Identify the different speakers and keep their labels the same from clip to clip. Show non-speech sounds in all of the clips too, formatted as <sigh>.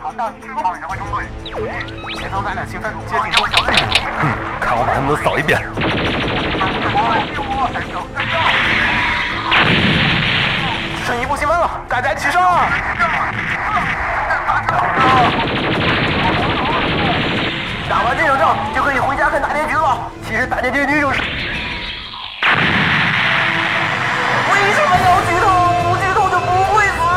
Speaker 1: 好，到指挥指挥中队，前方咱俩兴奋，接近多小队。
Speaker 2: 看我把他们都扫一遍。
Speaker 1: 剩一步积分了，大家齐上！打完这场仗就可以回家看大结局了。其实大结局就是……为什么要剧透？不剧透就不会死啊！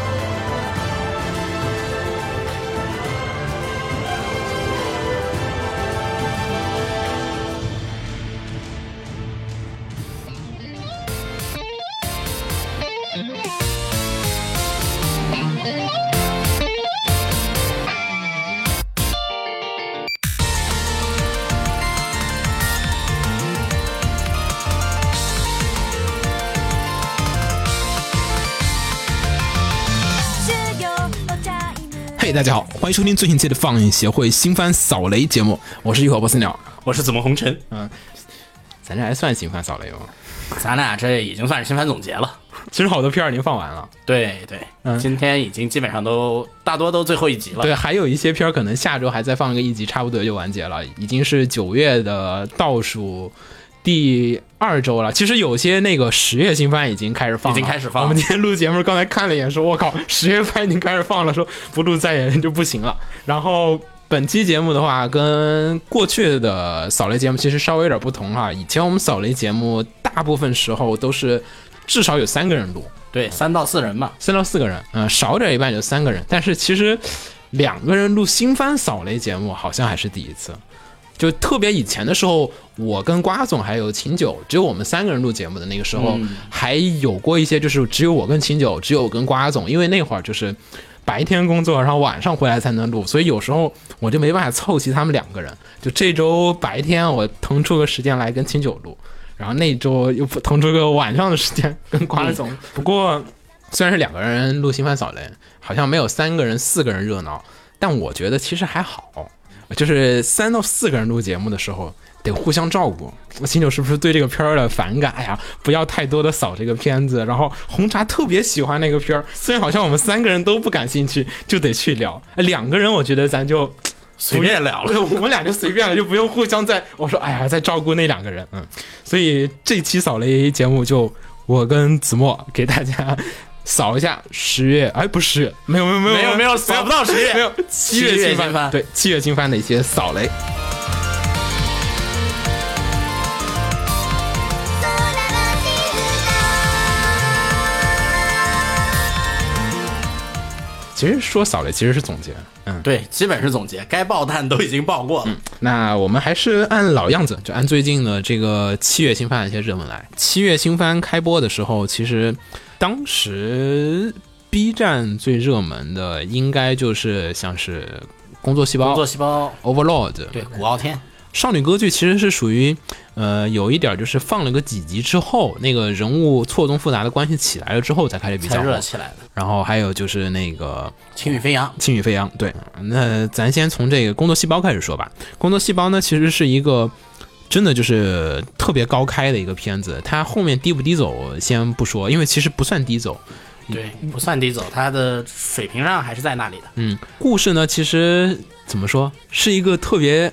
Speaker 3: 嘿、大家好，欢迎收听最新期的放映协会新番扫雷节目，我是一口波斯鸟。
Speaker 4: 我是紫梦红尘，
Speaker 3: 咱这还算新番扫雷吗？
Speaker 4: 嗯咱俩这已经算是新番总结了。
Speaker 3: 其实好多片儿已经放完了，
Speaker 4: 对对，今天已经基本上都大多都最后一集了。
Speaker 3: 嗯对，还有一些片儿可能下周还再放个一集，差不多就完结了，已经是九月的倒数。第二周了，其实有些那个十月新番已经开始放了，
Speaker 4: 已经开始放了
Speaker 3: 我们今天录节目，刚才看了一眼，说我靠， <laughs> 十月番已经开始放了，说不录再演就不行了。然后本期节目的话，跟过去的扫雷节目其实稍微有点不同哈。以前我们扫雷节目大部分时候都是至少有三个人录，
Speaker 4: 对，三到四人嘛，
Speaker 3: 三到四个人，嗯、少点一半就三个人。但是其实两个人录新番扫雷节目好像还是第一次，就特别以前的时候，我跟瓜总还有秦九，只有我们三个人录节目的那个时候，还有过一些就是只有我跟秦九，只有我跟瓜总，因为那会儿就是。白天工作，然后晚上回来才能录，所以有时候我就没办法凑齐他们两个人。就这周白天我腾出个时间来跟秦九录，然后那周又腾出个晚上的时间跟瓜总。不过虽然是两个人录新番扫雷，好像没有三个人、四个人热闹，但我觉得其实还好。就是三到四个人录节目的时候，得互相照顾。秦九是不是对这个片儿的反感？哎呀，不要太多的扫这个片子。然后红茶特别喜欢那个片儿，虽然好像我们三个人都不感兴趣，就得去聊。哎两个人我觉得咱就
Speaker 4: 随便聊
Speaker 3: <laughs>
Speaker 4: 了。
Speaker 3: 对，我们俩就随便了，就不用互相在。我说，哎呀，在照顾那两个人，嗯，所以这期扫雷节目就我跟子墨给大家 <laughs> 扫一下十月，哎，不是十月，没有没有没有
Speaker 4: 没有没有，扫不到十
Speaker 3: 没
Speaker 4: 月。 <laughs>
Speaker 3: 有七月新
Speaker 4: 七月新番
Speaker 3: 对七月新番的一些扫雷。其实说扫雷其实是总结，嗯，
Speaker 4: 对，基本是总结，该爆弹都已经爆过了。
Speaker 3: 那我们还是按老样子，就按最近的这个七月新番的一些热门来。七月新番开播的时候，其实当时 B 站最热门的应该就是像是工作细
Speaker 4: 工
Speaker 3: 胞
Speaker 4: 作、细胞，
Speaker 3: Overlord，
Speaker 4: 对，古傲天，
Speaker 3: 少女歌剧其实是属于，呃，有一点就是放了个几集之后，那个人物错综复杂的关系起来了之后才开始比
Speaker 4: 才
Speaker 3: 较
Speaker 4: 热
Speaker 3: 火。
Speaker 4: 起来的
Speaker 3: 然后还有就是那个
Speaker 4: 轻羽飞扬，
Speaker 3: 轻羽飞扬，对，那咱先从这个工作细胞开始说吧。工作细胞呢，其实是一个真的就是特别高开的一个片子，它后面低不低走先不说，因为其实不算低走，
Speaker 4: 对，不算低走，它的水平上还是在那里的。
Speaker 3: 嗯，故事呢，其实怎么说，是一个特别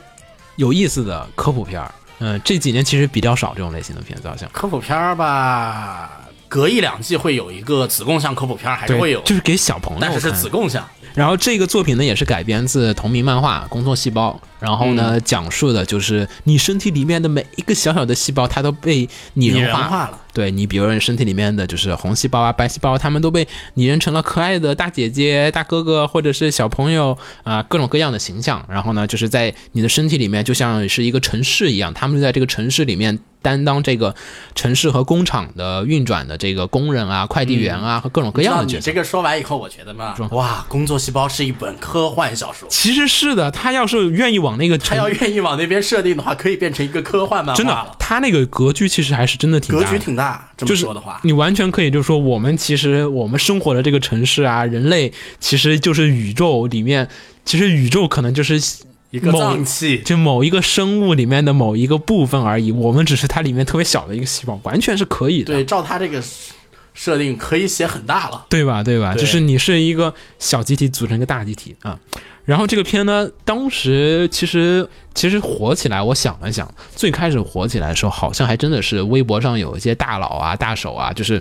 Speaker 3: 有意思的科普片儿。嗯，这几年其实比较少这种类型的片子，好像。
Speaker 4: 科普片儿吧，隔一两季会有一个子贡向科普片儿，还是
Speaker 3: 对，
Speaker 4: 会有，
Speaker 3: 就是给小朋友看的，
Speaker 4: 但是是子贡向。
Speaker 3: 然后这个作品呢，也是改编自同名漫画《工作细胞》，然后呢，
Speaker 4: 嗯
Speaker 3: 讲述的就是你身体里面的每一个小小的细胞，它都被拟
Speaker 4: 拟
Speaker 3: 人
Speaker 4: 人
Speaker 3: 化
Speaker 4: 化了。
Speaker 3: 对你，比如说你身体里面的就是红细胞啊、白细胞，它们都被拟人成了可爱的大姐姐、大哥哥或者是小朋友啊、各种各样的形象。然后呢，就是在你的身体里面，就像是一个城市一样，他们就在这个城市里面担当这个城市和工厂的运转的这个工人啊、快递员啊、和各种各样
Speaker 4: 那
Speaker 3: 的
Speaker 4: 你
Speaker 3: 角色
Speaker 4: 这。个说完以后，我觉得嘛，哇，工作细胞是一本科幻小说。
Speaker 3: 其实是的，他要是愿意往那个
Speaker 4: 他
Speaker 3: 城，
Speaker 4: 要愿意往那边设定的话，可以变成一个科幻漫画
Speaker 3: 真的
Speaker 4: 了，，
Speaker 3: 他那个格局其实还是真的挺大
Speaker 4: 格
Speaker 3: 的
Speaker 4: 局挺大。这
Speaker 3: 就
Speaker 4: 么
Speaker 3: 是嗯
Speaker 4: 说的话，
Speaker 3: 你完全可以就是说，我们其实我们生活的这个城市啊，人类其实就是宇宙里面，其实宇宙可能就是
Speaker 4: 一个
Speaker 3: 某
Speaker 4: 脏器，
Speaker 3: 就某一个生物里面的某一个部分而已，我们只是它里面特别小的一个细胞，完全是可以的，
Speaker 4: 对，照他这个设定可以写很大了。
Speaker 3: 对吧？对吧？
Speaker 4: 对
Speaker 3: 就是你是一个小集体组成一个大集体啊。然后这个片呢，当时其实其实火起来，我想了想，最开始火起来的时候，好像还真的是微博上有一些大佬啊、大手啊，就是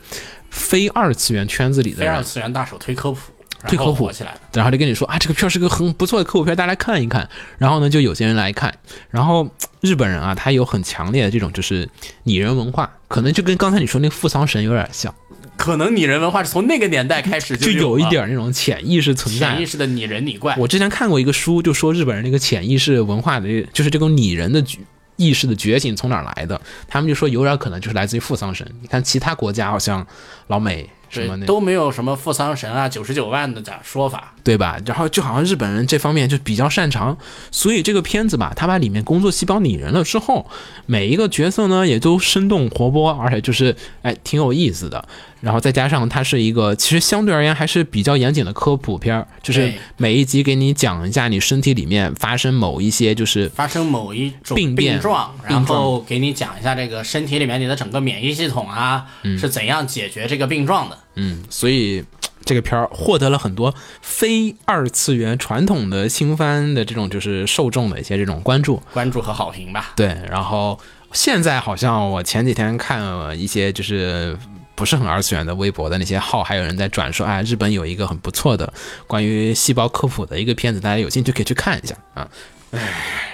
Speaker 3: 非二次元圈子里的
Speaker 4: 非二
Speaker 3: 人，
Speaker 4: 次元大手推科普，然
Speaker 3: 推科
Speaker 4: 后
Speaker 3: 普
Speaker 4: 火起来了。
Speaker 3: 然后就跟你说啊，这个片儿是个很不错的科普片，大家来看一看。然后呢，就有些人来看。然后嘖日本人啊，他有很强烈的这种就是拟人文化，可能就跟刚才你说那个富桑神有点像，
Speaker 4: 可能拟人文化是从那个年代开始
Speaker 3: 就
Speaker 4: 有
Speaker 3: 有
Speaker 4: 了
Speaker 3: 一点儿那种潜意识存在
Speaker 4: 潜意。识的拟人拟怪。
Speaker 3: 我之前看过一个书，就说日本人那个潜意识文化的这，就是这种拟人的觉意识的觉醒从哪儿来的？他们就说有点可能就是来自于富桑神。你看其他国家好像老美什么
Speaker 4: 对，
Speaker 3: 那
Speaker 4: 都没有什么富桑神啊、九十九万的讲说法，
Speaker 3: 对吧？然后就好像日本人这方面就比较擅长，所以这个片子吧，他把里面工作细胞拟人了之后，每一个角色呢也都生动活泼，而且就是哎挺有意思的。然后再加上它是一个其实相对而言还是比较严谨的科普片儿，就是
Speaker 4: 对
Speaker 3: 每一集给你讲一下你身体里面发生某一些就是
Speaker 4: 发生某一种
Speaker 3: 病变
Speaker 4: 状，
Speaker 3: 病
Speaker 4: 然后给你讲一下这个身体里面你的整个免疫系统啊、是怎样解决这个病状的。
Speaker 3: 嗯，所以这个片儿获得了很多非二次元传统的新番的这种就是受众的一些这种关注。
Speaker 4: 关注和好评吧，
Speaker 3: 对，然后现在好像我前几天看了一些就是不是很二次元的微博的那些号，还有人在转说，哎，日本有一个很不错的关于细胞科普的一个片子，大家有兴趣可以去看一下啊。唉，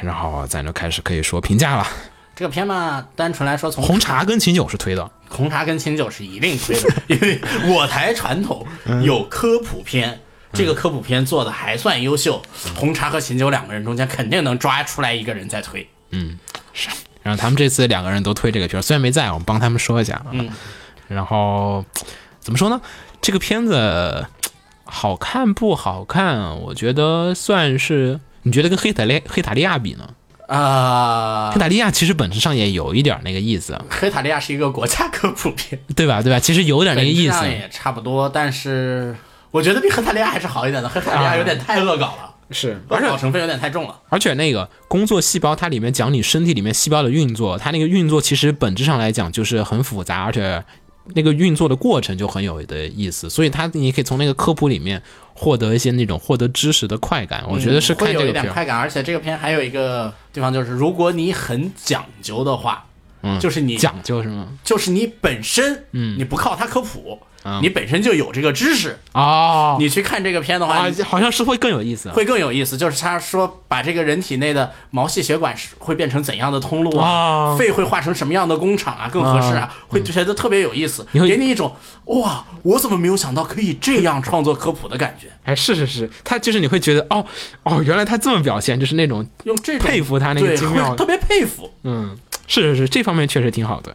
Speaker 3: 然后咱就开始可以说评价了。
Speaker 4: 这个片嘛，单纯来说从
Speaker 3: 红茶跟琴酒是推的，
Speaker 4: 红茶跟清酒是一定推
Speaker 3: <laughs>
Speaker 4: 的，因为我台传统有科普片，这个科普片做的还算优秀。
Speaker 3: 嗯
Speaker 4: 红茶和清酒两个人中间肯定能抓出来一个人在推，
Speaker 3: 然后他们这次两个人都推这个片儿，虽然没在，我们帮他们说一下啊。
Speaker 4: 嗯
Speaker 3: 然后怎么说呢？这个片子好看不好看？我觉得算是。你觉得跟黑塔利黑塔利亚比呢？
Speaker 4: 啊、
Speaker 3: 黑塔利亚其实本质上也有一点那个意思，
Speaker 4: 黑塔利亚是一个国家科普
Speaker 3: <laughs>
Speaker 4: 片，
Speaker 3: 对吧？对吧？其实有点那个
Speaker 4: 本质
Speaker 3: 意思
Speaker 4: 上，也差不多，但是我觉得比黑塔利亚还是好一点的，黑塔利亚有点太恶搞了，
Speaker 3: 是
Speaker 4: 恶搞成分有点太重了。
Speaker 3: 而且那个工作细胞，它里面讲你身体里面细胞的运作，它那个运作其实本质上来讲就是很复杂，而且那个运作的过程就很有的意思，所以它你可以从那个科普里面获得一些那种获得知识的快感。我觉得是
Speaker 4: 会
Speaker 3: 看
Speaker 4: 有
Speaker 3: 这
Speaker 4: 一
Speaker 3: 个
Speaker 4: 点
Speaker 3: 片儿，
Speaker 4: 快感，而且这个片还有一个地方就是，如果你很讲究的话，嗯就是你
Speaker 3: 讲究是吗？
Speaker 4: 就是你本身，嗯，你不靠它科普，
Speaker 3: 啊
Speaker 4: 你本身就有这个知识，
Speaker 3: 哦，
Speaker 4: 你去看这个片的话，
Speaker 3: 啊
Speaker 4: 你，
Speaker 3: 好像是会更有意思啊。
Speaker 4: 会更有意思。就是他说把这个人体内的毛细血管是会变成怎样的通路啊，
Speaker 3: 啊
Speaker 4: 肺会化成什么样的工厂啊，更合适啊，会觉得特别有意思，
Speaker 3: 你会
Speaker 4: 给你一种哇，我怎么没有想到可以这样创作科普的感觉？
Speaker 3: 哎，是是是，他就是你会觉得哦哦，原来他这么表现，就是那种
Speaker 4: 用这种
Speaker 3: 佩服他那个
Speaker 4: 对
Speaker 3: 精妙
Speaker 4: 会特别佩服。
Speaker 3: 嗯，是是是，这方面确实挺好的。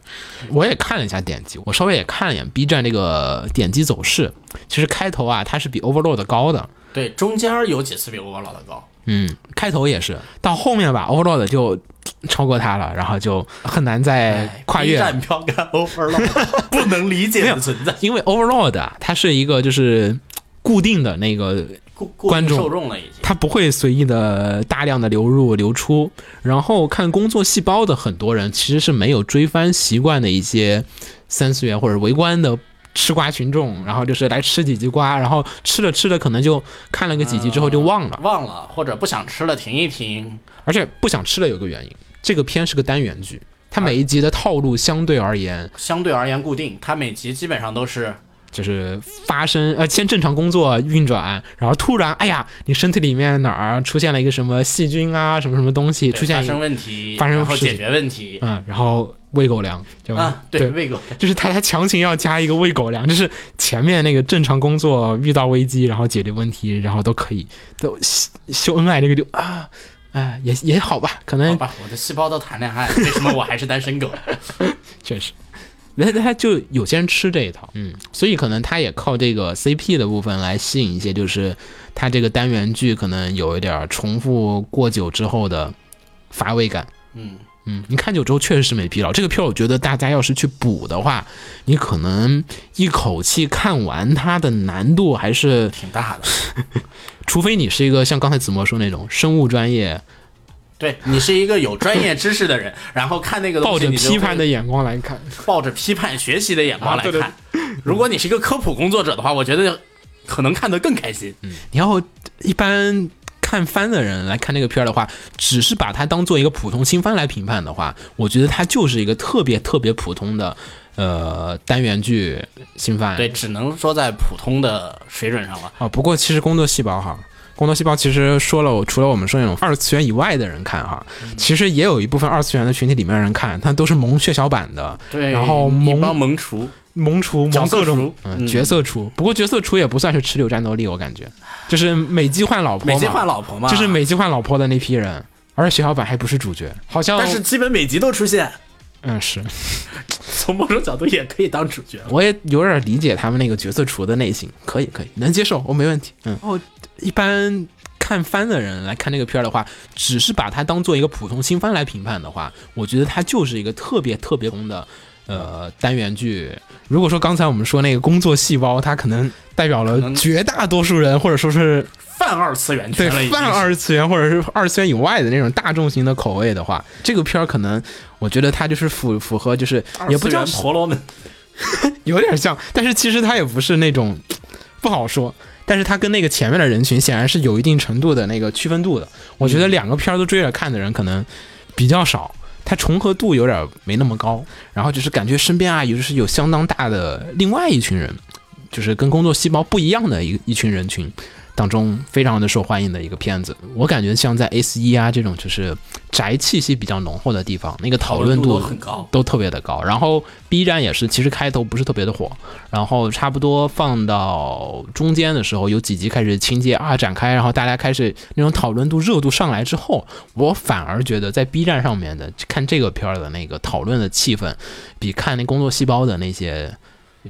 Speaker 3: 我也看了一下点击，我稍微也看了一眼 B 站这个点击走势。其实开头啊，它是比 Overload 高的，
Speaker 4: 对，中间有几次比我老的高，
Speaker 3: 嗯，开头也是，到后面吧，Overload 就超过它了，然后就很难再跨越
Speaker 4: 哎 B
Speaker 3: 了。
Speaker 4: 站标杆 over 了， <laughs> 不能理解的存在。
Speaker 3: 因为 Overload 啊，它是一个就是固定的那个
Speaker 4: 固固
Speaker 3: 观
Speaker 4: 定
Speaker 3: 众
Speaker 4: 受众了已经。
Speaker 3: 它不会随意的大量的流入流出。然后看工作细胞的很多人其实是没有追番习惯的一些三次元或者围观的。吃瓜群众，然后就是来吃几集瓜，然后吃着吃着可能就看了个几集之后就忘了，
Speaker 4: 忘了或者不想吃了，停一停。
Speaker 3: 而且不想吃了有个原因，这个片是个单元剧，它每一集的套路相对而言
Speaker 4: 相对而言固定，它每集基本上都是
Speaker 3: 就是发生呃，先正常工作运转，然后突然哎呀，你身体里面哪儿出现了一个什么细菌啊，什么什么东西出现
Speaker 4: 发
Speaker 3: 一个
Speaker 4: 生问题，
Speaker 3: 发生
Speaker 4: 然后
Speaker 3: 事情
Speaker 4: 解决问题
Speaker 3: 嗯，然后喂狗粮，对吧？
Speaker 4: 啊，
Speaker 3: 对，
Speaker 4: 喂狗。
Speaker 3: 就是他还强行要加一个喂狗粮，就是前面那个正常工作遇到危机，然后解决问题，然后都可以，都秀秀恩爱这个就啊，哎，也也好吧，可
Speaker 4: 好
Speaker 3: 能
Speaker 4: 吧，我的细胞都谈恋爱了，为什么我还是单身
Speaker 3: <laughs>
Speaker 4: 狗？
Speaker 3: 确实。那他就有些人吃这一套，嗯，所以可能他也靠这个 CP 的部分来吸引一些，就是他这个单元剧可能有一点儿重复过久之后的乏味感，
Speaker 4: 嗯，
Speaker 3: 嗯，你看久之后确实是没疲劳。这个片儿我觉得大家要是去补的话，你可能一口气看完它的难度还是，
Speaker 4: 挺大的。
Speaker 3: 除非你是一个像刚才子墨说那种生物专业，
Speaker 4: 对你是一个有专业知识的人，然后看那个东西
Speaker 3: 抱着
Speaker 4: 你就
Speaker 3: 批判
Speaker 4: 会
Speaker 3: 的眼光来看，
Speaker 4: 抱着批判学习的眼光
Speaker 3: 啊
Speaker 4: 来
Speaker 3: 对对
Speaker 4: 看。如果你是一个科普工作者的话，我觉得可能看得更开心。
Speaker 3: 你要一般看番的人来看这个片儿的话，只是把它当做一个普通新番来评判的话，我觉得它就是一个特别特别普通的呃单元剧新番。
Speaker 4: 对，只能说在普通的水准上了。
Speaker 3: 啊，不过其实工作细胞哈，工作细胞其实说了，除了我们说那种二次元以外的人看哈，其实也有一部分二次元的群体里面的人看，他都是萌血小板的，
Speaker 4: 对，
Speaker 3: 然后
Speaker 4: 一
Speaker 3: 萌
Speaker 4: 帮萌厨，
Speaker 3: 萌厨
Speaker 4: 角
Speaker 3: 萌
Speaker 4: 色
Speaker 3: 各种
Speaker 4: 厨
Speaker 3: 嗯
Speaker 4: 嗯
Speaker 3: 角色厨，不过角色厨也不算是持久战斗力，我感觉就是每季换老婆嘛，
Speaker 4: 每集换老婆嘛，
Speaker 3: 就是每季换老婆的那批人。而且血小板还不是主角，好像
Speaker 4: 但是基本每集都出现，
Speaker 3: 嗯是，
Speaker 4: 从某种角度也可以当主角。
Speaker 3: 我也有点理解他们那个角色厨的内心，可以可以能接受，我没问题。嗯，哦，一般看番的人来看这个片儿的话，只是把它当做一个普通新番来评判的话，我觉得它就是一个特别特别红的。呃，单元剧，如果说刚才我们说那个工作细胞，它可能代表了
Speaker 4: 能
Speaker 3: 绝大多数人，或者说是
Speaker 4: 泛二次元圈
Speaker 3: 对
Speaker 4: 了已经是，
Speaker 3: 泛二次元或者是二次元以外的那种大众型的口味的话，这个片儿可能我觉得它就是符符合，就是也不叫
Speaker 4: 二次元婆罗门，
Speaker 3: 有点像，但是其实它也不是那种不好说，但是它跟那个前面的人群显然是有一定程度的那个区分度的。我觉得两个片儿都追着看的人可能比较少，它重合度有点没那么高。然后就是感觉身边啊，也就是有相当大的另外一群人，就是跟工作细胞不一样的一一群人群。当中非常的受欢迎的一个片子，我感觉像在 S 一啊这种就是宅气息比较浓厚的地方，那个讨论
Speaker 4: 度
Speaker 3: 度
Speaker 4: 都很高。
Speaker 3: 都特别的高。然后 B 站也是，其实开头不是特别的火，然后差不多放到中间的时候，有几集开始情节啊展开，然后大家开始那种讨论度、热度上来之后，我反而觉得在 B 站上面的看这个片儿的那个讨论的气氛，比看那工作细胞的那些。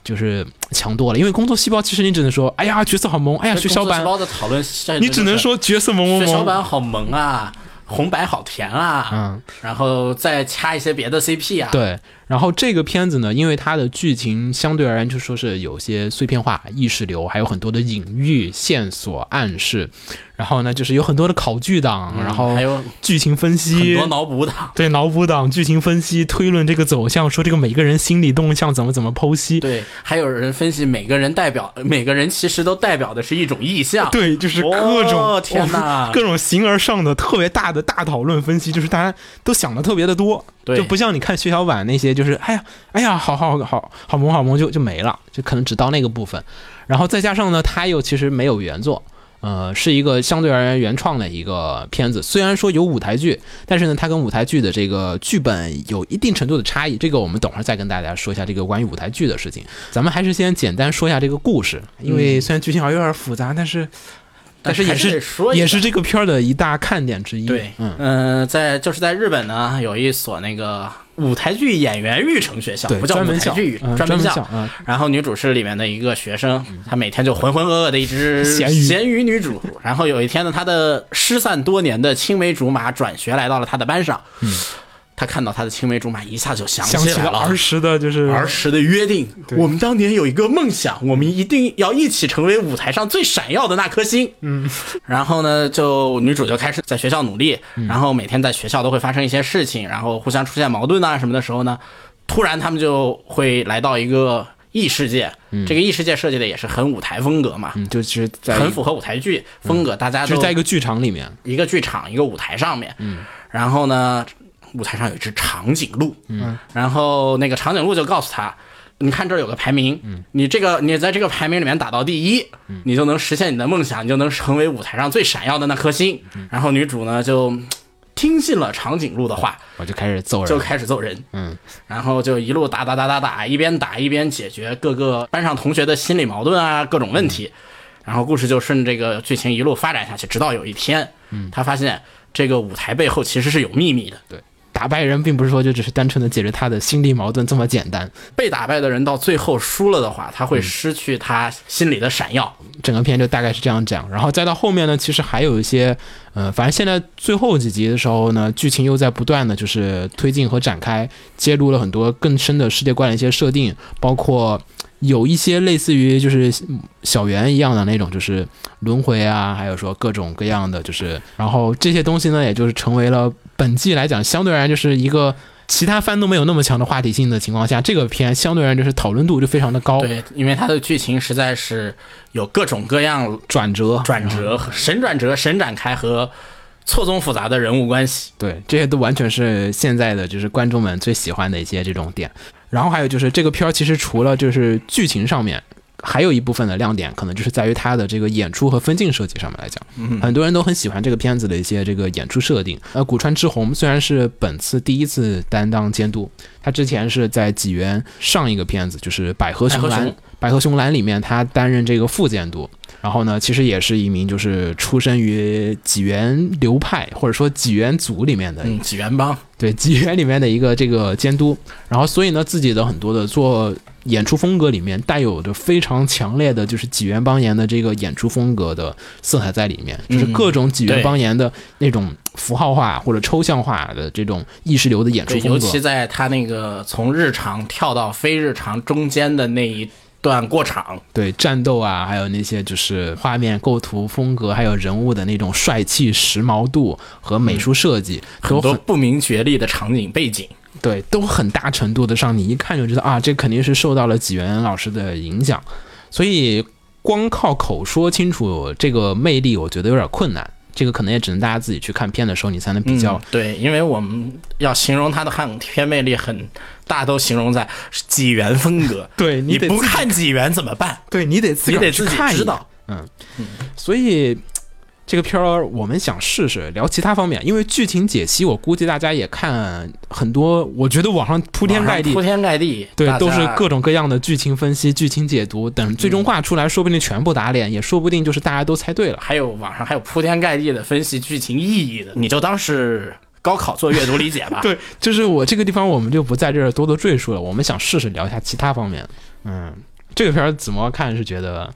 Speaker 3: 就是强多了，因为工作细胞其实你只能说，哎呀，角色好萌，哎呀，
Speaker 4: 对
Speaker 3: 血小板
Speaker 4: 公司，包的讨论，
Speaker 3: 你只能说角色萌萌
Speaker 4: 血小
Speaker 3: 萌，
Speaker 4: 板好萌啊，红白好甜啊，
Speaker 3: 嗯，
Speaker 4: 然后再掐一些别的 CP 啊，，
Speaker 3: 对，然后这个片子呢，因为它的剧情相对而言就说是有些碎片化、意识流，还有很多的隐喻、线索、暗示，然后呢，就是有很多的考据党，然后
Speaker 4: 嗯还有
Speaker 3: 剧情分
Speaker 4: 很
Speaker 3: 析。
Speaker 4: 多脑补党。
Speaker 3: 对脑补党、剧情分析、推论这个走向，说这个每个人心理动向怎么怎么剖析，
Speaker 4: 对，还有人分析每个人代表，每个人其实都代表的是一种意象。
Speaker 3: <laughs> 对，就是各种、
Speaker 4: 哦天哪
Speaker 3: <laughs> 各种形而上的特别大的大讨论分析，就是大家都想的特别的多，
Speaker 4: 对
Speaker 3: 就不像你看血小板那些，就是哎呀，哎呀，好好好好萌好萌就就没了，就可能只到那个部分，然后再加上呢，它又其实没有原作。呃，是一个相对而言原创的一个片子，虽然说有舞台剧，但是呢，它跟舞台剧的这个剧本有一定程度的差异。这个我们等会儿再跟大家说一下这个关于舞台剧的事情。咱们还是先简单说一下这个故事，因为虽然剧情好像有点复杂，但是但嗯是也
Speaker 4: 还
Speaker 3: 是
Speaker 4: 得说一下
Speaker 3: 也是这个片儿的一大看点之一。
Speaker 4: 对，
Speaker 3: 嗯，
Speaker 4: 嗯、在就是在日本呢，有一所那个舞台剧演员育成学校，
Speaker 3: 对，
Speaker 4: 不叫
Speaker 3: 专
Speaker 4: 舞
Speaker 3: 门
Speaker 4: 台
Speaker 3: 讲
Speaker 4: 剧，
Speaker 3: 嗯
Speaker 4: 专
Speaker 3: 门
Speaker 4: 校。
Speaker 3: 讲啊，
Speaker 4: 然后女主是里面的一个学生，她每天就浑浑噩噩的一只
Speaker 3: 咸鱼
Speaker 4: 咸鱼女主。然后有一天呢，她的失散多年的青梅竹马转学来到了她的班上，她看到她的青梅竹马一下就想
Speaker 3: 嗯想起
Speaker 4: 来
Speaker 3: 了
Speaker 4: 了
Speaker 3: 儿时的，就是
Speaker 4: 儿时的约定。我们当年有一个梦想，我们一定要一起成为舞台上最闪耀的那颗星。嗯，然后呢，就女主就开始在学校努力，然后每天在学校都会发生一些事情，然后互相出现矛盾啊什么的时候呢，突然他们就会来到一个异世界。这个异世界设计的也是很舞台风格嘛，
Speaker 3: 嗯，就是在
Speaker 4: 很符合舞台剧风格，大家
Speaker 3: 就
Speaker 4: 都
Speaker 3: 是在一个剧场里面，
Speaker 4: 一个剧场，一个舞台上面。嗯，然后呢，舞台上有一只长颈鹿。嗯，然后那个长颈鹿就告诉他。你看这儿有个排名，嗯，你这个你在这个排名里面打到第一，你就能实现你的梦想，你就能成为舞台上最闪耀的那颗星。然后女主呢就嗯听信了长颈鹿的话，
Speaker 3: 我就开始揍人
Speaker 4: 就
Speaker 3: 了，
Speaker 4: 开始揍人，
Speaker 3: 嗯，
Speaker 4: 然后就一路打打打打打，一边打一边解决各个班上同学的心理矛盾啊，各种问题，
Speaker 3: 嗯
Speaker 4: 然后故事就顺着这个剧情一路发展下去，直到有一天，嗯，他发现这个舞台背后其实是有秘密的，
Speaker 3: 对。打败人并不是说就只是单纯的解决他的心理矛盾这么简单，
Speaker 4: 被打败的人到最后输了的话，他
Speaker 3: 嗯
Speaker 4: 会失去他心里的闪耀，
Speaker 3: 整个片就大概是这样讲，然后再到后面呢，其实还有一些，呃，反正现在最后几集的时候呢，剧情又在不断的就是推进和展开，揭露了很多更深的世界观的一些设定，包括有一些类似于就是小圆一样的那种，就是轮回啊，还有说各种各样的，就是然后这些东西呢，也就是成为了本季来讲相对而言就是一个其他番都没有那么强的话题性的情况下，这个片相对而言就是讨论度就非常的高，
Speaker 4: 对，因为它的剧情实在是有各种各样
Speaker 3: 转折
Speaker 4: 转
Speaker 3: 嗯
Speaker 4: 折、神转折、神展开和错综复杂的人物关系。
Speaker 3: 对，这些都完全是现在的就是观众们最喜欢的一些这种点。然后还有就是这个片儿，其实除了就是剧情上面，还有一部分的亮点，可能就是在于它的这个演出和分镜设计上面来讲，
Speaker 4: 嗯
Speaker 3: 很多人都很喜欢这个片子的一些这个演出设定。呃，古川之宏虽然是本次第一次担当监督，他之前是在纪元上一个片子就是《百合
Speaker 4: 百
Speaker 3: 雄
Speaker 4: 合
Speaker 3: 兰》
Speaker 4: 雄
Speaker 3: 《百合雄兰》里面，他担任这个副监督。然后呢，其实也是一名就是出身于纪元流派或者说纪元组里面的
Speaker 4: 嗯，几元帮
Speaker 3: 对集元里面的一个这个监督，然后所以呢，自己的很多的做演出风格里面带有着非常强烈的就是几元邦彦的这个演出风格的色彩在里面，
Speaker 4: 嗯
Speaker 3: 就是各种几元邦彦的那种符号化或者抽象化的这种意识流的演出
Speaker 4: 对，
Speaker 3: 风
Speaker 4: 尤
Speaker 3: 格。
Speaker 4: 其在他那个从日常跳到非日常中间的那一段过场，
Speaker 3: 对战斗啊，还有那些就是画面构图风格，还有人物的那种帅气、时髦度和美术设计，
Speaker 4: 很
Speaker 3: 都
Speaker 4: 多不明觉厉的场景背景。
Speaker 3: 对，都很大程度的上，你一看就知道啊，这肯定是受到了纪元老师的影响，所以光靠口说清楚这个魅力，我觉得有点困难。这个可能也只能大家自己去看片的时候，你才能比较
Speaker 4: 嗯、对，因为我们要形容他的汉语片魅力很大，都形容在是几元风格。
Speaker 3: 对 <laughs> 你
Speaker 4: 你
Speaker 3: 得
Speaker 4: 不
Speaker 3: 自己
Speaker 4: 看几元怎么办？
Speaker 3: 对你得自
Speaker 4: 你
Speaker 3: 个
Speaker 4: 得
Speaker 3: 儿去
Speaker 4: 自己
Speaker 3: 看一
Speaker 4: 知
Speaker 3: 眼
Speaker 4: 道。。
Speaker 3: 所以这个片儿我们想试试聊其他方面，因为剧情解析，我估计大家也看很多，我觉得网上铺天盖地
Speaker 4: 铺，天盖地，
Speaker 3: 对
Speaker 4: 大，家
Speaker 3: 都是各种各样的剧情分析、剧情解读等，最终话出来，说不定全部打脸，也说不定就是大家都猜对了。
Speaker 4: 还有网上还有铺天盖地的分析剧情意义的，你就当是高考做阅读理解
Speaker 3: <laughs> ，
Speaker 4: 吧。
Speaker 3: 对，就是我这个地方我们就不在这儿多多赘述了，我们想试试聊一下其他方面。嗯，这个片儿怎么看是觉得，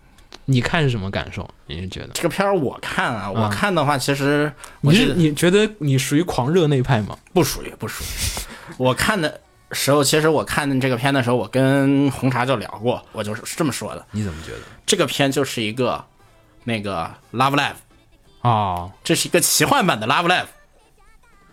Speaker 3: 你看是什么感受？你是觉得
Speaker 4: 这个片儿我看啊，
Speaker 3: 嗯
Speaker 4: 我看的话，其实我
Speaker 3: 你
Speaker 4: 是
Speaker 3: 是你觉得你属于狂热那一派吗？
Speaker 4: 不属于不属 <laughs> 于。我看的时候，其实我看这个片的时候，我跟红茶就聊过，我就是这么说的，
Speaker 3: 你怎么觉得？
Speaker 4: 这个片就是一个那个 Love Live，
Speaker 3: 哦，
Speaker 4: 这是一个奇幻版的 Love Live。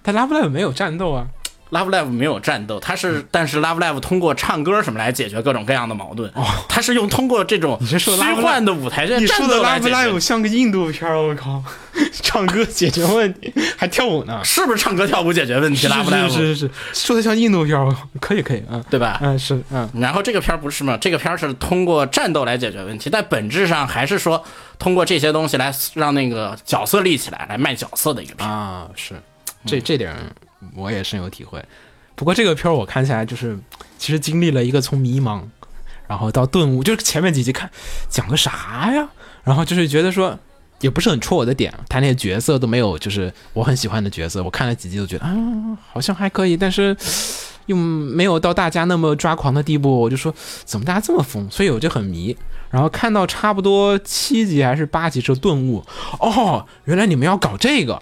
Speaker 3: 但 Love Live 没有战斗啊。
Speaker 4: Love Live 没有战斗，它是，
Speaker 3: 嗯
Speaker 4: 但是 Love Live 通过唱歌什么来解决各种各样的矛盾。它是用通过这种
Speaker 3: 哦是
Speaker 4: 虚
Speaker 3: 说 Love Live-
Speaker 4: 幻的舞台剧战斗来解决。
Speaker 3: 像个印度片儿，我靠， <laughs> 唱歌解决问题，还跳舞呢。
Speaker 4: 是不是唱歌跳舞解决问题
Speaker 3: 是
Speaker 4: ？Love Live
Speaker 3: 是是是，说的像印度片儿，我靠可以可以，嗯，
Speaker 4: 对吧？
Speaker 3: 嗯是嗯，
Speaker 4: 然后这个片儿不是嘛？这个片儿是通过战斗来解决问题，但本质上还是说通过这些东西来让那个角色立起来，来卖角色的一个片。
Speaker 3: 啊，是，这这点儿我也深有体会。不过这个片儿我看下来，就是其实经历了一个从迷茫，然后到顿悟，就是前面几集看讲个啥呀，然后就是觉得说也不是很戳我的点，他那些角色都没有，就是我很喜欢的角色，我看了几集都觉得啊，好像还可以，但是又没有到大家那么抓狂的地步，我就说怎么大家这么疯，所以我就很迷。然后看到差不多七集还是八集之后顿悟，哦，原来你们要搞这个。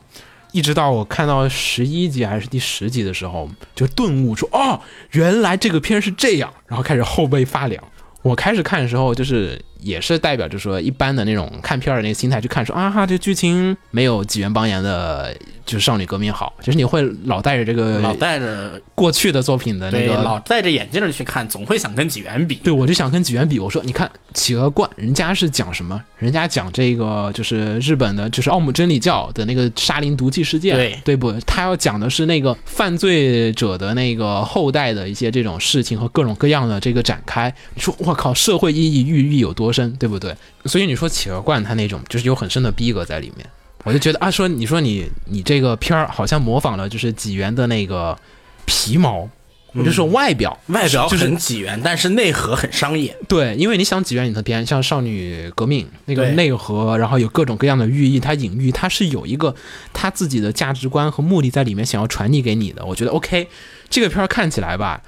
Speaker 3: 一直到我看到十一集还是第十集的时候，就顿悟出哦，原来这个片是这样，然后开始后背发凉。我开始看的时候，就是也是代表着说一般的那种看片儿的那个心态去看说，啊哈，这剧情没有纪元邦彦的，就是少女革命好，就是你会老带着这个
Speaker 4: 老戴着
Speaker 3: 过去的作品的那
Speaker 4: 对
Speaker 3: 个
Speaker 4: 老戴着眼镜去看，总会想跟几元比。
Speaker 3: 对，我就想跟几元比，我说你看《企鹅观》，人家是讲什么？人家讲这个就是日本的，就是奥姆真理教的那个沙林毒气事件，
Speaker 4: 对
Speaker 3: 不？他要讲的是那个犯罪者的那个后代的一些这种事情和各种各样的这个展开。你说我靠，社会意义寓意有多深，对不对？所以你说《企鹅观》它那种就是有很深的逼格在里面。我就觉得啊，说你说你你这个片儿好像模仿了就是几元的那个皮毛，我就说外表、
Speaker 4: 嗯外表
Speaker 3: 就是
Speaker 4: 很几元，但是内核很商业。
Speaker 3: 对，因为你想几元里的边，像少女革命那个
Speaker 4: 对
Speaker 3: 内核，然后有各种各样的寓意，它隐喻，它是有一个它自己的价值观和目的在里面，想要传递给你的。我觉得 OK，这个片儿看起来吧，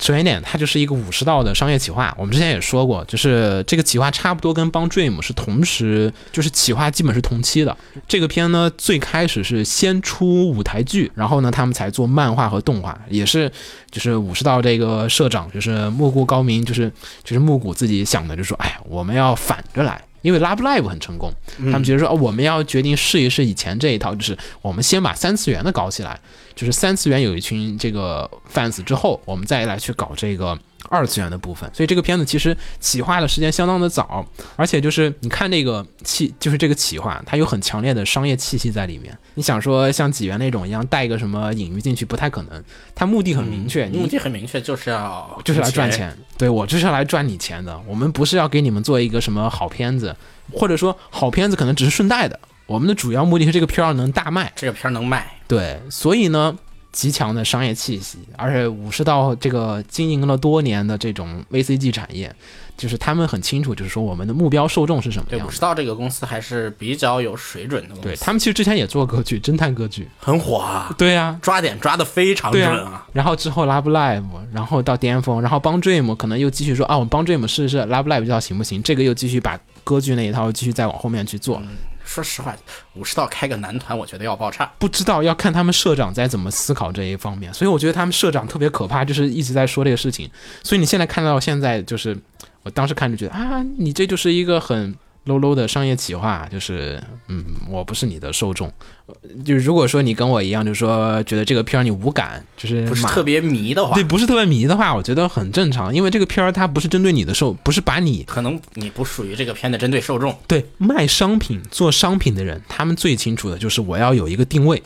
Speaker 3: 首先一点，它就是一个武士道的商业企划。我们之前也说过，就是这个企划差不多跟帮 Dream 是同时，就是企划基本是同期的。这个片呢，最开始是先出舞台剧，然后呢，他们才做漫画和动画，也是就是武士道这个社长就是木谷高明，就是就是木谷自己想的，就是说，哎，我们要反着来。因为 Love Live 很成功，他们觉得说、哦，我们要决定试一试以前这一套，就是我们先把三次元的搞起来，就是三次元有一群这个 fans 之后，我们再来去搞这个二次元的部分。所以这个片子其实企划的时间相当的早，而且就是你看这个气，就是这个企划，它有很强烈的商业气息在里面。你想说像几元那种一样带一个什么隐喻进去，不太可能。它目的很明确，你
Speaker 4: 目的嗯很明确，就是要
Speaker 3: 就是来赚。钱，对我就是要来赚你钱的。我们不是要给你们做一个什么好片子，或者说好片子可能只是顺带的。我们的主要目的是这个片儿能大卖，
Speaker 4: 这个片儿能卖，
Speaker 3: 对，所以呢，极强的商业气息，而且武士道这个经营了多年的这种 VCG 产业，就是他们很清楚，就是说我们的目标受众是什么
Speaker 4: 对
Speaker 3: 样
Speaker 4: 武士
Speaker 3: 的。
Speaker 4: 道这个公司还是比较有水准的公司，
Speaker 3: 对他们其实之前也做歌剧，侦探歌剧，
Speaker 4: 很火啊，
Speaker 3: 对呀、
Speaker 4: 抓点抓的非常
Speaker 3: 对
Speaker 4: 准
Speaker 3: 啊，。然后之后 Love Live，然后到巅峰，然后帮 Dream 可能又继续说啊，我们帮 Dream 试试 Love Live 这套行不行？这个又继续把歌剧那一套继续再往后面去做，
Speaker 4: 嗯说实话，武士道开个男团，我觉得要爆炸。
Speaker 3: 不知道要看他们社长在怎么思考这一方面。所以我觉得他们社长特别可怕，就是一直在说这个事情。所以你现在看到现在，就是我当时看就觉得啊，你这就是一个很 low low 的商业企划，就是嗯，我不是你的受众。呃就是如果说你跟我一样，就是说觉得这个片儿你无感，就是
Speaker 4: 不是
Speaker 3: 马
Speaker 4: 特别迷的话
Speaker 3: 对，，不是特别迷的话，我觉得很正常，因为这个片儿它不是针对你的受，不是把你
Speaker 4: 可能你不属于这个片的针对受众。
Speaker 3: 对卖商品、做商品的人，他们最清楚的就是我要有一个定位，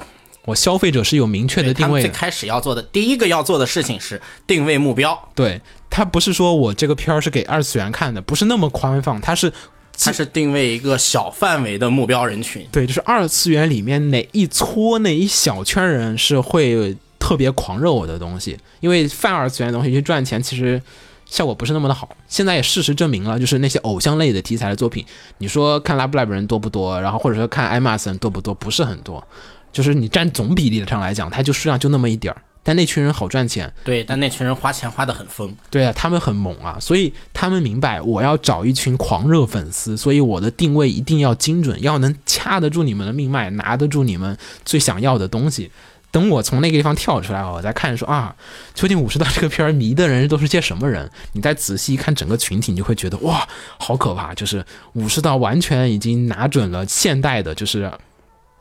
Speaker 3: 我消费者是有明确的
Speaker 4: 他
Speaker 3: 定
Speaker 4: 们
Speaker 3: 位
Speaker 4: 最
Speaker 3: 的。
Speaker 4: 开始要做的第一个要做的事情是定位目标，
Speaker 3: 对，他不是说我这个片儿是给二次元看的，不是那么宽放，它是
Speaker 4: 它是定位一个小范围的目标人群。
Speaker 3: 对，就是二次元里面哪一撮哪一小圈人是会特别狂热我的东西，因为泛二次元的东西去赚钱，其实效果不是那么的好。现在也事实证明了，就是那些偶像类的题材的作品，你说看 Lab Lab 人多不多，然后或者说看 IMAS 人多不多，不是很多。就是你占总比例上来讲，它就数量就那么一点儿，但那群人好赚钱，
Speaker 4: 对，但那群人花钱花的很疯，
Speaker 3: 对啊，他们很猛啊，所以他们明白我要找一群狂热粉丝，所以我的定位一定要精准，要能掐得住你们的命脉，拿得住你们最想要的东西。等我从那个地方跳出来，我再看说啊，究竟《武士道》这个片儿迷的人都是些什么人？你再仔细看整个群体，你就会觉得哇，好可怕！就是《武士道》完全已经拿准了现代的，就是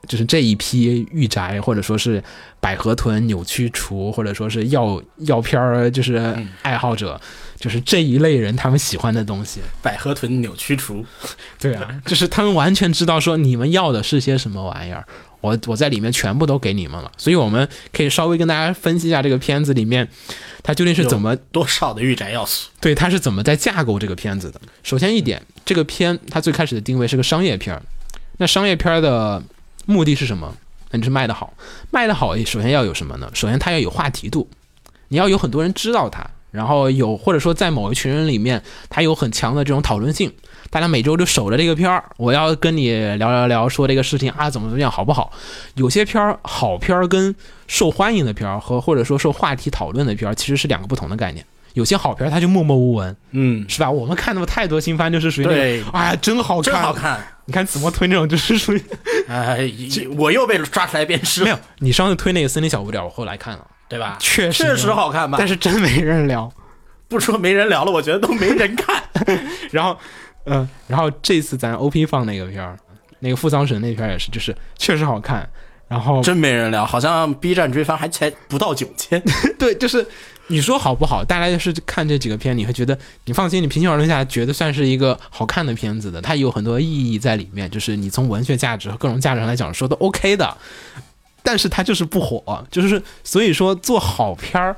Speaker 3: 就是这一批御宅，或者说是百合豚、扭曲厨，或者说是药药片儿，就是爱好者，就是这一类人他们喜欢的东西。
Speaker 4: 百合豚扭曲厨，
Speaker 3: 对啊，就是他们完全知道说你们要的是些什么玩意儿，我我在里面全部都给你们了，所以我们可以稍微跟大家分析一下这个片子里面，它究竟是怎么
Speaker 4: 多少的御宅要素？
Speaker 3: 对它是怎么在架构这个片子的。首先一点，这个片它最开始的定位是个商业片儿，那商业片儿的目的是什么？那就是卖得好，卖得好，首先要有什么呢？首先它要有话题度，你要有很多人知道它，然后有或者说在某一群人里面，它有很强的这种讨论性。大家每周就守着这个片儿，我要跟你聊聊聊，说这个事情啊怎么怎么样好不好？有些片儿好片儿跟受欢迎的片儿和或者说受话题讨论的片儿其实是两个不同的概念。有些好片儿它就默默无闻，
Speaker 4: 嗯，
Speaker 3: 是吧？我们看到太多新番就是属于那
Speaker 4: 对
Speaker 3: 种，哎呀，真好看，
Speaker 4: 真好。看。
Speaker 3: 你看子墨推那种就是属于
Speaker 4: 哎，我又被抓出来鞭尸
Speaker 3: 没，有，你上次推那个森林小不点，我后来看了，
Speaker 4: 对吧？
Speaker 3: 确实
Speaker 4: 确实好看吧？
Speaker 3: 但是真没人聊。
Speaker 4: 不说没人聊了，我觉得都没人看。
Speaker 3: 然后，嗯、然后这次咱 OP 放那个片儿，那个富藏神那片儿也是，就是确实好看。然后
Speaker 4: 真没人聊，好像 B 站追番还才不到九千，
Speaker 3: <laughs> 对，就是你说好不好？大家就是看这几个片，你会觉得，你放心，你平心而论下，觉得算是一个好看的片子的，它有很多意义在里面，就是你从文学价值和各种价值上来讲，说都 OK 的，但是它就是不火，就是所以说做好片儿，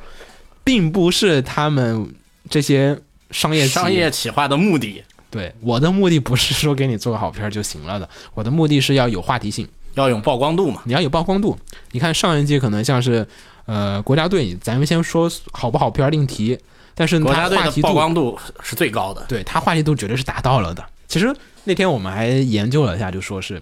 Speaker 3: 并不是他们这些商业企
Speaker 4: 商业企划的目的
Speaker 3: 对我的目的不是说给你做个好片儿就行了的，我的目的是要有话题性。
Speaker 4: 要有曝光度嘛。
Speaker 3: 你要有曝光度。你看上一季可能像是呃国家队，咱们先说好不好片儿另提，但是
Speaker 4: 国家
Speaker 3: 它嗯
Speaker 4: 队
Speaker 3: 话
Speaker 4: 的
Speaker 3: 题
Speaker 4: 曝
Speaker 3: 度，
Speaker 4: 光度是最高的，
Speaker 3: 对它话题度绝对是达到了的。其实那天我们还研究了一下，就说是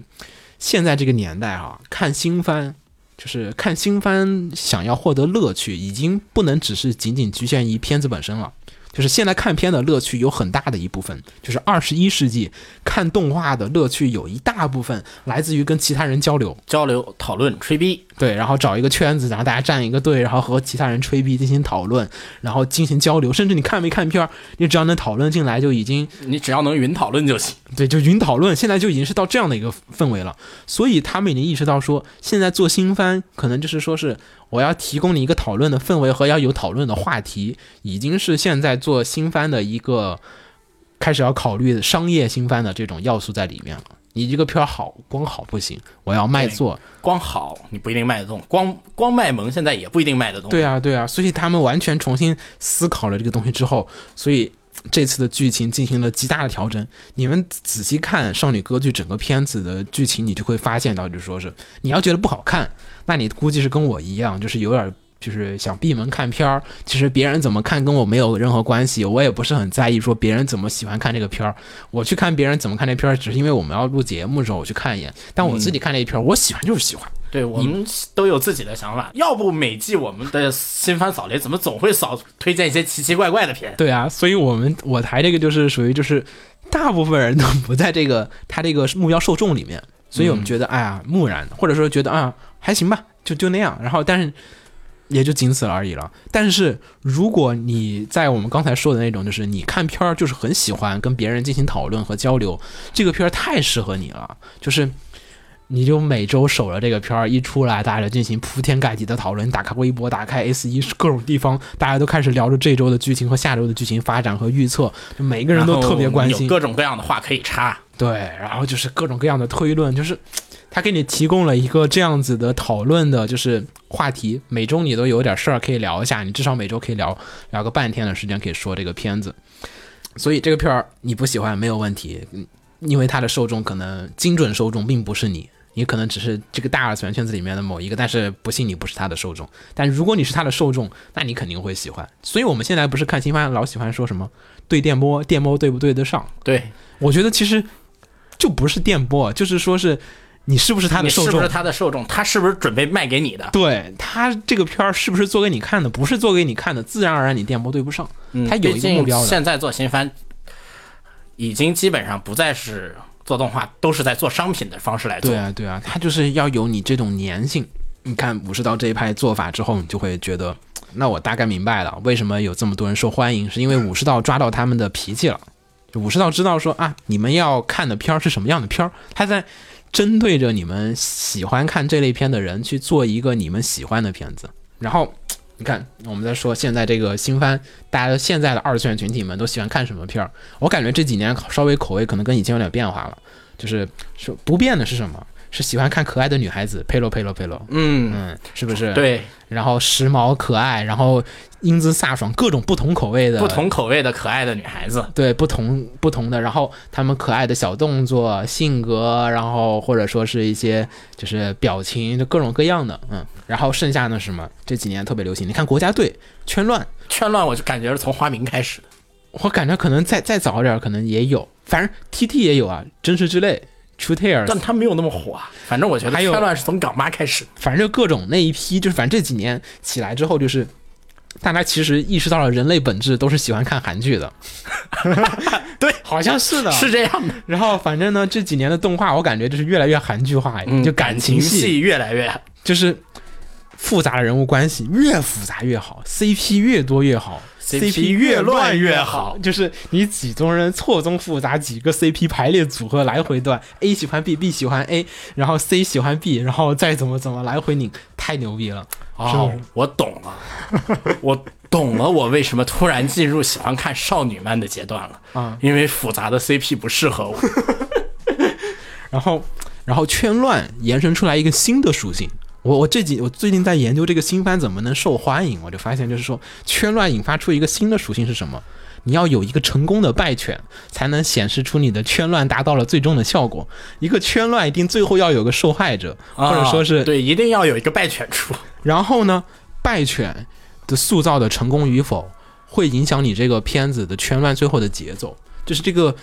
Speaker 3: 现在这个年代哈、看新番就是看新番想要获得乐趣，已经不能只是仅仅局限于片子本身了。就是现在看片的乐趣有很大的一部分，就是二十一世纪看动画的乐趣有一大部分来自于跟其他人交流，
Speaker 4: 交流、讨论、吹逼，
Speaker 3: 对，然后找一个圈子，然后大家站一个队，然后和其他人吹逼进行讨论，然后进行交流，甚至你看没看片儿，你只要能讨论进来就已经
Speaker 4: 你只要能云讨论就行。
Speaker 3: 对，就云讨论现在就已经是到这样的一个氛围了，所以他们已经意识到说，现在做新番可能就是说是我要提供你一个讨论的氛围和要有讨论的话题，已经是现在做新番的一个开始要考虑商业新番的这种要素在里面了。你这个片儿好，光好不行，我要卖座。
Speaker 4: 光好你不一定卖得动，光光卖萌现在也不一定卖得动。
Speaker 3: 对啊，对啊，所以他们完全重新思考了这个东西之后，所以这次的剧情进行了极大的调整。你们仔细看《少女歌剧》整个片子的剧情，你就会发现到，就是说是你要觉得不好看，那你估计是跟我一样，就是有点。就是想闭门看片儿，其实别人怎么看跟我没有任何关系，我也不是很在意说别人怎么喜欢看这个片儿。我去看别人怎么看这片儿，只是因为我们要录节目的时候我去看一眼，但我自己看这一片儿，我喜欢就是喜欢。
Speaker 4: 对，我们都有自己的想法。要不每季我们的新番扫雷怎么总会扫推荐一些奇奇怪怪的片？
Speaker 3: 对啊，所以我们我台这个就是属于就是大部分人都不在这个他这个目标受众里面，所以我们觉得、哎呀木然，或者说觉得啊还行吧，就就那样。然后但是也就仅此而已了。但是如果你在我们刚才说的那种，就是你看片儿就是很喜欢跟别人进行讨论和交流，这个片儿太适合你了，就是。你就每周守着这个片儿一出来，大家就进行铺天盖地的讨论。打开微博，打开 S 一，各种地方，大家都开始聊着这周的剧情和下周的剧情发展和预测，就每一个人都特别关
Speaker 4: 然后
Speaker 3: 心
Speaker 4: 有。各种各样的话可以插。
Speaker 3: 对，然后就是各种各样的推论，就是他给你提供了一个这样子的讨论的，就是话题。每周你都有点事儿可以聊一下，你至少每周可以聊聊个半天的时间，可以说这个片子。所以这个片儿你不喜欢没有问题，嗯因为它的受众可能精准受众并不是你，你可能只是这个大二次元圈子里面的某一个，但是不信你不是他的受众。但如果你是他的受众，那你肯定会喜欢。所以我们现在不是看新番老喜欢说什么对电波，电波对不对得上？
Speaker 4: 对，
Speaker 3: 我觉得其实就不是电波，就是说是你是不是他的
Speaker 4: 你
Speaker 3: 受
Speaker 4: 是
Speaker 3: 众，
Speaker 4: 不是他的受众？他是不是准备卖给你的？
Speaker 3: 对他这个片儿是不是做给你看的？不是做给你看的，自然而然你电波对不上，嗯他有一
Speaker 4: 嗯毕
Speaker 3: 个
Speaker 4: 竟
Speaker 3: 目标的。
Speaker 4: 现在做新番，已经基本上不再是做动画，都是在做商品的方式来做。
Speaker 3: 对啊，对啊，他就是要有你这种粘性。你看武士刀这一派做法之后，你就会觉得，那我大概明白了为什么有这么多人受欢迎，是因为武士道抓到他们的脾气了。就武士道知道说啊，你们要看的片儿是什么样的片儿，他在针对着你们喜欢看这类片的人去做一个你们喜欢的片子。然后你看，我们在说现在这个新番，大家现在的二次元群体们都喜欢看什么片儿？我感觉这几年稍微口味可能跟以前有点变化了。就是说不变的是什么？是喜欢看可爱的女孩子，佩洛佩洛佩洛，
Speaker 4: 嗯，
Speaker 3: 嗯，是不是？。
Speaker 4: 对，
Speaker 3: 然后时髦可爱，然后英姿飒爽，各种不同口味的，
Speaker 4: 不同口味的可爱的女孩子，
Speaker 3: 对不同不同的，然后他们可爱的小动作、性格，然后或者说是一些就是表情，就各种各样的，嗯。然后剩下呢是什么？这几年特别流行，你看国家队圈乱，
Speaker 4: 圈乱我就感觉是从花名开始的。
Speaker 3: 我感觉可能再再早一点儿可能也有，反正 TT 也有啊，真实之泪。True Tears，
Speaker 4: 但他没有那么火啊。反正我觉得
Speaker 3: 还有
Speaker 4: 圈乱是从港妈开始。
Speaker 3: 反正就各种那一批，就是反正这几年起来之后，就是大家其实意识到了人类本质都是喜欢看韩剧的，
Speaker 4: 对，
Speaker 3: 好像是的。
Speaker 4: 是。这样的。
Speaker 3: 然后反正呢，这几年的动画我感觉就是越来越韩剧化，嗯就
Speaker 4: 嗯感
Speaker 3: 情哦
Speaker 4: 戏越来越
Speaker 3: 就是复杂的人物关系越复杂越好，CP 越多越好
Speaker 4: CP
Speaker 3: 越乱
Speaker 4: 越
Speaker 3: 好
Speaker 4: 好。
Speaker 3: 就是你几宗人错综复杂，几个 CP 排列组合来回断，A 喜欢 B，B 喜欢 A，然后 C 喜欢 B，然后再怎么怎么来回拧，太牛逼了！
Speaker 4: 哦，我懂了，我懂了，我为什么突然进入喜欢看少女漫的阶段了
Speaker 3: 啊
Speaker 4: 因为复杂的 CP 不
Speaker 3: <laughs>
Speaker 4: 适合我。
Speaker 3: 然后，然后圈乱延伸出来一个新的属性。我我这几我最近在研究这个新番怎么能受欢迎，我就发现就是说圈乱引发出一个新的属性是什么？你要有一个成功的败犬，才能显示出你的圈乱达到了最终的效果。一个圈乱一定最后要有个受害者，或者说
Speaker 4: 啊
Speaker 3: 是
Speaker 4: 对，一定要有一个败犬出。
Speaker 3: 然后呢，败犬的塑造的成功与否，会影响你这个片子的圈乱最后的节奏，就是这个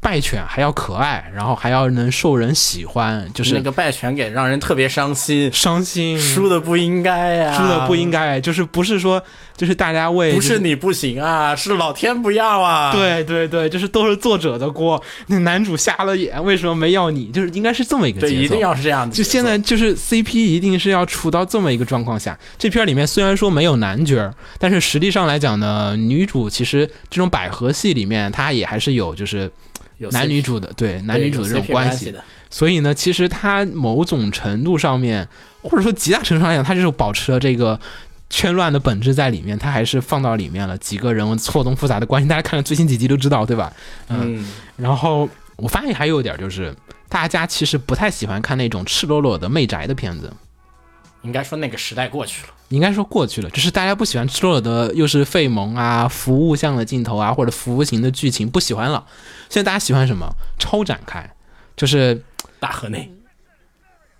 Speaker 3: 败犬还要可爱，然后还要能受人喜欢，就是
Speaker 4: 那个败犬给让人特别伤心，
Speaker 3: 伤心
Speaker 4: 输的不应该呀、
Speaker 3: 输的不应该，就是不是说就是大家为
Speaker 4: 不是你不行啊，是老天不要啊。，
Speaker 3: 对对对，就是都是作者的锅。那男主瞎了眼，为什么没要你？就是应该是这么一个节
Speaker 4: 对，
Speaker 3: 奏。
Speaker 4: 一定要是这样的节
Speaker 3: 就
Speaker 4: 奏。
Speaker 3: 现在就是 CP 一定是要处到这么一个状况下。这片儿里面虽然说没有男角儿，但是实际上来讲呢，女主其实这种百合戏里面，她也还是有就是
Speaker 4: 有 CP
Speaker 3: 男女主的对男女主的这种
Speaker 4: 对有 CP
Speaker 3: 关
Speaker 4: 关
Speaker 3: 系
Speaker 4: 的。
Speaker 3: 所以呢，其实它某种程度上面，或者说极大程度上来讲，它就是保持了这个圈乱的本质在里面，它还是放到里面了几个人物错综复杂的关系。大家看了最新几集都知道，对吧？
Speaker 4: 嗯，
Speaker 3: 然后我发现还有一点就是，大家其实不太喜欢看那种赤裸裸的媚宅的片子。
Speaker 4: 应该说那个时代过去了。
Speaker 3: 应该说过去了，只是大家不喜欢赤裸裸的，又是费萌啊、服务向的镜头啊，或者服务型的剧情不喜欢了。现在大家喜欢什么？超展开，就是
Speaker 4: 大河内，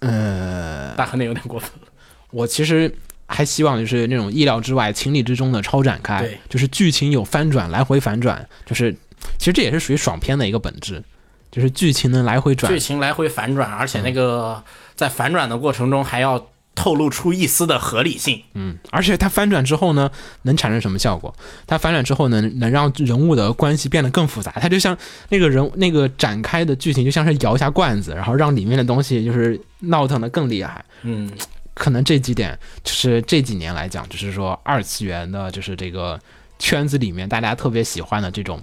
Speaker 3: 呃，
Speaker 4: 大河内有点过分了。
Speaker 3: 我其实还希望就是那种意料之外、情理之中的超展开
Speaker 4: 对，
Speaker 3: 就是剧情有翻转、来回反转，就是其实这也是属于爽片的一个本质，就是剧情能来回转
Speaker 4: 剧，情来回反转，而且那
Speaker 3: 嗯
Speaker 4: 个在反转的过程中还要透露出一丝的合理性。
Speaker 3: 嗯，而且它翻转之后呢，能产生什么效果？它反转之后能能让人物的关系变得更复杂。它就像那个人那个展开的剧情，就像是摇一下罐子，然后让里面的东西就是闹腾的更厉害。
Speaker 4: 嗯，
Speaker 3: 可能这几点就是这几年来讲，就是说二次元的，就是这个圈子里面大家特别喜欢的这种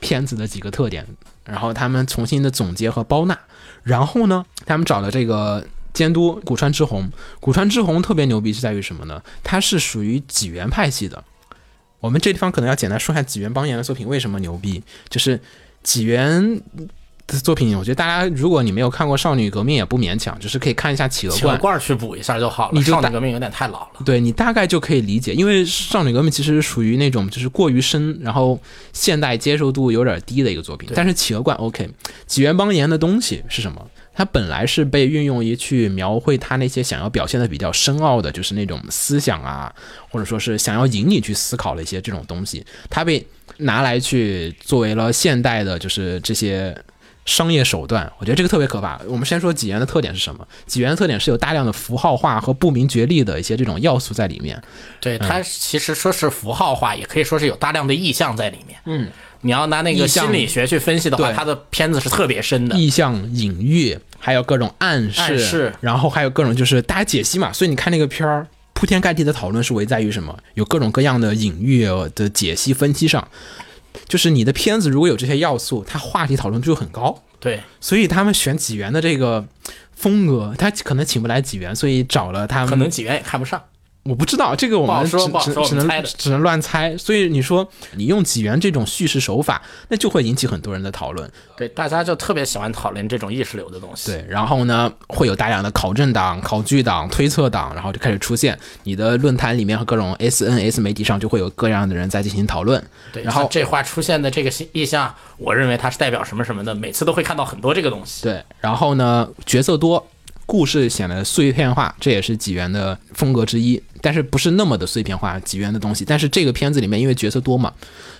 Speaker 3: 片子的几个特点，然后他们重新的总结和包纳，然后呢，他们找了这个监督古川之宏，古川之宏特别牛逼是在于什么呢？他是属于几元派系的。我们这地方可能要简单说一下几元邦彦的作品为什么牛逼，就是几元。的作品，我觉得大家如果你没有看过《少女革命》，也不勉强，只是可以看一下《企鹅
Speaker 4: 企
Speaker 3: 罐
Speaker 4: 鹅》。罐儿去补一下就好了。
Speaker 3: 你就
Speaker 4: 少
Speaker 3: 打
Speaker 4: 女革命有点太老了。
Speaker 3: 对你大概就可以理解，因为少女革命其实属于那种就是过于深，然后现代接受度有点低的一个作品。但是企鹅罐 OK，几元邦彦的东西是什么？它本来是被运用于去描绘他那些想要表现的比较深奥的，就是那种思想啊，或者说是想要引你去思考的一些这种东西，它被拿来去作为了现代的，就是这些商业手段，我觉得这个特别可怕。我们先说几元的特点是什么？几元的特点是有大量的符号化和不明觉厉的一些这种要素在里面。
Speaker 4: 对，
Speaker 3: 嗯
Speaker 4: 它其实说是符号化，也可以说是有大量的意象在里面。嗯，你要拿那个
Speaker 3: 意象
Speaker 4: 心理学去分析的话，
Speaker 3: 对
Speaker 4: 它的片子是特别深的。
Speaker 3: 意象、隐喻，还有各种暗示，
Speaker 4: 暗示
Speaker 3: 然后还有各种就是大家解析嘛。所以你看那个片儿，铺天盖地的讨论是围在于什么？有各种各样的隐喻的解析分析上。就是你的片子如果有这些要素，它话题讨论度就很高。
Speaker 4: 对，
Speaker 3: 所以他们选几元的这个风格，他可能请不来几元，所以找了他们。
Speaker 4: 可能几元也看不上。
Speaker 3: 我不知道这个，我
Speaker 4: 不好
Speaker 3: 们只
Speaker 4: 说不好
Speaker 3: 只
Speaker 4: 说
Speaker 3: 只
Speaker 4: 我们
Speaker 3: 能
Speaker 4: 猜的
Speaker 3: 只能乱猜。所以你说你用几元这种叙事手法，那就会引起很多人的讨论。
Speaker 4: 对，大家就特别喜欢讨论这种意识流的东西。
Speaker 3: 对，然后呢，会有大量的考证党、考据党、推测党，然后就开始出现。你的论坛里面和各种 SNS 媒体上就会有各样的人在进行讨论。
Speaker 4: 对，
Speaker 3: 然后
Speaker 4: 像这话出现的这个意象，我认为它是代表什么什么的，每次都会看到很多这个东西。
Speaker 3: 对，然后呢，角色多，故事显得碎片化，这也是几元的风格之一，但是不是那么的碎片化，几元的东西。但是这个片子里面因为角色多嘛，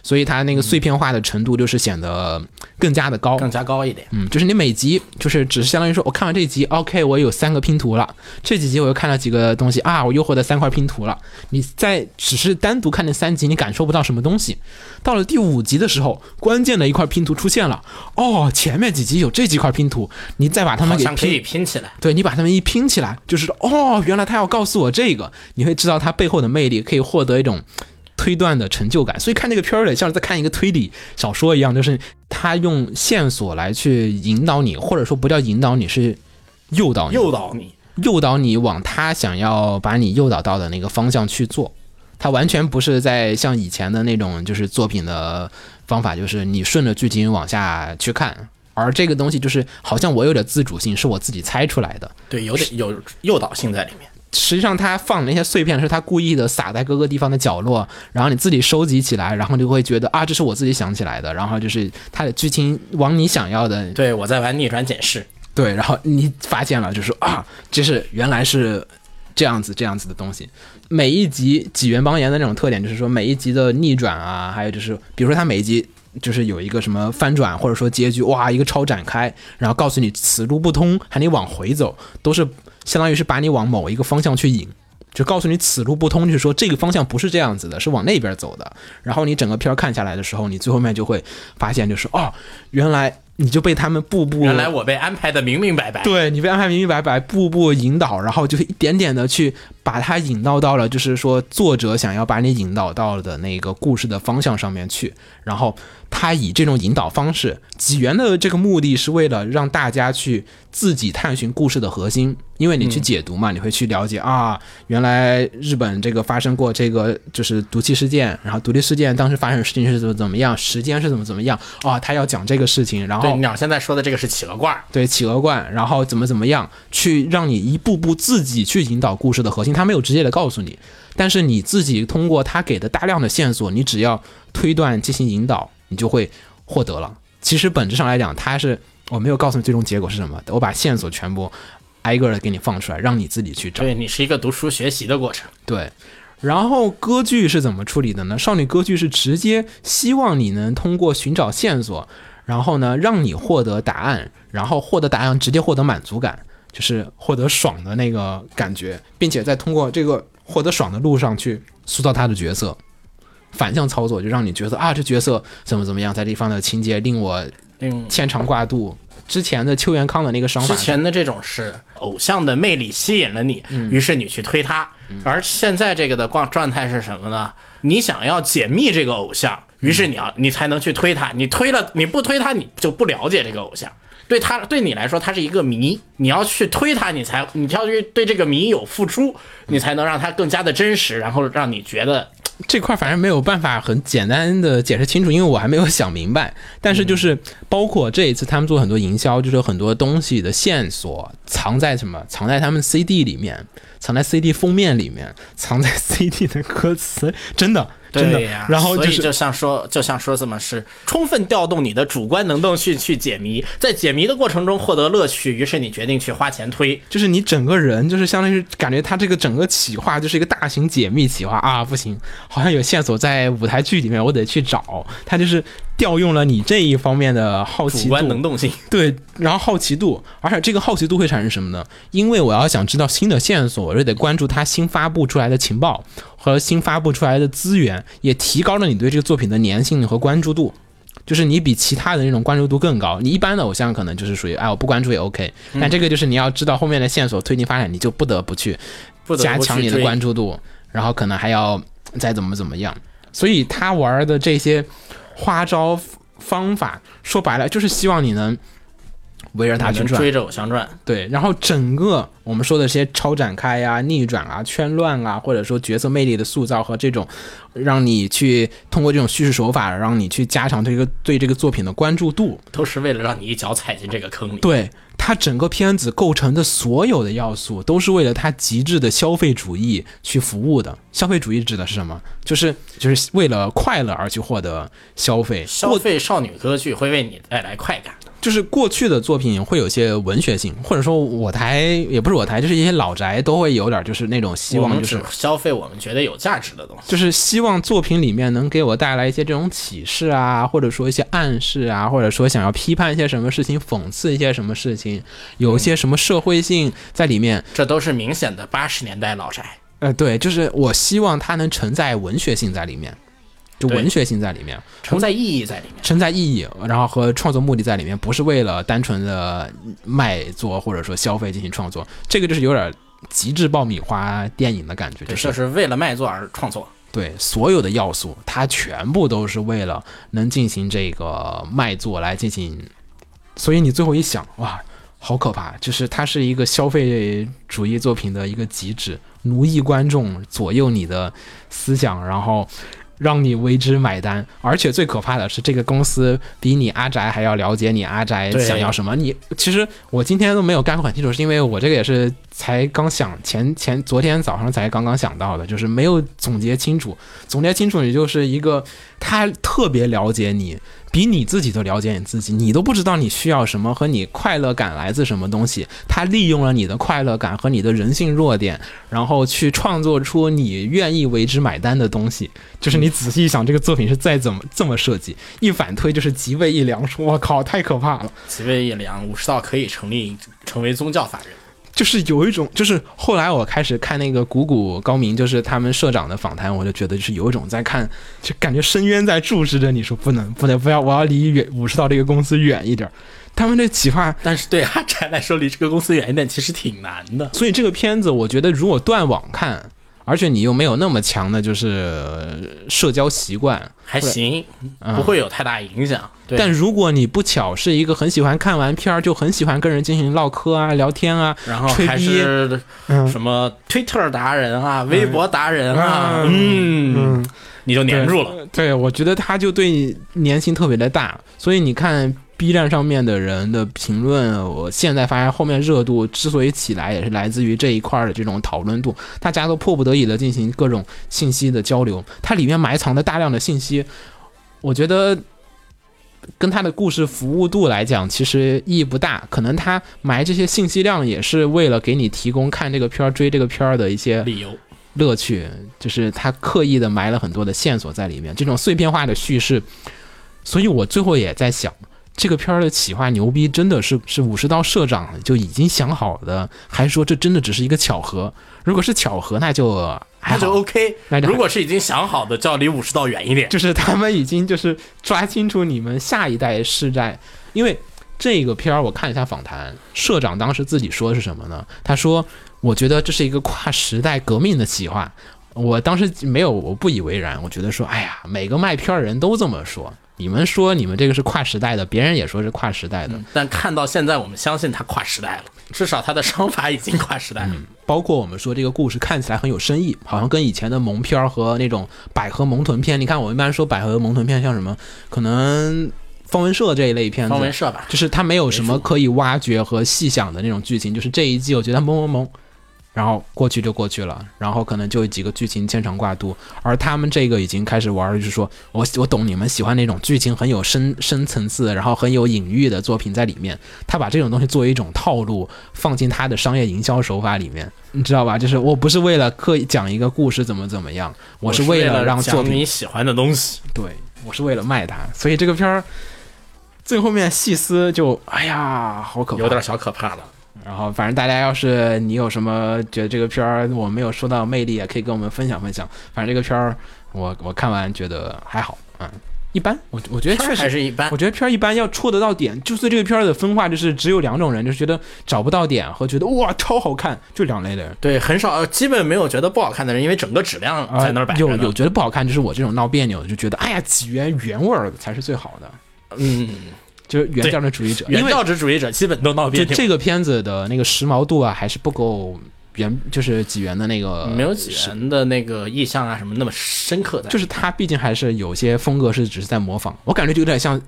Speaker 3: 所以它那个碎片化的程度就是显得更加的高，
Speaker 4: 更加高一点，
Speaker 3: 嗯，就是你每集就是只是相当于说，我看完这集，OK，我有三个拼图了，这几集我又看了几个东西啊，我又获得三块拼图了。你在只是单独看这三集，你感受不到什么东西。到了第五集的时候，关键的一块拼图出现了，哦，前面几集有这几块拼图，你再把它们
Speaker 4: 好
Speaker 3: 给
Speaker 4: 像可以
Speaker 3: 拼，
Speaker 4: 拼起来。
Speaker 3: 对你把它们一拼起来，就是哦，原来他要告诉我这个，你会知道它背后的魅力，可以获得一种推断的成就感。所以看这个片儿的，像是在看一个推理小说一样，就是他用线索来去引导你，或者说不叫引导你，是诱导你，
Speaker 4: 诱导你。
Speaker 3: 诱导你往他想要把你诱导到的那个方向去做。他完全不是在像以前的那种就是作品的方法，就是你顺着剧情往下去看。而这个东西就是好像我有点自主性，是我自己猜出来的。
Speaker 4: 对，有点有诱导性在里面。
Speaker 3: 实际上他放的那些碎片是他故意的撒在各个地方的角落，然后你自己收集起来，然后你就会觉得啊，这是我自己想起来的，然后就是他的剧情往你想要的
Speaker 4: 对我在玩逆转检视，
Speaker 3: 对，然后你发现了，就是啊，这是原来是这样子这样子的东西。每一集几元邦彦的那种特点，就是说每一集的逆转啊，还有就是比如说他每一集就是有一个什么翻转啊或者说结局，哇，一个超展开，然后告诉你此路不通，喊你往回走，都是相当于是把你往某一个方向去引。就告诉你此路不通，就是说这个方向不是这样子的，是往那边走的。然后你整个片儿看下来的时候，你最后面就会发现，就是哦，原来你就被他们步步
Speaker 4: 原来我被安排的明明白白。
Speaker 3: 对你被安排明明白白，步步引导，然后就是一点点的去把它引导到了，就是说作者想要把你引导到的那个故事的方向上面去。然后他以这种引导方式，起源的这个目的是为了让大家去自己探寻故事的核心，因为你去解读嘛，你会去了解啊，原来日本这个发生过这个就是毒气事件，然后毒气事件当时发生的事情是怎么怎么样，时间是怎么怎么样啊，他要讲这个事情，然后
Speaker 4: 对，鸟现在说的这个是企鹅罐儿，
Speaker 3: 对企鹅罐，然后怎么怎么样，去让你一步步自己去引导故事的核心。他没有直接的告诉你，但是你自己通过他给的大量的线索，你只要推断进行引导，你就会获得了。其实本质上来讲，他是我没有告诉你最终结果是什么，我把线索全部挨个的给你放出来，让你自己去找。
Speaker 4: 对你是一个读书学习的过程。
Speaker 3: 对，然后歌剧是怎么处理的呢？少女歌剧是直接希望你能通过寻找线索，然后呢让你获得答案，然后获得答案直接获得满足感，就是获得爽的那个感觉，并且再通过这个获得爽的路上去塑造他的角色。反向操作就让你觉得啊，这角色怎么怎么样，在这方的情节令我
Speaker 4: 嗯，
Speaker 3: 牵肠挂肚。之前的邱元康的那个伤法
Speaker 4: 之
Speaker 3: 是
Speaker 4: 前的这种是偶像的魅力吸引了你，
Speaker 3: 嗯
Speaker 4: 于是你去推他，而现在这个的状状态是什么呢？你想要解密这个偶像，于
Speaker 3: 嗯
Speaker 4: 是你要你才能去推他，你推了你不推他，你就不了解这个偶像。对他对你来说，他是一个谜，你要去推他，你才你要去对这个谜有付出，你才能让他更加的真实，然后让你觉得
Speaker 3: 这块反正没有办法很简单的解释清楚，因为我还没有想明白。但是就是包括这一次他们做很多营销，就是有很多东西的线索藏在什么？藏在他们 CD 里面，藏在 CD 封面里面，藏在 <laughs> CD 的歌词，真的真的
Speaker 4: 对呀。
Speaker 3: 然后
Speaker 4: 所
Speaker 3: 就
Speaker 4: 以
Speaker 3: 是
Speaker 4: 就像说，就像说什么是充分调动你的主观能动性去解谜，在解谜的过程中获得乐趣，于是你决定去花钱推。
Speaker 3: 就是你整个人就是相当于是感觉他这个整个企划就是一个大型解密企划啊，不行，好像有线索在舞台剧里面，我得去找。他就是调用了你这一方面的好奇
Speaker 4: 主
Speaker 3: 度，
Speaker 4: 观能动性，
Speaker 3: <laughs> 对，然后好奇度，而且这个好奇度会产生什么呢？因为我要想知道新的线索，我就得关注它新发布出来的情报和新发布出来的资源，也提高了你对这个作品的粘性和关注度。就是你比其他的那种关注度更高，你一般的偶像可能就是属于哎我不关注也 OK，但
Speaker 4: 嗯
Speaker 3: 这个就是你要知道后面的线索推进发展，你就不得不去
Speaker 4: 不得
Speaker 3: 加
Speaker 4: 不
Speaker 3: 强你
Speaker 4: 去
Speaker 3: 的
Speaker 4: 追。
Speaker 3: 关注度，然后可能还要再怎么怎么样。所以他玩的这些花招方法，说白了就是希望你能围着他
Speaker 4: 他
Speaker 3: 去
Speaker 4: 能
Speaker 3: 转
Speaker 4: 追。着偶像转，
Speaker 3: 对，然后整个我们说的这些超展开啊、逆转啊、圈乱啊，或者说角色魅力的塑造和这种让你去通过这种叙事手法，让你去加强这个对这个作品的关注度。
Speaker 4: 都是为了让你一脚踩进这个坑里。
Speaker 3: 对它整个片子构成的所有的要素，都是为了它极致的消费主义去服务的。消费主义指的是什么？就是就是为了快乐而去获得消费。
Speaker 4: 消费少女歌剧会为你带来快感，
Speaker 3: 就是过去的作品会有一些文学性，或者说我台也不是我台，就是一些老宅都会有点就是那种希
Speaker 4: 我
Speaker 3: 望，
Speaker 4: 们
Speaker 3: 就是
Speaker 4: 只消费我们觉得有价值的东西。
Speaker 3: 就是希望作品里面能给我带来一些这种启示啊，或者说一些暗示啊，或者说想要批判一些什么事情，讽刺一些什么事情，有一些什么社会性在里面。
Speaker 4: 这都是明显的八十年代老宅。
Speaker 3: 呃，对，就是我希望它能承载文学性在里面，就
Speaker 4: 对
Speaker 3: 文学性在里面，
Speaker 4: 承载意义在里面。
Speaker 3: 承载意义，然后和创作目的在里面，不是为了单纯的卖作或者说消费进行创作，这个就是有点极致爆米花电影的感觉，就
Speaker 4: 对，
Speaker 3: 是
Speaker 4: 这是为了卖座而创作。
Speaker 3: 对所有的要素，它全部都是为了能进行这个卖座来进行，所以你最后一想，哇，好可怕！就是它是一个消费主义作品的一个极致，奴役观众，左右你的思想，然后让你为之买单。而且最可怕的是，这个公司比你阿宅还要了解你阿宅
Speaker 4: 对
Speaker 3: 想要什么。你其实我今天都没有概括很清楚，是因为我这个也是才刚想前前昨天早上才刚刚想到的，就是没有总结清楚。总结清楚，也就是一个他特别了解你，比你自己都了解你自己，你都不知道你需要什么和你快乐感来自什么东西。他利用了你的快乐感和你的人性弱点，然后去创作出你愿意为之买单的东西。就是你仔细一想，这个作品是再怎么这么设计，一反推就是极为一良，说我靠，太可怕了。
Speaker 4: 齐备一良，武士道可以成立成为宗教法人。
Speaker 3: 就是有一种，就是后来我开始看那个谷谷高明，就是他们社长的访谈，我就觉得就是有一种在看，就感觉深渊在注视着你，说不能不能不要，我要离远武士道这个公司远一点儿。他们这企划
Speaker 4: 但是对阿宅来说，离这个公司远一点其实挺难的。
Speaker 3: 所以这个片子，我觉得如果断网看，而且你又没有那么强的就是呃社交习惯，
Speaker 4: 还行，不会有太大影响。嗯对
Speaker 3: 但如果你不巧是一个很喜欢看完片儿就很喜欢跟人进行唠嗑啊、聊天啊，
Speaker 4: 然后
Speaker 3: 吹
Speaker 4: 还
Speaker 3: 逼嗯
Speaker 4: 是什么 Twitter 达人啊，微博达人啊，嗯，你就粘住了。
Speaker 3: 对，我觉得他就对你粘性特别的大，所以你看 B 站上面的人的评论，我现在发现后面热度之所以起来，也是来自于这一块儿的这种讨论度，大家都迫不得已的进行各种信息的交流，它里面埋藏的大量的信息，我觉得。跟它的故事服务度来讲，其实意义不大。可能它埋这些信息量，也是为了给你提供看这个片儿、追这个片儿的一些
Speaker 4: 理由
Speaker 3: 乐趣，就是他刻意的埋了很多的线索在里面，这种碎片化的叙事。所以我最后也在想，这个片儿的企划牛逼，真的是是武士刀社长就已经想好的，还是说这真的只是一个巧合？如果是巧合，那就还
Speaker 4: 那
Speaker 3: 好
Speaker 4: 就 OK
Speaker 3: 那。就好
Speaker 4: 如果是已经想好的，就要离武士道远一点。
Speaker 3: 就是他们已经就是抓清楚你们下一代世代，因为这个片儿我看了一下访谈，社长当时自己说是什么呢？他说：“我觉得这是一个跨时代革命的企划。”我当时没有，我不以为然，我觉得说：“哎呀，每个卖片儿人都这么说，你们说你们这个是跨时代的，别人也说是跨时代的，
Speaker 4: 但看到现在，我们相信他跨时代了，嗯嗯至少他的商法已经跨时代了。
Speaker 3: 包括我们说这个故事看起来很有深意，好像跟以前的萌片儿和那种百合萌臀片，你看我一般说百合萌臀片像什么，可能方文社这一类片子，
Speaker 4: 方文社吧
Speaker 3: 就是它没有什么可以挖掘和细想的那种剧情，就是这一季我觉得萌萌萌，然后过去就过去了，然后可能就有几个剧情牵肠挂肚，而他们这个已经开始玩儿，就是说我我懂你们喜欢那种剧情很有深深层次，然后很有隐喻的作品在里面，他把这种东西作为一种套路放进他的商业营销手法里面，你知道吧？就是我不是为了刻意讲一个故事怎么怎么样，我是为了让作
Speaker 4: 讲
Speaker 3: 品
Speaker 4: 你喜欢的东西。
Speaker 3: 对，我是为了卖它，所以这个片儿最后面细思就哎呀，好可怕，
Speaker 4: 有点小可怕了。
Speaker 3: 然后，反正大家要是你有什么觉得这个片儿我没有说到魅力，也可以跟我们分享分享。反正这个片儿我我看完觉得还好，嗯，一般。我我觉得确
Speaker 4: 哎确实还
Speaker 3: 实，
Speaker 4: 是一般
Speaker 3: 我。觉得片儿一般要戳得到点，就是这个片儿的分化就是只有两种人，就是觉得找不到点和觉得哇超好看，就两类的人。
Speaker 4: 对，很少，呃基本没有觉得不好看的人，因为整个质量
Speaker 3: 啊
Speaker 4: 在那儿摆着
Speaker 3: 有
Speaker 4: 呢、
Speaker 3: 有觉得不好看，就是我这种闹别扭的，就觉得哎呀起源原味儿的才是最好的，
Speaker 4: 嗯，
Speaker 3: 就是原教旨主义者，因
Speaker 4: 原
Speaker 3: 为
Speaker 4: 教旨主义者基本都闹别
Speaker 3: 就
Speaker 4: 扭。
Speaker 3: 这个片子的那个时髦度啊，还是不够原就是几元的那个
Speaker 4: 没有几人的那个意象啊什么那么深刻的，
Speaker 3: 就是他毕竟还是有些风格是只是在模仿，我感觉就有点像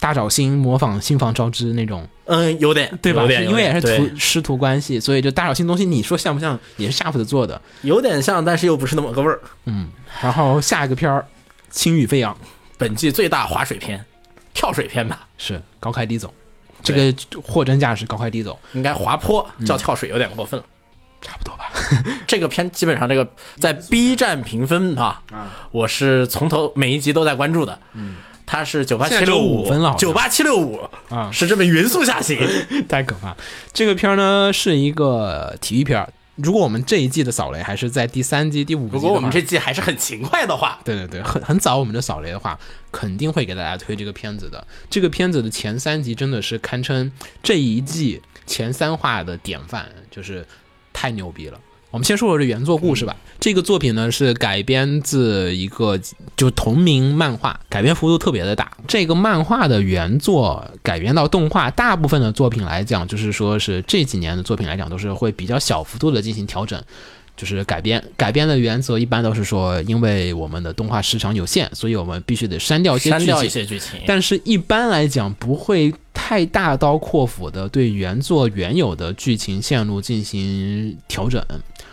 Speaker 3: 大沼星模仿新房昭之那种，
Speaker 4: 嗯，有点
Speaker 3: 对吧？
Speaker 4: 有点
Speaker 3: 是因为也是
Speaker 4: 有点
Speaker 3: 徒师徒关系，所以就大沼星东西，你说像不像也是夏普的做的？
Speaker 4: 对有点像，但是又不是那么个味儿。
Speaker 3: 然后下一个片儿《轻雨飞扬》
Speaker 4: 本季最大划水片，跳水片吧，
Speaker 3: 是高开低走，这个货真价实，高开低走，
Speaker 4: 应该滑坡叫跳水有点过分了。
Speaker 3: 差不多吧。 <laughs>
Speaker 4: 这个片基本上这个在 B 站评分啊，我是从头每一集都在关注的。嗯，它是九八
Speaker 3: 现在
Speaker 4: 七
Speaker 3: 只有
Speaker 4: 六
Speaker 3: 五
Speaker 4: 五
Speaker 3: 分了好像
Speaker 4: 九八七六五
Speaker 3: 啊
Speaker 4: 是这么匀速下行。
Speaker 3: 太可怕！这个片儿呢是一个体育片儿，如果我们这一季的扫雷还是在第三季、第五季的
Speaker 4: 如
Speaker 3: 话，
Speaker 4: 果我们这季还是很勤快的话，
Speaker 3: 对对对，很很早我们就扫雷的话，肯定会给大家推这个片子的。这个片子的前三集真的是堪称这一季前三话的典范，就是太牛逼了。我们先说说这原作故事吧。这个作品呢是改编自一个就同名漫画，改编幅度特别的大。这个漫画的原作改编到动画，大部分的作品来讲，就是说是这几年的作品来讲，都是会比较小幅度的进行调整。就是改编改编的原则一般都是说，因为我们的动画时长有限，所以我们必须得删掉一些
Speaker 4: 哦删
Speaker 3: 剧
Speaker 4: 掉一
Speaker 3: 情。
Speaker 4: 些剧情。
Speaker 3: 但是，一般来讲不会太大刀阔斧的对原作原有的剧情线路进行调整，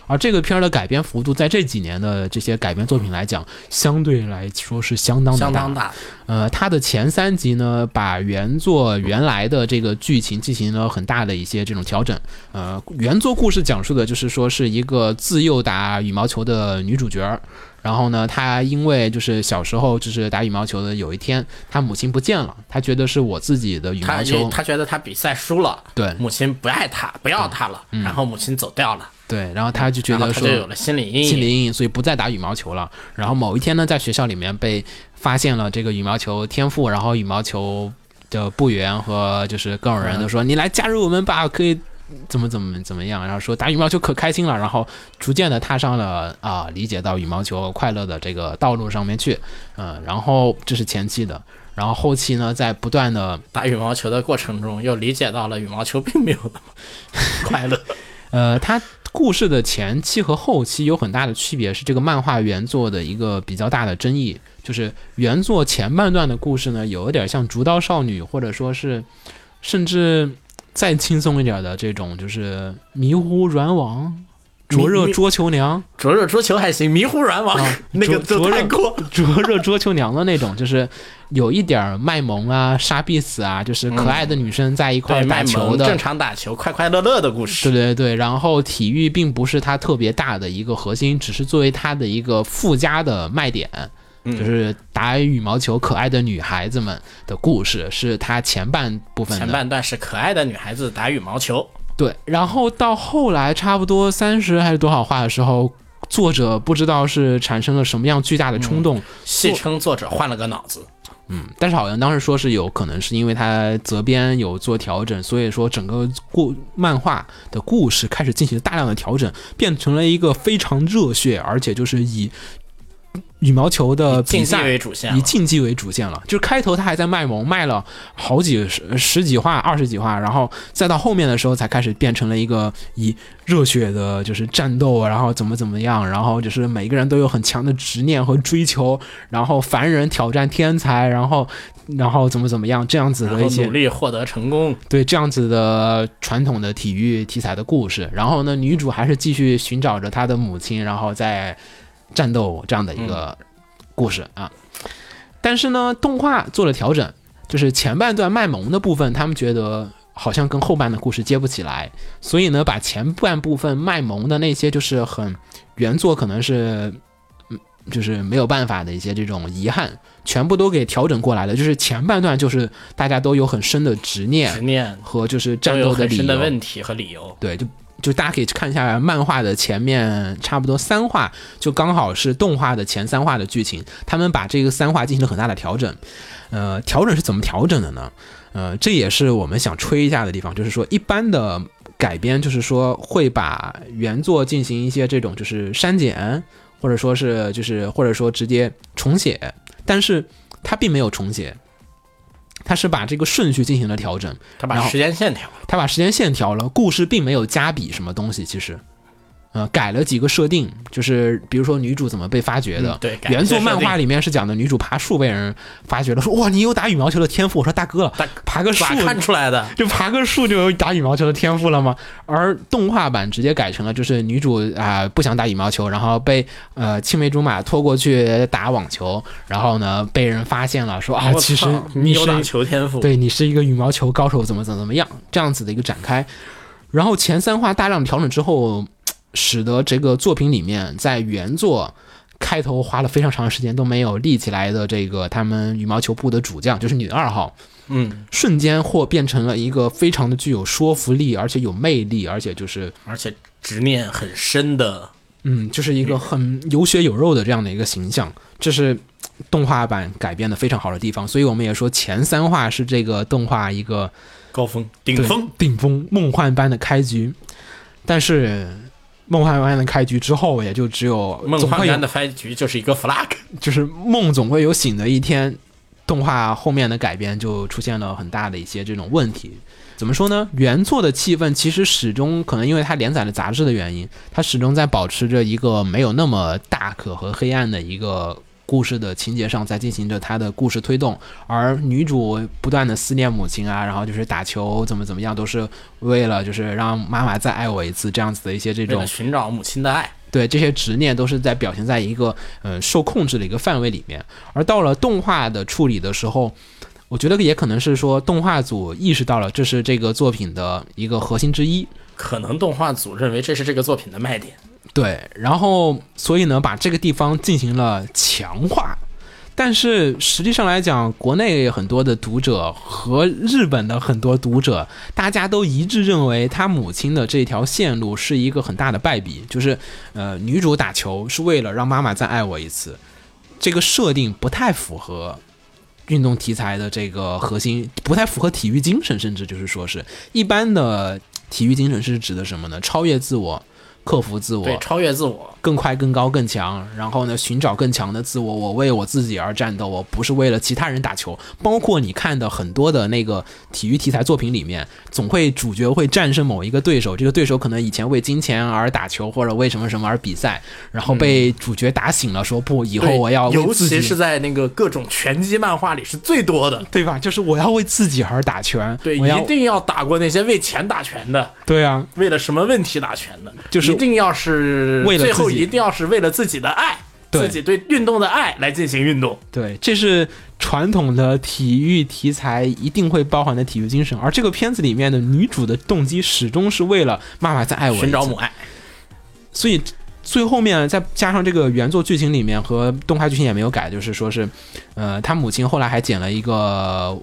Speaker 3: 而这个片儿的改编幅度，在这几年的这些改编作品来讲，相对来说是相当的
Speaker 4: 相当大，
Speaker 3: 呃，它的前三集呢，把原作原来的这个剧情进行了很大的一些这种调整。呃，原作故事讲述的就是说是一个自幼打羽毛球的女主角儿。然后呢，她因为就是小时候就是打羽毛球的，有一天她母亲不见了，她觉得是我自己的羽
Speaker 4: 他
Speaker 3: 毛球，
Speaker 4: 他觉得他比赛输了，
Speaker 3: 对
Speaker 4: 母亲不爱他，不要他了，然后母亲走掉了，
Speaker 3: 对，然后她就觉
Speaker 4: 然后
Speaker 3: 得
Speaker 4: 他
Speaker 3: 说
Speaker 4: 就有了心理阴
Speaker 3: 心
Speaker 4: 影。
Speaker 3: 理阴影，所以不再打羽毛球了。然后某一天呢，在学校里面被发现了这个羽毛球天赋，然后羽毛球的部员和就是更有人都说：“你来加入我们吧，可以怎么怎么怎么样。”然后说打羽毛球可开心了，然后逐渐的踏上了啊、理解到羽毛球快乐的这个道路上面去。嗯，然后这是前期的，然后后期呢，在不断的
Speaker 4: 打羽毛球的过程中，又理解到了羽毛球并没有那么 <laughs> 快乐。
Speaker 3: 呃，它故事的前期和后期有很大的区别，是这个漫画原作的一个比较大的争议。就是原作前半段的故事呢，有一点像《竹刀少女》，或者说是甚至再轻松一点的这种，就是迷糊软网、 <laughs> 灼热
Speaker 4: 迷
Speaker 3: 桌球 <laughs> 娘。
Speaker 4: 灼热桌球还行，迷糊软网、 <laughs> 那个
Speaker 3: 啊灼
Speaker 4: 就太过。
Speaker 3: 灼热桌球娘的那种，就是有一点儿卖萌啊、杀必死啊，就是可爱的女生在一块儿
Speaker 4: 对，
Speaker 3: 打
Speaker 4: 卖
Speaker 3: 球
Speaker 4: 萌
Speaker 3: 的
Speaker 4: 正常打球，快快乐乐的故事。
Speaker 3: 对对对，然后体育并不是它特别大的一个核心，只是作为它的一个附加的卖点。
Speaker 4: 嗯
Speaker 3: 就是打羽毛球可爱的女孩子们的故事，是它前半部分的。
Speaker 4: 前半段是可爱的女孩子打羽毛球，
Speaker 3: 对，然后到后来差不多三十还是多少话的时候，作者不知道是产生了什么样巨大的冲
Speaker 4: 嗯
Speaker 3: 动，
Speaker 4: 戏称作者换了个脑子。
Speaker 3: 但是好像当时说是有可能是因为他责编有做调整，所以说整个故漫画的故事开始进行大量的调整，变成了一个非常热血，而且就是以羽毛球的比
Speaker 4: 竞技
Speaker 3: 赛
Speaker 4: 为主线了
Speaker 3: 以竞技为主线了。就是开头他还在卖萌，卖了好几十十几话、二十几话，然后再到后面的时候才开始变成了一个以热血的，就是战斗，然后怎么怎么样，然后就是每个人都有很强的执念和追求，然后凡人挑战天才，然后然后怎么怎么样这样子
Speaker 4: 然
Speaker 3: 的
Speaker 4: 后
Speaker 3: 一些
Speaker 4: 努力获得成功，
Speaker 3: 对这样子的传统的体育题材的故事。然后呢，女主还是继续寻找着她的母亲，然后在战斗这样的一个故事啊。但是呢，动画做了调整，就是前半段卖萌的部分，他们觉得。好像跟后半的故事接不起来，所以呢，把前半部分卖萌的那些就是很原作可能是，嗯就是没有办法的一些这种遗憾，全部都给调整过来了。就是前半段就是大家都有很深的执念，
Speaker 4: 执念
Speaker 3: 和就是
Speaker 4: 都
Speaker 3: 战
Speaker 4: 有
Speaker 3: 斗的
Speaker 4: 很
Speaker 3: 理
Speaker 4: 深的
Speaker 3: 由。
Speaker 4: 问题和理由。
Speaker 3: 对，就就大家可以看一下漫画的前面差不多三话，就刚好是动画的前三话的剧情。他们把这个三话进行了很大的调整。呃，调整是怎么调整的呢？呃，这也是我们想吹一下的地方，就是说一般的改编，就是说会把原作进行一些这种就是删减，或者说是就是或者说直接重写，但是它并没有重写，它是把这个顺序进行了调整。
Speaker 4: 他
Speaker 3: 然
Speaker 4: 把
Speaker 3: 后
Speaker 4: 时间线调了，
Speaker 3: 他把时间线调了，故事并没有加笔什么东西，其实，呃，改了几个设定，就是比如说女主怎么被发掘的，
Speaker 4: 嗯对改了
Speaker 3: 原作
Speaker 4: 一些设
Speaker 3: 漫画
Speaker 4: 定
Speaker 3: 里面是讲的女主爬树被人发掘了，说哇你有打羽毛球的天赋，我说大哥了
Speaker 4: 大，
Speaker 3: 爬个树
Speaker 4: 咋看出来的？
Speaker 3: 就爬个树就有打羽毛球的天赋了吗？而动画版直接改成了，就是女主啊、不想打羽毛球，然后被呃青梅竹马拖过去打网球，然后呢被人发现了，说啊
Speaker 4: 我操
Speaker 3: 其实
Speaker 4: 你
Speaker 3: 你
Speaker 4: 有
Speaker 3: 是
Speaker 4: 打球天赋，
Speaker 3: 对你是一个羽毛球高手，怎么怎么怎么样这样子的一个展开。然后前三话大量调整之后，使得这个作品里面在原作开头花了非常长的时间都没有立起来的这个他们羽毛球部的主将，就是女二号，
Speaker 4: 嗯，
Speaker 3: 瞬间或变成了一个非常的具有说服力，而且有魅力，而且就是
Speaker 4: 而且执念很深的
Speaker 3: 嗯，就是一个很有血有肉的这样的一个形象，这是动画版改编的非常好的地方。所以我们也说前三话是这个动画一个。
Speaker 4: 高峰顶
Speaker 3: 对
Speaker 4: 峰，
Speaker 3: 顶峰，梦幻般的开局。但是梦幻般的开局之后，也就只有
Speaker 4: 梦
Speaker 3: 总
Speaker 4: 幻
Speaker 3: 会
Speaker 4: 般
Speaker 3: 有，
Speaker 4: 的开局就是一个 flag。
Speaker 3: 就是梦总会有醒的一天。动画后面的改编就出现了很大的一些这种问题。怎么说呢？原作的气氛其实始终可能因为它连载了杂志的原因，它始终在保持着一个没有那么大可和黑暗的一个故事的情节上在进行着他的故事推动，而女主不断的思念母亲啊，然后就是打球怎么怎么样，都是为了就是让妈妈再爱我一次这样子的一些这
Speaker 4: 为
Speaker 3: 种
Speaker 4: 了寻找母亲的爱。
Speaker 3: 对这些执念都是在表现在一个嗯、呃受控制的一个范围里面。而到了动画的处理的时候，我觉得也可能是说动画组意识到了这是这个作品的一个核心之一，
Speaker 4: 可能动画组认为这是这个作品的卖点，
Speaker 3: 对，然后所以呢，把这个地方进行了强化。但是实际上来讲，国内很多的读者和日本的很多读者，大家都一致认为他母亲的这条线路是一个很大的败笔，就是呃，女主打球是为了让妈妈再爱我一次，这个设定不太符合运动题材的这个核心，不太符合体育精神，甚至就是说是一般的体育精神是指的什么呢？超越自我，克服自我，
Speaker 4: 对，超越自我，
Speaker 3: 更快、更高、更强，然后呢，寻找更强的自我。我为我自己而战斗，我不是为了其他人打球。包括你看的很多的那个体育题材作品里面，总会主角会战胜某一个对手，这个对手可能以前为金钱而打球，或者为什么什么而比赛，然后被主角打醒了，说不，以后
Speaker 4: 对
Speaker 3: 我要为
Speaker 4: 尤
Speaker 3: 自己
Speaker 4: 其是在那个各种拳击漫画里是最多的。
Speaker 3: 对吧？就是我要为自己而打拳，
Speaker 4: 对，
Speaker 3: 我要
Speaker 4: 一定要打过那些为钱打拳的，
Speaker 3: 对啊，
Speaker 4: 为了什么问题打拳的，
Speaker 3: 就是
Speaker 4: 一定要是
Speaker 3: 为了
Speaker 4: 最后
Speaker 3: 自己
Speaker 4: 一定要是为了自己的爱，
Speaker 3: 对
Speaker 4: 自己对运动的爱来进行运动。
Speaker 3: 对，这是传统的体育题材一定会包含的体育精神，而这个片子里面的女主的动机始终是为了妈妈再爱我一哎次
Speaker 4: 寻找母爱，
Speaker 3: 所以最后面再加上这个原作剧情里面和动画剧情也没有改，就是说是，呃，他母亲后来还捡了一个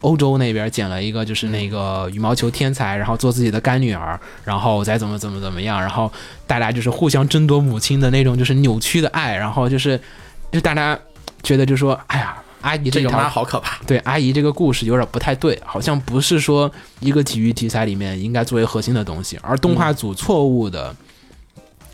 Speaker 3: 欧洲那边捡了一个就是那个羽毛球天才，然后做自己的干女儿，然后再怎么怎么怎么样，然后大家就是互相争夺母亲的那种就是扭曲的爱，然后就是就大家觉得就说，哎呀，阿姨这
Speaker 4: 这个
Speaker 3: 条
Speaker 4: 妈好可怕。
Speaker 3: 对阿姨这个故事有点不太对，好像不是说一个体育题材里面应该作为核心的东西，而动画组错误的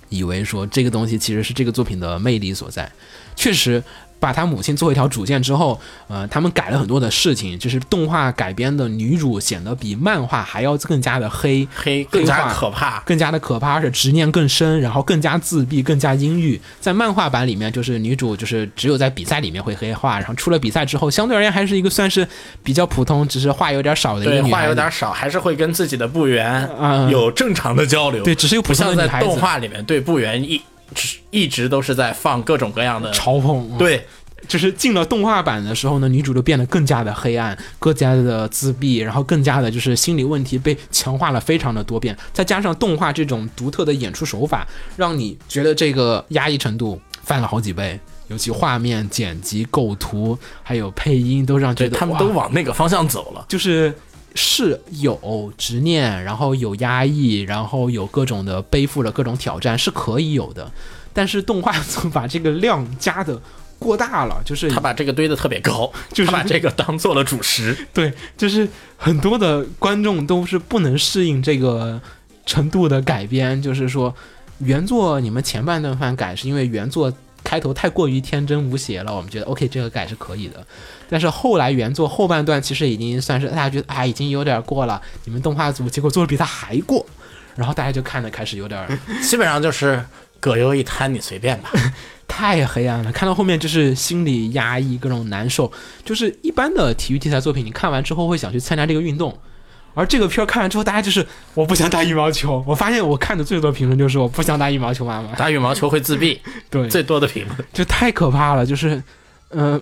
Speaker 3: 以为说这个东西其实是这个作品的魅力所在。确实，把他母亲做一条主线之后，呃，他们改了很多的事情，就是动画改编的女主显得比漫画还要更加的黑，
Speaker 4: 黑更加
Speaker 3: 化
Speaker 4: 可怕，
Speaker 3: 更加的可怕，而且执念更深，然后更加自闭，更加阴郁。在漫画版里面，就是女主就是只有在比赛里面会黑化，然后出了比赛之后，相对而言还是一个算是比较普通，只是话有点少的一
Speaker 4: 对
Speaker 3: 个女
Speaker 4: 话
Speaker 3: 孩
Speaker 4: 有
Speaker 3: 子。
Speaker 4: 点少，还是会跟自己的部员
Speaker 3: 嗯
Speaker 4: 有正常的交流。
Speaker 3: 对只是一个
Speaker 4: 不
Speaker 3: 普通的女
Speaker 4: 像在
Speaker 3: 孩子
Speaker 4: 动画里面，对部员一直一直都是在放各种各样的
Speaker 3: 嘲讽，，
Speaker 4: 对
Speaker 3: 就是进了动画版的时候呢，女主就变得更加的黑暗，更加的自闭，然后更加的就是心理问题被强化了非常的多遍，再加上动画这种独特的演出手法，让你觉得这个压抑程度翻了好几倍。尤其画面、剪辑、构图，还有配音，都让觉
Speaker 4: 对，
Speaker 3: 得
Speaker 4: 他们
Speaker 3: 哇
Speaker 4: 都往那个方向走了。
Speaker 3: 就是是有执念，然后有压抑，然后有各种的背负着各种挑战是可以有的，但是动画组把这个量加的过大了，就是
Speaker 4: 他把这个堆的特别高，
Speaker 3: 就是
Speaker 4: 他把这个当做了主食。
Speaker 3: 对，就是很多的观众都是不能适应这个程度的改编，就是说原作你们前半段番改是因为原作开头太过于天真无邪了，我们觉得 OK 这个改是可以的，但是后来原作后半段其实已经算是大家觉得哎已经有点过了，你们动画组结果做的比他还过，然后大家就看的开始有点儿
Speaker 4: 基本上就是葛优一摊，你随便吧。
Speaker 3: 太黑暗了，看到后面就是心理压抑，各种难受。就是一般的体育题材作品，你看完之后会想去参加这个运动，而这个片儿看完之后，大家就是我不想打羽毛球。我发现我看的最多评论就是我不想打羽毛球，
Speaker 4: <laughs>
Speaker 3: 妈妈。
Speaker 4: 打羽毛球会自闭，
Speaker 3: 对，
Speaker 4: 最多的评论。
Speaker 3: 就太可怕了，就是，呃，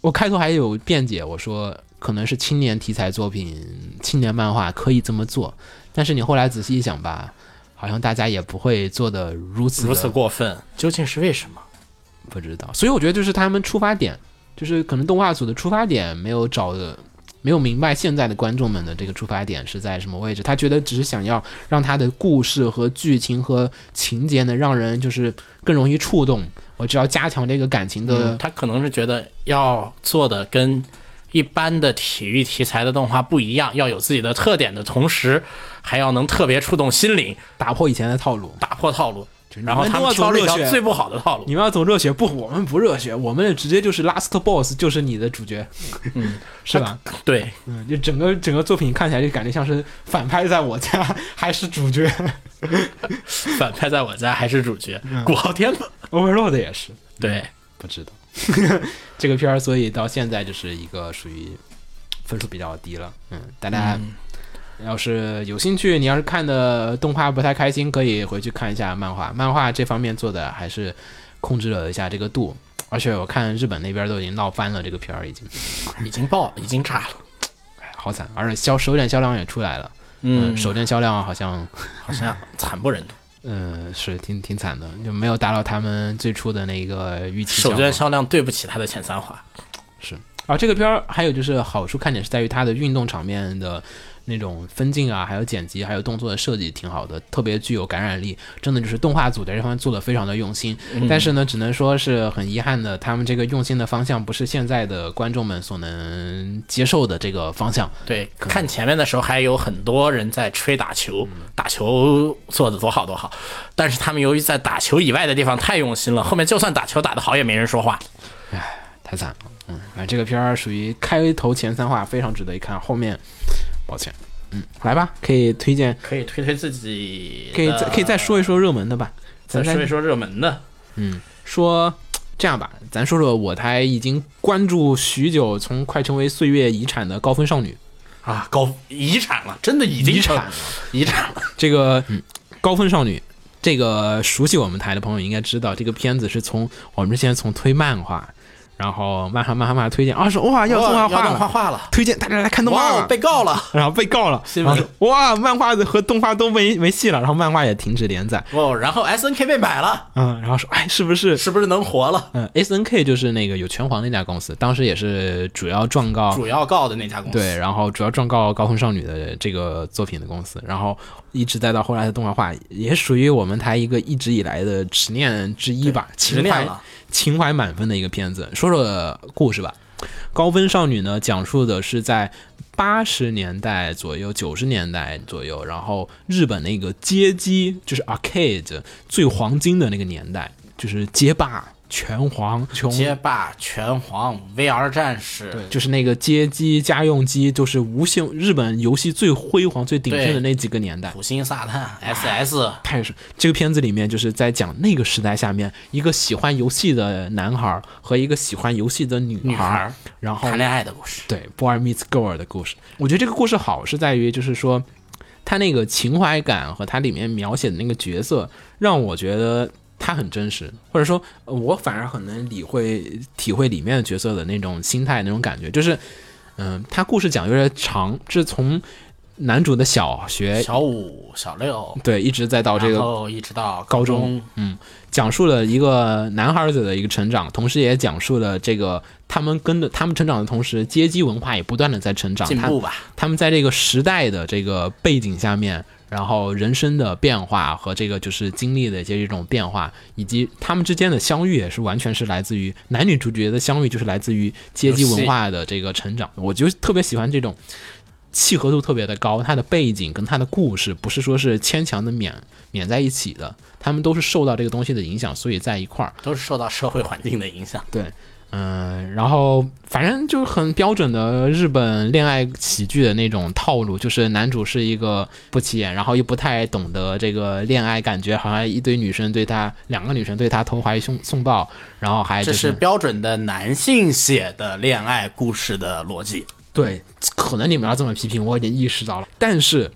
Speaker 3: 我开头还有辩解，我说可能是青年题材作品、青年漫画可以这么做，但是你后来仔细一想吧，好像大家也不会做的如此的
Speaker 4: 如此过分，究竟是为什么？
Speaker 3: 不知道，所以我觉得就是他们出发点，就是可能动画组的出发点没有找的，没有明白现在的观众们的这个出发点是在什么位置。他觉得只是想要让他的故事和剧情和情节呢，让人就是更容易触动。我只要加强这个感情的
Speaker 4: 嗯，，他可能是觉得要做的跟一般的体育题材的动画不一样，要有自己的特点的同时，还要能特别触动心灵，
Speaker 3: 打破以前的套路。
Speaker 4: 打破套路。
Speaker 3: 是
Speaker 4: 然后他
Speaker 3: 你们
Speaker 4: 们
Speaker 3: 都要
Speaker 4: 挑了一条
Speaker 3: 走热血
Speaker 4: 最不好的套路
Speaker 3: 你。们要走热血不？我们不热血，我们直接就是 last boss，就是你的主角， <laughs>
Speaker 4: 嗯，
Speaker 3: 是吧？
Speaker 4: 对，
Speaker 3: 嗯，就整个整个作品看起来就感觉像是反派在我家 <laughs> 还是主角。
Speaker 4: 反派在我家还是主角，古傲天吧。
Speaker 3: Overlord 也是，
Speaker 4: 对，
Speaker 3: 不知道 <laughs> 这个片儿，所以到现在就是一个属于分数比较低了。嗯，大家要是有兴趣，你要是看的动画不太开心，可以回去看一下漫画。漫画这方面做的还是控制了一下这个度，而且我看日本那边都已经闹翻了，这个片儿已经
Speaker 4: 已经爆了，已经炸了，
Speaker 3: 哎好惨，而且销手点销量也出来了。嗯，手点销量好像
Speaker 4: 好像惨不忍 <laughs> 睹。
Speaker 3: 嗯是挺挺惨的，就没有达到他们最初的那个预期效
Speaker 4: 手
Speaker 3: 果。
Speaker 4: 绢销量对不起它的前三话，
Speaker 3: 是啊，这个片儿还有就是好处看点是在于它的运动场面的那种分镜啊，还有剪辑，还有动作的设计挺好的，特别具有感染力。真的就是动画组在这方面做的非常的用心，
Speaker 4: 嗯
Speaker 3: 但是呢，只能说是很遗憾的，他们这个用心的方向不是现在的观众们所能接受的这个方向。
Speaker 4: 对，看前面的时候还有很多人在吹打球，打球做的多好多好，但是他们由于在打球以外的地方太用心了，后面就算打球打得好也没人说话。
Speaker 3: 太惨了，嗯，反正这个片儿属于开头前三话非常值得一看，后面抱歉，嗯，来吧，可以推荐，
Speaker 4: 可以推推自己，
Speaker 3: 可以再可以再说一说热门的吧，
Speaker 4: 呃再
Speaker 3: 咱
Speaker 4: 说
Speaker 3: 再
Speaker 4: 一说热门的，
Speaker 3: 说这样吧，咱说说我台已经关注许久，从快成为岁月遗产的高分少女。
Speaker 4: 啊，高遗产了，真的已经
Speaker 3: 遗产
Speaker 4: 成
Speaker 3: 了
Speaker 4: 遗产了。
Speaker 3: 这个、嗯、高分少女，这个熟悉我们台的朋友应该知道，这个片子是从我们之前从推漫画，然后漫画漫画漫画推荐，啊说哇要动画
Speaker 4: 哇
Speaker 3: 化
Speaker 4: 要动画
Speaker 3: 了，
Speaker 4: 化了，
Speaker 3: 推荐大家来看动画
Speaker 4: 哇，
Speaker 3: 吧。
Speaker 4: 被告了，
Speaker 3: 然后被告了，
Speaker 4: 新
Speaker 3: 然
Speaker 4: 闻
Speaker 3: 后哇，漫画和动画都没没戏了，然后漫画也停止连载，
Speaker 4: 哦，然后 S N K 被买了，
Speaker 3: 嗯，然后说哎，是不是
Speaker 4: 是不是能活了？
Speaker 3: 嗯，S N K 就是那个有拳皇那家公司，当时也是主要状告
Speaker 4: 主要告的那家公司，
Speaker 3: 啊对，然后主要状告高分少女的这个作品的公司，然后一直再到后来的动画化，也属于我们台一个一直以来的执念之一吧，
Speaker 4: 执
Speaker 3: 情
Speaker 4: 念
Speaker 3: 怀
Speaker 4: 了
Speaker 3: 情怀满分的一个片子。说说故事吧，高分少女呢，讲述的是在八十年代左右、九十年代左右，然后日本那个街机就是 arcade 最黄金的那个年代，就是街霸、拳皇、穷
Speaker 4: 街霸、拳皇、VR 战士，对
Speaker 3: 就是那个街机、家用机，就是无限日本游戏最辉煌、最鼎盛的那几个年代。
Speaker 4: 土星撒
Speaker 3: 啊
Speaker 4: 旦、SS，
Speaker 3: 太是这个片子里面就是在讲那个时代下面一个喜欢游戏的男孩儿和一个喜欢游戏的女
Speaker 4: 女
Speaker 3: 孩
Speaker 4: 孩
Speaker 3: 儿
Speaker 4: 儿，
Speaker 3: 然后
Speaker 4: 谈恋爱的故事。
Speaker 3: 对 boy meets girl 的故事。我觉得这个故事好是在于，就是说他那个情怀感和他里面描写的那个角色，让我觉得他很真实，或者说呃我反而很能理会体会里面的角色的那种心态那种感觉。就是，嗯、他故事讲有点长，是从男主的小学
Speaker 4: 小五、小六，
Speaker 3: 对一直在到哎哦这
Speaker 4: 然
Speaker 3: 个
Speaker 4: 后一直到
Speaker 3: 高
Speaker 4: 中
Speaker 3: 中，，嗯，讲述了一个男孩子的一个成长，同时也讲述了这个他们跟着他们成长的同时，阶级文化也不断的在成长
Speaker 4: 进步吧
Speaker 3: 他。他们在这个时代的这个背景下面，然后人生的变化和这个就是经历的一些这种变化，以及他们之间的相遇，也是完全是来自于男女主角的相遇，就是来自于阶级文化的这个成长。嗯我就特别喜欢这种。契合度特别的高，它的背景跟它的故事不是说是牵强的免免在一起的，他们都是受到这个东西的影响，所以在一块儿。
Speaker 4: 都是受到社会环境的影响。
Speaker 3: 对，嗯，然后反正就是很标准的日本恋爱喜剧的那种套路，就是男主是一个不起眼，然后又不太懂得这个恋爱，感觉好像一堆女生对他，两个女生对他投怀送送抱，然后哎还就
Speaker 4: 这是
Speaker 3: 是
Speaker 4: 标准的男性写的恋爱故事的逻辑。
Speaker 3: 对，可能你们要这么批评，我已经意识到了，但是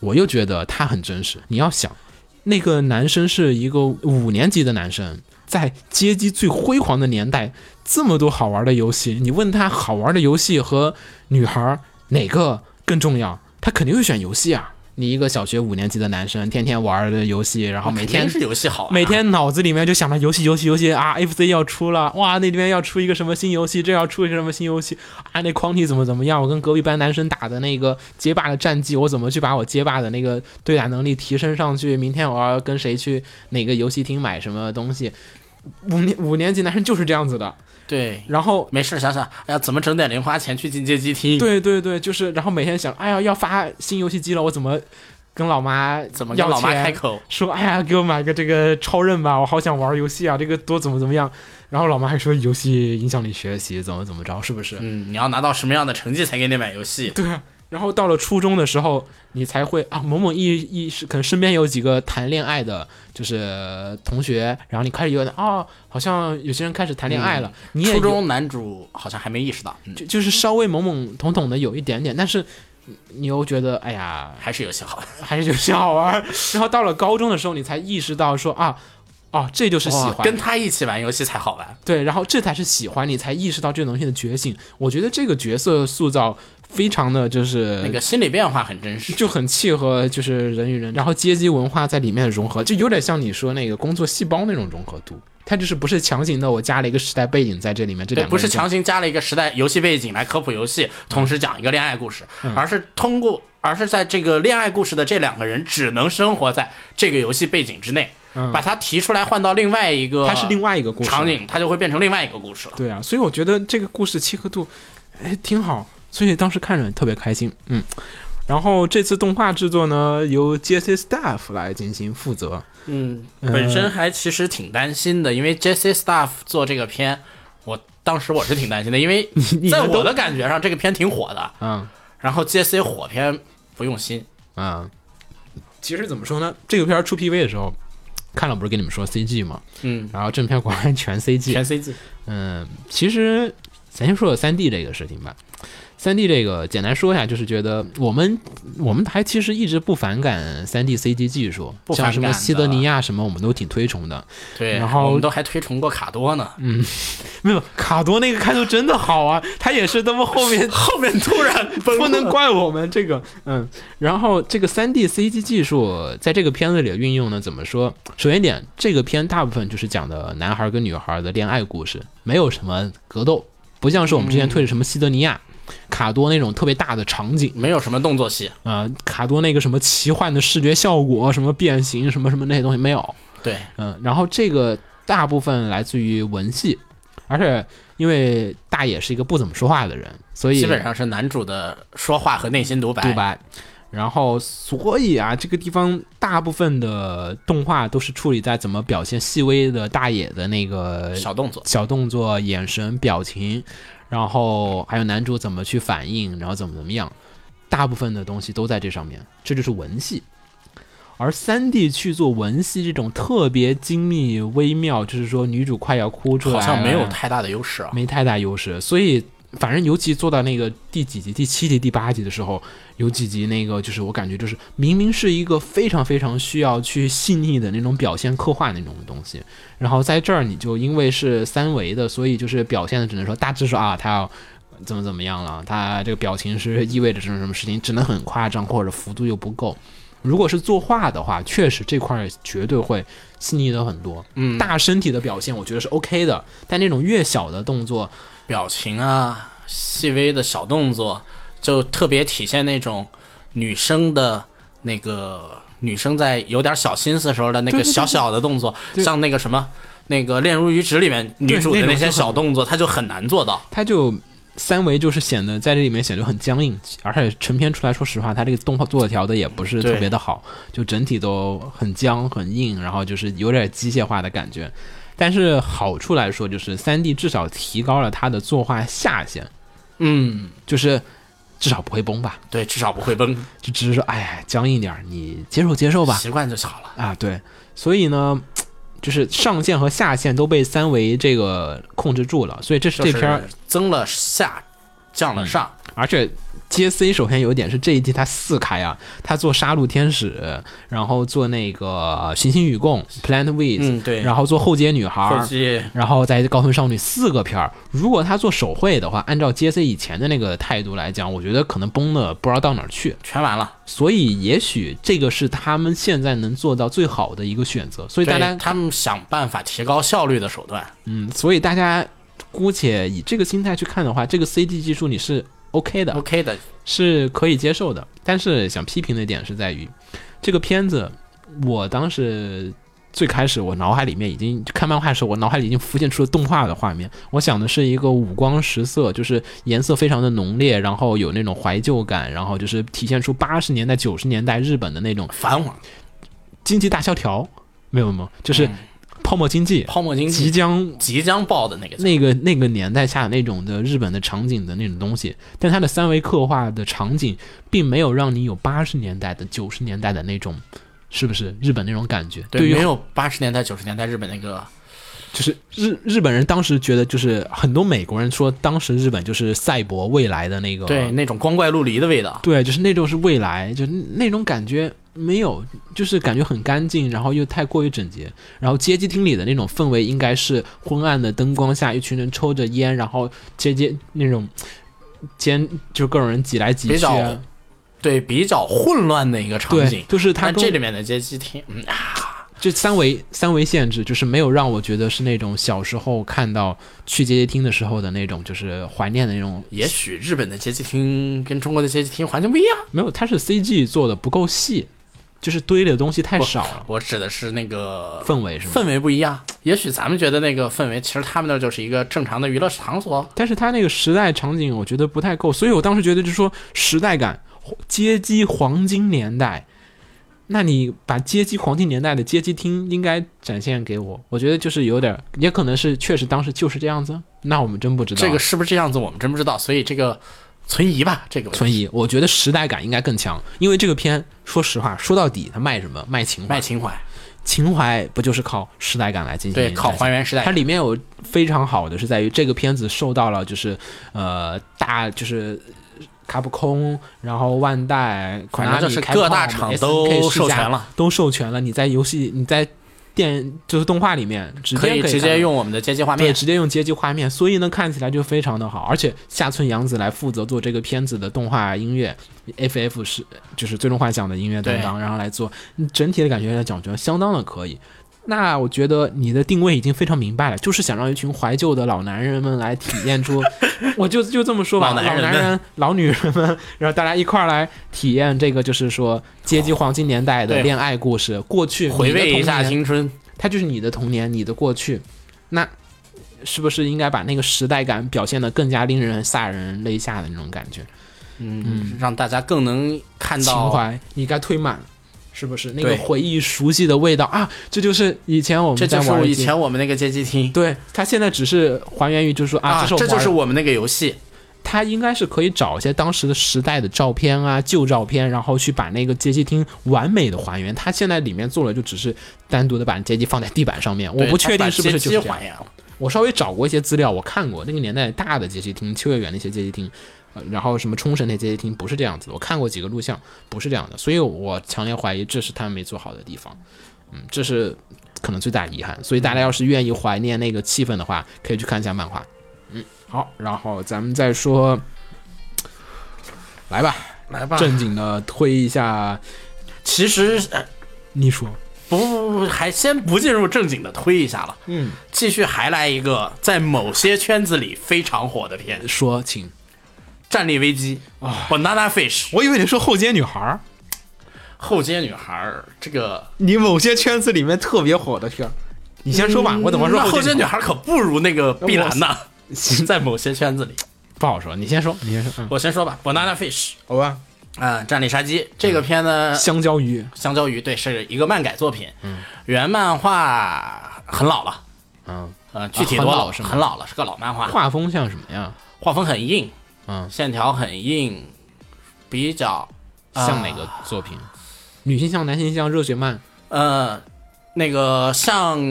Speaker 3: 我又觉得他很真实。你要想，那个男生是一个五年级的男生，在街机最辉煌的年代，这么多好玩的游戏，你问他好玩的游戏和女孩儿哪个更重要，他肯定会选游戏啊。你一个小学五年级的男生，天天玩的游戏，然后哦每
Speaker 4: 肯
Speaker 3: 天
Speaker 4: 定是游戏好玩，啊
Speaker 3: 每天脑子里面就想着游戏游戏游戏啊，FC 要出了，哇，那边要出一个什么新游戏，这要出一个什么新游戏啊，那框体怎么怎么样？我跟隔壁班男生打的那个街霸的战绩，我怎么去把我街霸的那个对打能力提升上去？明天我要跟谁去哪个游戏厅买什么东西？五年五年级男生就是这样子的，
Speaker 4: 对，
Speaker 3: 然
Speaker 4: <laughs>
Speaker 3: 后。
Speaker 4: 没事想想，哎呀，怎么整点零花钱去进街机厅？
Speaker 3: 对对对，就是，然后每天想，哎呀，要发新游戏机了，我怎么跟老妈
Speaker 4: 怎么
Speaker 3: 要
Speaker 4: 跟老妈
Speaker 3: 钱
Speaker 4: 开口？
Speaker 3: 说：“哎呀，给我买个这个超任吧，我好想玩游戏啊，这个多怎么怎么样。”然后老妈还说游戏影响你学习，怎么怎么着，是不是？
Speaker 4: 嗯，你要拿到什么样的成绩才给你买游戏？
Speaker 3: 对啊，然后到了初中的时候，你才会啊，某某意意识，可能身边有几个谈恋爱的，就是同学，然后你开始觉得哦，好像有些人开始谈恋爱了，你也
Speaker 4: 嗯初
Speaker 3: 有
Speaker 4: 中男主好像还没意识到，嗯
Speaker 3: 就就是稍微懵懵懂懂的有一点点，但是你又觉得哎呀，
Speaker 4: 还是有些好。
Speaker 3: 还是有些好玩儿。然后到了高中的时候，你才意识到说啊，哦，这就是喜
Speaker 4: 哇
Speaker 3: 欢，
Speaker 4: 跟他一起玩游戏才好玩。
Speaker 3: 对，然后这才是喜欢，你才意识到这个东西的觉醒。我觉得这个角色塑造非常的就是
Speaker 4: 那个心理变化很真实，
Speaker 3: 就很契合，就是人与人，然后阶级文化在里面的融合，就有点像你说那个工作细胞那种融合度。它就是不是强行的，我加了一个时代背景在这里面，这
Speaker 4: 对，
Speaker 3: 两个
Speaker 4: 不是
Speaker 3: 人就
Speaker 4: 强行加了一个时代游戏背景来科普游戏，同时讲一个恋爱故事，
Speaker 3: 嗯
Speaker 4: 而是通过，而是在这个恋爱故事的这两个人只能生活在这个游戏背景之内，把它提出来换到另外一个，
Speaker 3: 嗯它是另外一个故事
Speaker 4: 呃场景，它就会变成另外一个故事了。
Speaker 3: 对啊，所以我觉得这个故事契合度，哎，挺好，所以当时看着特别开心，嗯。然后这次动画制作呢，由 JC Staff 来进行负责，
Speaker 4: 嗯，本身还其实挺担心的，因为 Jesse Staff 做这个片，我当时我是挺担心的，因为
Speaker 3: 你
Speaker 4: 在
Speaker 3: 们
Speaker 4: 我
Speaker 3: 都
Speaker 4: 的感觉上这个片挺火的，
Speaker 3: 嗯
Speaker 4: 然后 Jesse 火片不用心，啊
Speaker 3: 嗯。其实怎么说呢，这个片儿出 PV 的时候，看了不是跟你们说 CG 吗？
Speaker 4: 嗯，
Speaker 3: 然后正片果然全 CG，
Speaker 4: 全 CG，
Speaker 3: 嗯，其实咱先说说三 D 这个事情吧。三 D 这个简单说一下，就是觉得我们我们还其实一直不反感三 D CG 技术，
Speaker 4: 不反
Speaker 3: 像
Speaker 4: 感
Speaker 3: 什么西德
Speaker 4: 的
Speaker 3: 尼亚什么，我们都挺推崇的。
Speaker 4: 对，
Speaker 3: 然后
Speaker 4: 我们都还推崇过卡多呢，
Speaker 3: 没有卡多那个开头真的好啊，他也是他妈 <laughs> 后面
Speaker 4: 后面突然
Speaker 3: <laughs>
Speaker 4: 崩
Speaker 3: 不
Speaker 4: 溃 <laughs>
Speaker 3: 能怪我们这个，嗯，然后这个三 D CG 技术在这个片子里的运用呢，怎么说？首先一点，这个片大部分就是讲的男孩跟女孩的恋爱故事，没有什么格斗，不像是我们之前推的什么西德尼亚、卡多那种特别大的场景，
Speaker 4: 没有什么动作戏，
Speaker 3: 啊，卡多那个什么奇幻的视觉效果，什么变形，什么什么那些东西没有，
Speaker 4: 对，
Speaker 3: 嗯，然后这个大部分来自于文戏，而且因为大野是一个不怎么说话的人，所以
Speaker 4: 基本上是男主的说话和内心独白，
Speaker 3: 独白。然后，所以啊，这个地方大部分的动画都是处理在怎么表现细微的大野的那个
Speaker 4: 小动作，
Speaker 3: 小动作、眼神、表情，然后还有男主怎么去反应，然后怎么怎么样，大部分的东西都在这上面，这就是文戏。而三 D 去做文戏这种特别精密微妙，就是说女主快要哭出来
Speaker 4: 好
Speaker 3: 了，
Speaker 4: 像没有太大的优势啊，
Speaker 3: 没太大优势，所以反正尤其做到那个第几集、第七集、第八集的时候，有几集那个就是我感觉就是明明是一个非常非常需要去细腻的那种表现刻画那种东西，然后在这儿你就因为是三维的，所以就是表现的只能说大致说啊，他要。怎么怎么样了？他这个表情是意味着这种什么事情，只能很夸张，或者幅度又不够。如果是作画的话，确实这块儿绝对会细腻的很多。嗯，大身体的表现我觉得是 OK 的，但那种越小的动作，
Speaker 4: 表情啊，细微的小动作，就特别体现那种女生的那个女生在有点小心思时候的那
Speaker 3: 对
Speaker 4: 个
Speaker 3: 对对
Speaker 4: 小小的动作，
Speaker 3: 对
Speaker 4: 像那个什么。那个《恋如鱼指》里面女主的
Speaker 3: 那种
Speaker 4: 那
Speaker 3: 就
Speaker 4: 些
Speaker 3: 很
Speaker 4: 小动作，她就很难做到。
Speaker 3: 它就三维就是显得在这里面显得很僵硬，而且成片出来，说实话，它这个动画做调的也不是
Speaker 4: 对
Speaker 3: 特别的好，就整体都很僵很硬，然后就是有点机械化的感觉。但是好处来说，就是三 D 至少提高了它的作画下限，
Speaker 4: 嗯，
Speaker 3: 就是至少不会崩吧，
Speaker 4: 对，至少不会崩，
Speaker 3: 就只是说，哎呀，僵硬点儿，你接受接受吧。
Speaker 4: 习惯就好了。
Speaker 3: 啊，对，所以呢，就是上限和下限都被三维这个控制住了，所以这是
Speaker 4: 就
Speaker 3: 这
Speaker 4: 是
Speaker 3: 片儿，
Speaker 4: 增了下，降了上，
Speaker 3: 而且 J C 首先有一点是这一季它四开啊，它做杀戮天使，然后做那个呃行星与共 Planet With，
Speaker 4: 嗯对
Speaker 3: 然后做后街女孩
Speaker 4: 后
Speaker 3: 儿。
Speaker 4: 期
Speaker 3: 然后再高分少女四个片儿，如果他做手绘的话，按照 J C 以前的那个态度来讲，我觉得可能崩的不知道到哪儿去。
Speaker 4: 全完了。
Speaker 3: 所以也许这个是他们现在能做到最好的一个选择。所以大
Speaker 4: 对
Speaker 3: 家
Speaker 4: 他们想办法提高效率的手段，
Speaker 3: 嗯，所以大家姑且以这个心态去看的话，这个 CG 技术你是 OK 的，
Speaker 4: OK 的，
Speaker 3: 是可以接受的。但是想批评的点是在于，这个片子，我当时最开始我脑海里面已经看漫画的时候，我脑海里已经浮现出了动画的画面。我想的是一个五光十色，就是颜色非常的浓烈，然后有那种怀旧感，然后就是体现出八十年代、九十年代日本的那种
Speaker 4: 繁华。
Speaker 3: 经济大萧条。没有没有，就是泡沫经济，
Speaker 4: 泡沫嗯经济
Speaker 3: 即将
Speaker 4: 即将爆的那个，
Speaker 3: 那个那个年代下那种的日本的场景的那种东西，但它的三维刻画的场景，并没有让你有八十年代的、九十年代的那种，是不是日本那种感觉？对
Speaker 4: 对，
Speaker 3: 于
Speaker 4: 没有八十年代九十年代日本那个
Speaker 3: 就是日日本人当时觉得，就是很多美国人说，当时日本就是赛博未来的那个，
Speaker 4: 对那种光怪陆离的味道。
Speaker 3: 对，就是那种是未来，就那种感觉没有，就是感觉很干净，然后又太过于整洁。然后街机厅里的那种氛围，应该是昏暗的灯光下，一群人抽着烟，然后街街那种间就各种人挤来挤
Speaker 4: 比
Speaker 3: 去、
Speaker 4: 较
Speaker 3: 啊。
Speaker 4: 对比较混乱的一个场
Speaker 3: 对
Speaker 4: 景，。
Speaker 3: 就是它
Speaker 4: 但
Speaker 3: 跟
Speaker 4: 这里面的街机厅，嗯，
Speaker 3: 就三维三维限制，就是没有让我觉得是那种小时候看到去街机厅的时候的那种，就是怀念的那种。
Speaker 4: 也许日本的街机厅跟中国的街机厅环境不一样。
Speaker 3: 没有，它是 CG 做的不够细，就是堆的东西太少了，
Speaker 4: 我指的是那个
Speaker 3: 氛围是吗？
Speaker 4: 氛围不一样。也许咱们觉得那个氛围，其实他们那儿就是一个正常的娱乐场所。
Speaker 3: 但是它那个时代场景，我觉得不太够，所以我当时觉得就是说时代感，街机黄金年代。那你把街机黄金年代的街机厅应该展现给我，我觉得就是有点儿，也可能是确实当时就是这样子，那我们真不知道啊
Speaker 4: 这个是不是这样子，我们真不知道。所以这个存疑吧，这个
Speaker 3: 存疑。我觉得时代感应该更强，因为这个片说实话说到底它卖什么？卖情怀，
Speaker 4: 卖情怀，
Speaker 3: 情怀不就是靠时代感来进行
Speaker 4: 对，
Speaker 3: 展
Speaker 4: 靠
Speaker 3: 现
Speaker 4: 还原时
Speaker 3: 嗯
Speaker 4: 代
Speaker 3: 它。里面有非常好的是在于这个片子受到了就是呃大就是卡普空，然后万代、
Speaker 4: 反正就是
Speaker 3: ，Konami
Speaker 4: 各大厂都
Speaker 3: SNK
Speaker 4: 授权
Speaker 3: 世嘉
Speaker 4: 了，
Speaker 3: 都授权了。你在游戏你在电就是动画里面直接
Speaker 4: 可以
Speaker 3: 看
Speaker 4: 直
Speaker 3: 到
Speaker 4: 接用我们的街机画
Speaker 3: 对，
Speaker 4: 面。
Speaker 3: 直接用街机画面，所以呢看起来就非常的好。而且下村洋子来负责做这个片子的动画音乐，FF 是就是最终幻想的音乐担当，然后来做嗯整体的感觉来讲，我觉得相当的可以。那我觉得你的定位已经非常明白了，就是想让一群怀旧的老男人们来体验
Speaker 4: <laughs>
Speaker 3: 出，我就就这么说吧，
Speaker 4: 老
Speaker 3: 老
Speaker 4: 男人们
Speaker 3: 人、老女人们，然后大家一块儿来体验这个，就是说阶级黄金年代的
Speaker 4: 对
Speaker 3: 恋爱故事，过去
Speaker 4: 回
Speaker 3: 你的
Speaker 4: 味一
Speaker 3: 童
Speaker 4: 下
Speaker 3: 年
Speaker 4: 青春，
Speaker 3: 它就是你的童年，你的过去，那是不是应该把那个时代感表现得更加令人吓人泪下的那种感觉？
Speaker 4: 嗯，让大家更能看
Speaker 3: 情
Speaker 4: 到
Speaker 3: 怀，你该推满，是不是？那个
Speaker 4: 对
Speaker 3: 回忆熟悉的味道啊，这就是以前我
Speaker 4: 这
Speaker 3: 们在
Speaker 4: 就是
Speaker 3: 玩
Speaker 4: 我
Speaker 3: 的
Speaker 4: 以
Speaker 3: 街
Speaker 4: 前我们那个街机厅
Speaker 3: 对它现在只是还原于，就是说啊，
Speaker 4: 啊，
Speaker 3: 这
Speaker 4: 这
Speaker 3: 是我
Speaker 4: 就是
Speaker 3: 玩的
Speaker 4: 我们那个游戏。
Speaker 3: 它应该是可以找一些当时的时代的照片啊，旧照片，然后去把那个街机厅完美的还原。它现在里面做了，就只是单独的把街机放在地板上面，我
Speaker 4: 对
Speaker 3: 不
Speaker 4: 它
Speaker 3: 确
Speaker 4: 把
Speaker 3: 定是不是
Speaker 4: 街
Speaker 3: 就
Speaker 4: 机
Speaker 3: 是这样
Speaker 4: 还原了。
Speaker 3: 我稍微找过一些资料，我看过那个年代大的街机厅，秋叶原那些街机厅，呃然后什么冲绳那街机厅不是这样子的，我看过几个录像，不是这样的，所以我强烈怀疑这是他们没做好的地方，嗯，这是可能最大的遗憾。所以大家要是愿意怀念那个气氛的话，可以去看一下漫画。嗯，好，然后咱们再说，来吧，
Speaker 4: 来吧，
Speaker 3: 正经的推一下，
Speaker 4: 其实呃
Speaker 3: 你说，
Speaker 4: 不不不，不还先不进入正经的推一下了，
Speaker 3: 嗯，
Speaker 4: 继续还来一个在某些圈子里非常火的片《
Speaker 3: 说，请。
Speaker 4: 战力危机》啊，《Banana Fish》
Speaker 3: 我以为你说后街女孩儿，
Speaker 4: 后街女孩儿这个，
Speaker 3: 你某些圈子里面特别火的片儿，你先说吧，我等会儿说
Speaker 4: 嗯那后
Speaker 3: 街
Speaker 4: 街女
Speaker 3: 女孩
Speaker 4: 孩可不如那个碧蓝呐。 <laughs> 在某些圈子里，
Speaker 3: 不好说，你先说，你先说，嗯，
Speaker 4: 我先说吧，《Banana Fish 嗯
Speaker 3: 好吧，》
Speaker 4: 啊，《战力杀机》这个片呢，
Speaker 3: 香蕉鱼，
Speaker 4: 相较于对是一个漫改作品，原漫画很老了，
Speaker 3: 嗯，
Speaker 4: 呃，具体
Speaker 3: 啊
Speaker 4: 多
Speaker 3: 很老
Speaker 4: 老
Speaker 3: 是吗
Speaker 4: 很老了，是个老漫画，
Speaker 3: 画风像什么呀？
Speaker 4: 画风很硬，
Speaker 3: 嗯，
Speaker 4: 线条很硬，比较
Speaker 3: 像哪个作品？啊女性向、男性向、热血漫，
Speaker 4: 呃那个像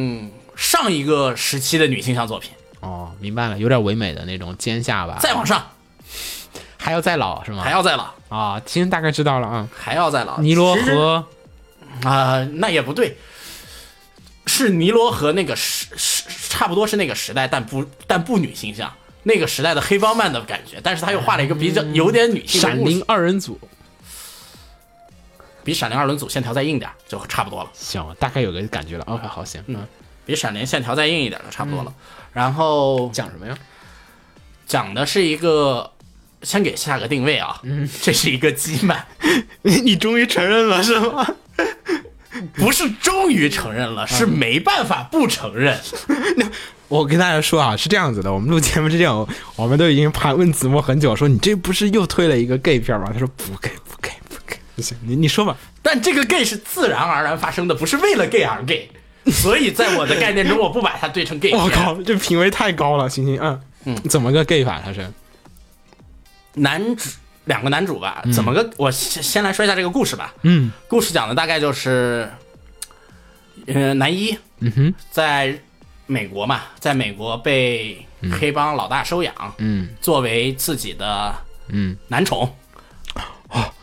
Speaker 4: 上一个时期的女性向作品，
Speaker 3: 哦，明白了，有点唯美的那种尖下巴，
Speaker 4: 再往上
Speaker 3: 还要再老是吗？
Speaker 4: 还要再老，
Speaker 3: 啊，其实大概知道了啊，
Speaker 4: 还要再老。
Speaker 3: 尼罗
Speaker 4: 其实
Speaker 3: 河，
Speaker 4: 啊、那也不对，是尼罗河那个时时差不多是那个时代，但不但不女性向。那个时代的黑帮漫的感觉，但是他又画了一个比较有点女性的
Speaker 3: 嗯闪
Speaker 4: 故事
Speaker 3: 灵二人组，
Speaker 4: 比闪灵二轮组线条再硬点儿就差不多了。
Speaker 3: 行，大概有个感觉了。OK，好，行，嗯，
Speaker 4: 比闪灵线条再硬一点就差不多了。然后
Speaker 3: 讲什么呀？
Speaker 4: 讲的是一个，先给下个定位啊，这是一个基漫，
Speaker 3: <laughs> 嗯 <laughs> 你终于承认了是吗？嗯
Speaker 4: 不是终于承认了，是没办法不承认。
Speaker 3: 我跟大家说啊，是这样子的，我们录节目之前，我 <laughs> 我们都已经盘问子墨很久，说你这不是又推了一个 gay 片吗？他说不 gay <laughs> 不 gay 不 gay，行，你你说吧，
Speaker 4: 但这个 gay 是自然而然发生的，不是为了 gay 而 gay。所以在我的概念中，我不把它对
Speaker 3: <laughs>
Speaker 4: 成 gay 片。
Speaker 3: 我靠，这品味太高了，星星，嗯嗯，怎么个 gay 法？他是
Speaker 4: 男主两个男主吧，怎么个？我先先来说一下这个故事吧。
Speaker 3: 嗯
Speaker 4: 故事讲的大概就是，呃，男一
Speaker 3: 嗯哼
Speaker 4: 在美国嘛，在美国被黑帮老大收养，
Speaker 3: 嗯
Speaker 4: 作为自己的
Speaker 3: 嗯，哦
Speaker 4: 男宠。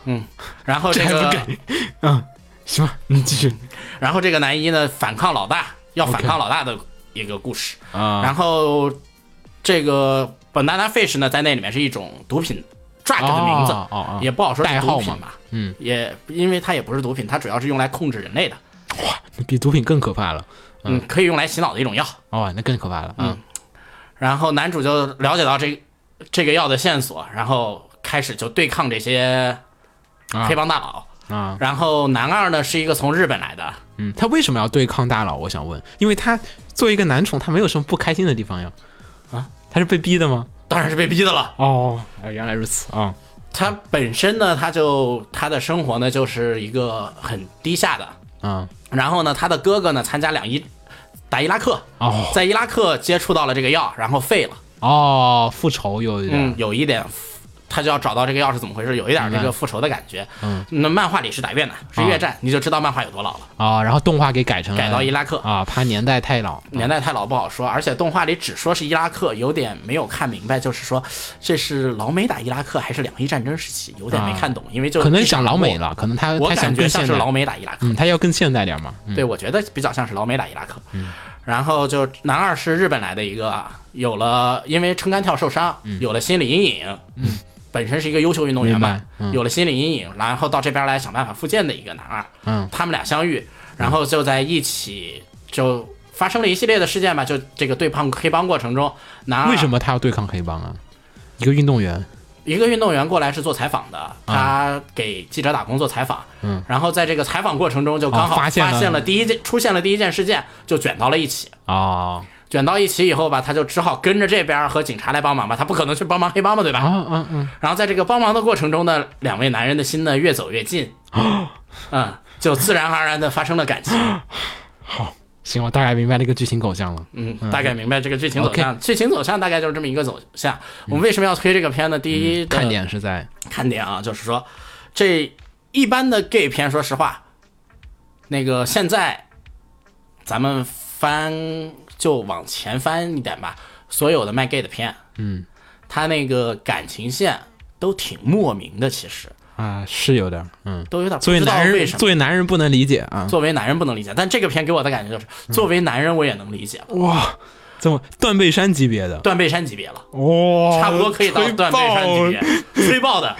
Speaker 4: 嗯，然后这
Speaker 3: 还不
Speaker 4: 个，
Speaker 3: 给，嗯，行吧， <laughs> 你继续
Speaker 4: 然后这个男一呢，反抗老大，要反抗老大的一个故事。
Speaker 3: 啊
Speaker 4: 然后这个 banana fish 呢，在那里面是一种毒品 drug 的名字，
Speaker 3: 哦哦哦
Speaker 4: 啊也不好说是
Speaker 3: 代号
Speaker 4: 毒
Speaker 3: 嘛
Speaker 4: 品吧，
Speaker 3: 嗯，
Speaker 4: 也因为它也不是毒品，它主要是用来控制人类的，
Speaker 3: 比毒品更可怕了，
Speaker 4: 嗯，可以用来洗脑的一种药。
Speaker 3: 哦，那更可怕
Speaker 4: 嗯
Speaker 3: 了啊，
Speaker 4: 然后男主就了解到这这个药的线索，然后开始就对抗这些
Speaker 3: 啊
Speaker 4: 黑帮大佬。
Speaker 3: 啊，
Speaker 4: 然后男二呢是一个从日本来的，
Speaker 3: 嗯，他为什么要对抗大佬？我想问，因为他作为一个男宠，他没有什么不开心的地方呀，啊，他是被逼的吗？
Speaker 4: 当然是被逼的了。
Speaker 3: 哦，原来如此啊，
Speaker 4: 他本身呢，他就他的生活呢就是一个很低下的。
Speaker 3: 啊
Speaker 4: 然后呢，他的哥哥呢参加两伊打伊拉克，
Speaker 3: 哦
Speaker 4: 在伊拉克接触到了这个药，然后废了。
Speaker 3: 哦，复仇有一
Speaker 4: 嗯
Speaker 3: 点，，
Speaker 4: 有一点，他就要找到这个药是怎么回事，有一点这个复仇的感觉。
Speaker 3: 嗯，
Speaker 4: 那漫画里是打越南，是越战，你就知道漫画有多老了。
Speaker 3: 啊，然后动画给改成了
Speaker 4: 改到伊拉克
Speaker 3: 啊，怕年代太老，
Speaker 4: 年代太老不好说，而且动画里只说是伊拉克，有点没有看明白，就是说这是老美打伊拉克还是两伊战争时期，有点没看懂，因为就
Speaker 3: 可能
Speaker 4: 一
Speaker 3: 想
Speaker 4: 场
Speaker 3: 老美
Speaker 4: 过，
Speaker 3: 了，可能他
Speaker 4: 我
Speaker 3: 他想更
Speaker 4: 感觉
Speaker 3: 现
Speaker 4: 像是
Speaker 3: 代，
Speaker 4: 老美打伊拉克，
Speaker 3: 嗯，他要更现代点嘛，嗯
Speaker 4: 对我觉得比较像是老美打伊拉克。然后就男二是日本来的一个啊，有了因为撑杆跳受伤，有了心理阴影，本身是一个优秀运动员
Speaker 3: 嗯
Speaker 4: 嘛
Speaker 3: 明白，嗯
Speaker 4: 有了心理阴影，然后到这边来想办法复健的一个男二，
Speaker 3: 嗯
Speaker 4: 他们俩相遇，然后就在一起就发生了一系列的事件吧，就这个对抗黑帮过程中，男二
Speaker 3: 为什么他要对抗黑帮啊？一个运动员，
Speaker 4: 一个运动员过来是做采访的，他给记者打工做采访，
Speaker 3: 啊嗯，
Speaker 4: 然后在这个采访过程中就刚好
Speaker 3: 哦发现了
Speaker 4: 了第一件出现了第一件事件，就卷到了一起。
Speaker 3: 哦，
Speaker 4: 卷到一起以后吧，他就只好跟着这边和警察来帮忙吧，他不可能去帮忙黑帮嘛，对吧？
Speaker 3: 啊啊嗯，
Speaker 4: 然后在这个帮忙的过程中呢，两位男人的心呢越走越近，
Speaker 3: 啊
Speaker 4: 嗯，就自然而然的发生了
Speaker 3: <laughs>
Speaker 4: 感情。
Speaker 3: 行，我大概明白这个剧情走向了。
Speaker 4: 嗯，大概明白这个剧情走向。剧情走向大概就是这么一个走向。我们为什么要推这个片呢？第一的
Speaker 3: 嗯看点是在
Speaker 4: 看点啊，就是说这一般的 gay 片，说实话，那个现在咱们翻就往前翻一点吧，所有的卖 gay 的片，嗯，他那个感情线都挺莫名的，其实
Speaker 3: 啊，是有点儿，嗯，
Speaker 4: 都有呃点不
Speaker 3: 作为
Speaker 4: 知道
Speaker 3: 男
Speaker 4: 为
Speaker 3: 人，
Speaker 4: 什么。
Speaker 3: 作为男人不能理解啊，
Speaker 4: 作为男人不能理解，但这个片给我的感觉就是，作为男人我也能理解了，
Speaker 3: 哇，这么断背山级别的，
Speaker 4: 断背山级别了。
Speaker 3: 哇，
Speaker 4: 差不多可以到
Speaker 3: 哦吹
Speaker 4: 断背山级别
Speaker 3: 爆， <laughs> 哦
Speaker 4: 吹爆的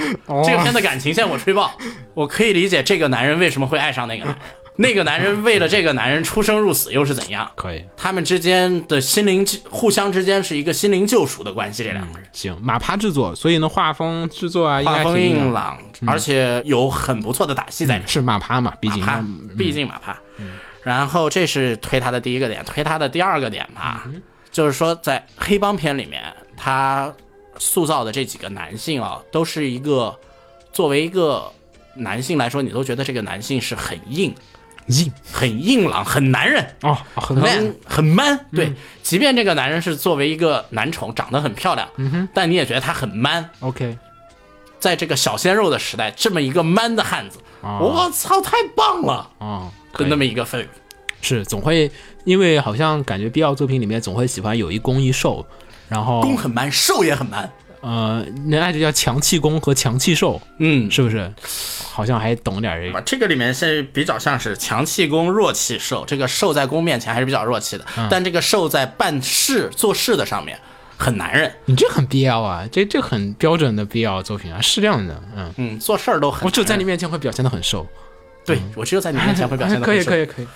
Speaker 4: 这个片的感情线我吹爆，我可以理解这个男人为什么会爱上那个男人，那个男人为了这个男人出生入死又是怎样？
Speaker 3: 可以，
Speaker 4: 他们之间的心灵互相之间是一个心灵救赎的关系，这两个人
Speaker 3: 行，马趴制作，所以呢，画风制作嗯啊，应
Speaker 4: 画
Speaker 3: 该
Speaker 4: 风
Speaker 3: 挺嗯
Speaker 4: 硬朗，而且有很不错的打戏在里
Speaker 3: 是马趴嘛，毕
Speaker 4: 面，
Speaker 3: 竟
Speaker 4: 马帕，毕竟马帕。
Speaker 3: 嗯
Speaker 4: 然后这是推他的第一个点，推他的第二个点吧，
Speaker 3: 嗯
Speaker 4: 就是说在黑帮片里面，他塑造的这几个男性啊，都是一个作为一个男性来说，你都觉得这个男性是很硬、
Speaker 3: 硬
Speaker 4: 很硬朗、很男人、
Speaker 3: 哦，很嗯
Speaker 4: man、很 man。对，即便这个男人是作为一个男宠，长得很漂亮，
Speaker 3: 嗯
Speaker 4: 但你也觉得他很 man。
Speaker 3: OK，
Speaker 4: 在这个小鲜肉的时代，这么一个 man 的汉子，
Speaker 3: 啊
Speaker 4: 我操，太棒了！
Speaker 3: 哦，
Speaker 4: 就
Speaker 3: 可以
Speaker 4: 那么一个氛围。
Speaker 3: 是总会，因为好像感觉 BL 作品里面总会喜欢有一攻一受，然后
Speaker 4: 攻很 man，受也很 man。
Speaker 3: 呃，那就叫强气攻和强气受，
Speaker 4: 嗯，
Speaker 3: 是不是？好像还懂点儿这个。
Speaker 4: 这个里面是比较像是强气攻、弱气受。这个受在攻面前还是比较弱气的，
Speaker 3: 嗯
Speaker 4: 但这个受在办事、做事的上面很男人。
Speaker 3: 你这很 BL 啊，这这很标准的 BL 作品啊，是这样的，嗯。
Speaker 4: 嗯，做事儿都很。
Speaker 3: 我只有在你面前会表现的很瘦，
Speaker 4: 对我只有在你面前会表现的。
Speaker 3: <laughs> 可以 <laughs> 可
Speaker 4: 以。
Speaker 3: 以可以。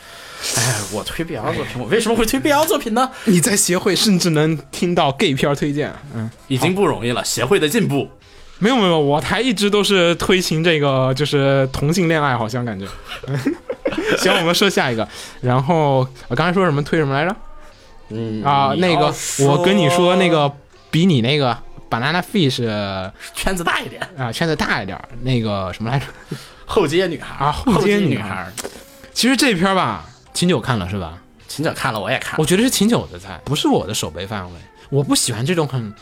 Speaker 4: 哎，我推 BL 作品，我为什么会推 BL 作品呢？
Speaker 3: 你在协会甚至能听到 gay 片推荐，嗯，
Speaker 4: 已经不容易了，协会的进步。
Speaker 3: 没有没有，我台一直都是推行这个就是同性恋爱，好像 <laughs> 感觉。嗯行，我们说下一个。然后我刚才说什么推什么来着？
Speaker 4: 嗯
Speaker 3: 啊，那个我跟你说，那个比你那个 banana fish 啊、
Speaker 4: 圈子大一点，
Speaker 3: 圈子大一点儿，那个什么来着？
Speaker 4: 后街女孩
Speaker 3: 啊后
Speaker 4: 后
Speaker 3: 街
Speaker 4: 街
Speaker 3: 女
Speaker 4: 女
Speaker 3: 孩
Speaker 4: 孩。
Speaker 3: 其实这片儿吧，秦九看了是吧？
Speaker 4: 秦九看了，我也看了，
Speaker 3: 我觉得是秦九的菜，不是我的手背范围。我不喜欢这种很